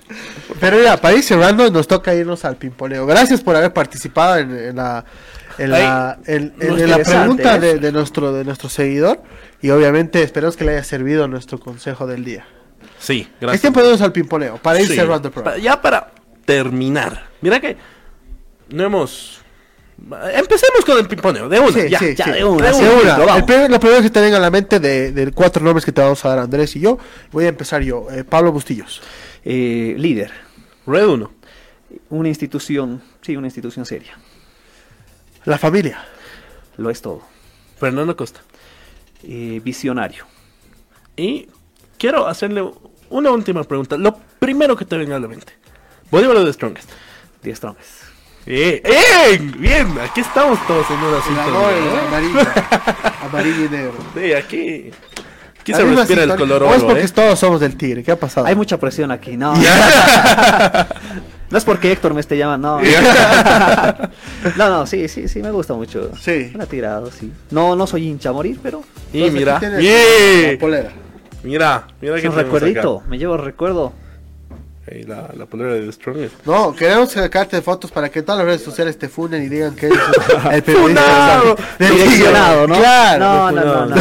[SPEAKER 6] Pero mira, para ir cerrando, nos toca irnos al pimponeo. Gracias por haber participado en, en la, en la, en- en-
[SPEAKER 5] muy
[SPEAKER 6] en la
[SPEAKER 5] interesante
[SPEAKER 6] pregunta
[SPEAKER 1] ¿eh?
[SPEAKER 5] eso.
[SPEAKER 6] de, de nuestro, de nuestro seguidor. Y obviamente esperamos que le haya servido nuestro consejo del día.
[SPEAKER 1] Sí,
[SPEAKER 6] Es
[SPEAKER 1] gracias.
[SPEAKER 6] tiempo de irnos al pimponeo, para ir
[SPEAKER 1] Sí.
[SPEAKER 6] cerrando el programa.
[SPEAKER 1] Pa- Ya para terminar. Mira que no hemos. Empecemos con el pimponeo, de una.
[SPEAKER 6] Sí,
[SPEAKER 1] ya,
[SPEAKER 6] sí,
[SPEAKER 1] ya,
[SPEAKER 6] sí.
[SPEAKER 1] de una.
[SPEAKER 5] De
[SPEAKER 1] sí,
[SPEAKER 5] una.
[SPEAKER 1] listo,
[SPEAKER 6] Ahora,
[SPEAKER 1] vamos.
[SPEAKER 6] el primer- lo primero que te venga a la mente de, de cuatro nombres que te vamos a dar Andrés y yo, voy a empezar yo. Eh, Pablo Bustillos.
[SPEAKER 5] Eh, líder.
[SPEAKER 1] Red 1.
[SPEAKER 5] Una institución. Sí, una institución seria.
[SPEAKER 6] La familia.
[SPEAKER 5] Lo es todo.
[SPEAKER 1] Fernando Costa.
[SPEAKER 5] eh, visionario.
[SPEAKER 1] Y quiero hacerle una última pregunta. Lo primero que te venga a la mente. Bolívar de Strongest.
[SPEAKER 5] 10 trompes.
[SPEAKER 1] Eh, ¡Bien! Bien, aquí estamos todos en una
[SPEAKER 6] Ganó
[SPEAKER 1] sintonía.
[SPEAKER 6] el amarillo. *laughs* amarillo y negro.
[SPEAKER 1] Sí, aquí, aquí
[SPEAKER 6] La
[SPEAKER 1] se
[SPEAKER 6] misma
[SPEAKER 1] respira el
[SPEAKER 6] sintonía.
[SPEAKER 1] color
[SPEAKER 6] O es
[SPEAKER 1] oro,
[SPEAKER 6] porque
[SPEAKER 1] ¿eh?
[SPEAKER 6] todos somos del Tigre. ¿Qué ha pasado?
[SPEAKER 5] Hay mucha presión aquí,
[SPEAKER 6] *laughs*
[SPEAKER 5] no. *laughs* no es porque Héctor me esté llamando, no. *laughs* no, no, sí, sí, sí, me gusta mucho.
[SPEAKER 6] Sí.
[SPEAKER 5] Me la he tirado, sí. No, no soy hincha a morir, pero
[SPEAKER 1] *laughs* Y mira,
[SPEAKER 6] Tiene
[SPEAKER 1] ¡bien!
[SPEAKER 6] la polera.
[SPEAKER 1] Mira, mira
[SPEAKER 5] es
[SPEAKER 1] que
[SPEAKER 5] un recuerdito, me llevo el recuerdo.
[SPEAKER 1] Ahí la, la polera de The Strongest.
[SPEAKER 6] No, queremos sacarte fotos para que todas las redes sociales te funen y digan
[SPEAKER 5] *laughs*
[SPEAKER 6] que eres el periodista.
[SPEAKER 1] ¡Funado!
[SPEAKER 6] del Tigre.
[SPEAKER 5] Direccionado, ¿no?
[SPEAKER 6] Claro.
[SPEAKER 5] No, no, no, no. no.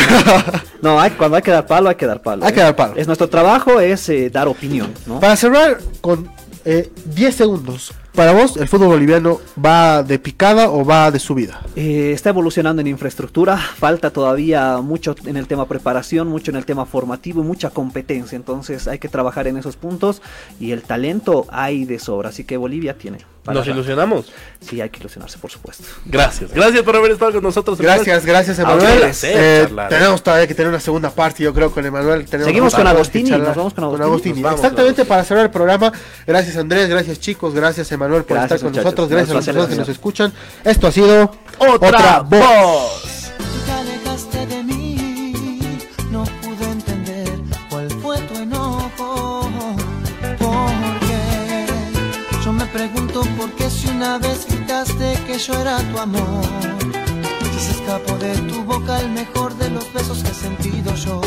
[SPEAKER 5] No, hay- cuando hay que dar palo, hay que dar palo.
[SPEAKER 6] Hay que
[SPEAKER 5] ¿eh?
[SPEAKER 6] dar palo.
[SPEAKER 5] Es nuestro trabajo, es eh, dar opinión, ¿no?
[SPEAKER 6] Para cerrar con eh, 10 segundos, para vos, ¿el fútbol boliviano va de picada o va de subida?
[SPEAKER 5] Eh, está evolucionando en infraestructura, *laughs* falta todavía mucho en el tema preparación, mucho en el tema formativo, y mucha competencia, entonces hay que trabajar en esos puntos y el talento hay de sobra, así que Bolivia tiene. para
[SPEAKER 1] Nos
[SPEAKER 5] rato.
[SPEAKER 1] ilusionamos.
[SPEAKER 5] Sí, hay que ilusionarse, por supuesto.
[SPEAKER 1] Gracias. Gracias por haber estado con nosotros.
[SPEAKER 6] Gracias, gracias,
[SPEAKER 1] A
[SPEAKER 6] Emanuel.
[SPEAKER 1] ver, eh, charlar.
[SPEAKER 6] tenemos todavía que tener una segunda parte, yo creo, con Emanuel. Tenemos
[SPEAKER 5] Seguimos
[SPEAKER 6] muchas
[SPEAKER 5] con
[SPEAKER 6] cosas que
[SPEAKER 5] Agostini,
[SPEAKER 6] charlar.
[SPEAKER 5] nos vamos con Agostini. Nos vamos,
[SPEAKER 6] Exactamente, para cerrar el programa, gracias Andrés, gracias chicos, gracias Emanuel por
[SPEAKER 5] Gracias,
[SPEAKER 6] estar con
[SPEAKER 5] muchachos.
[SPEAKER 6] nosotros, gracias a las
[SPEAKER 5] Placer,
[SPEAKER 6] personas que nos
[SPEAKER 5] placer.
[SPEAKER 6] escuchan. Esto ha sido
[SPEAKER 1] Otra, voz.
[SPEAKER 11] Tú te alejaste de mí, no pude entender cuál fue tu enojo. Porque yo me pregunto por qué si una vez gritaste que yo era tu amor, si se escapó de tu boca el mejor de los besos que he sentido yo.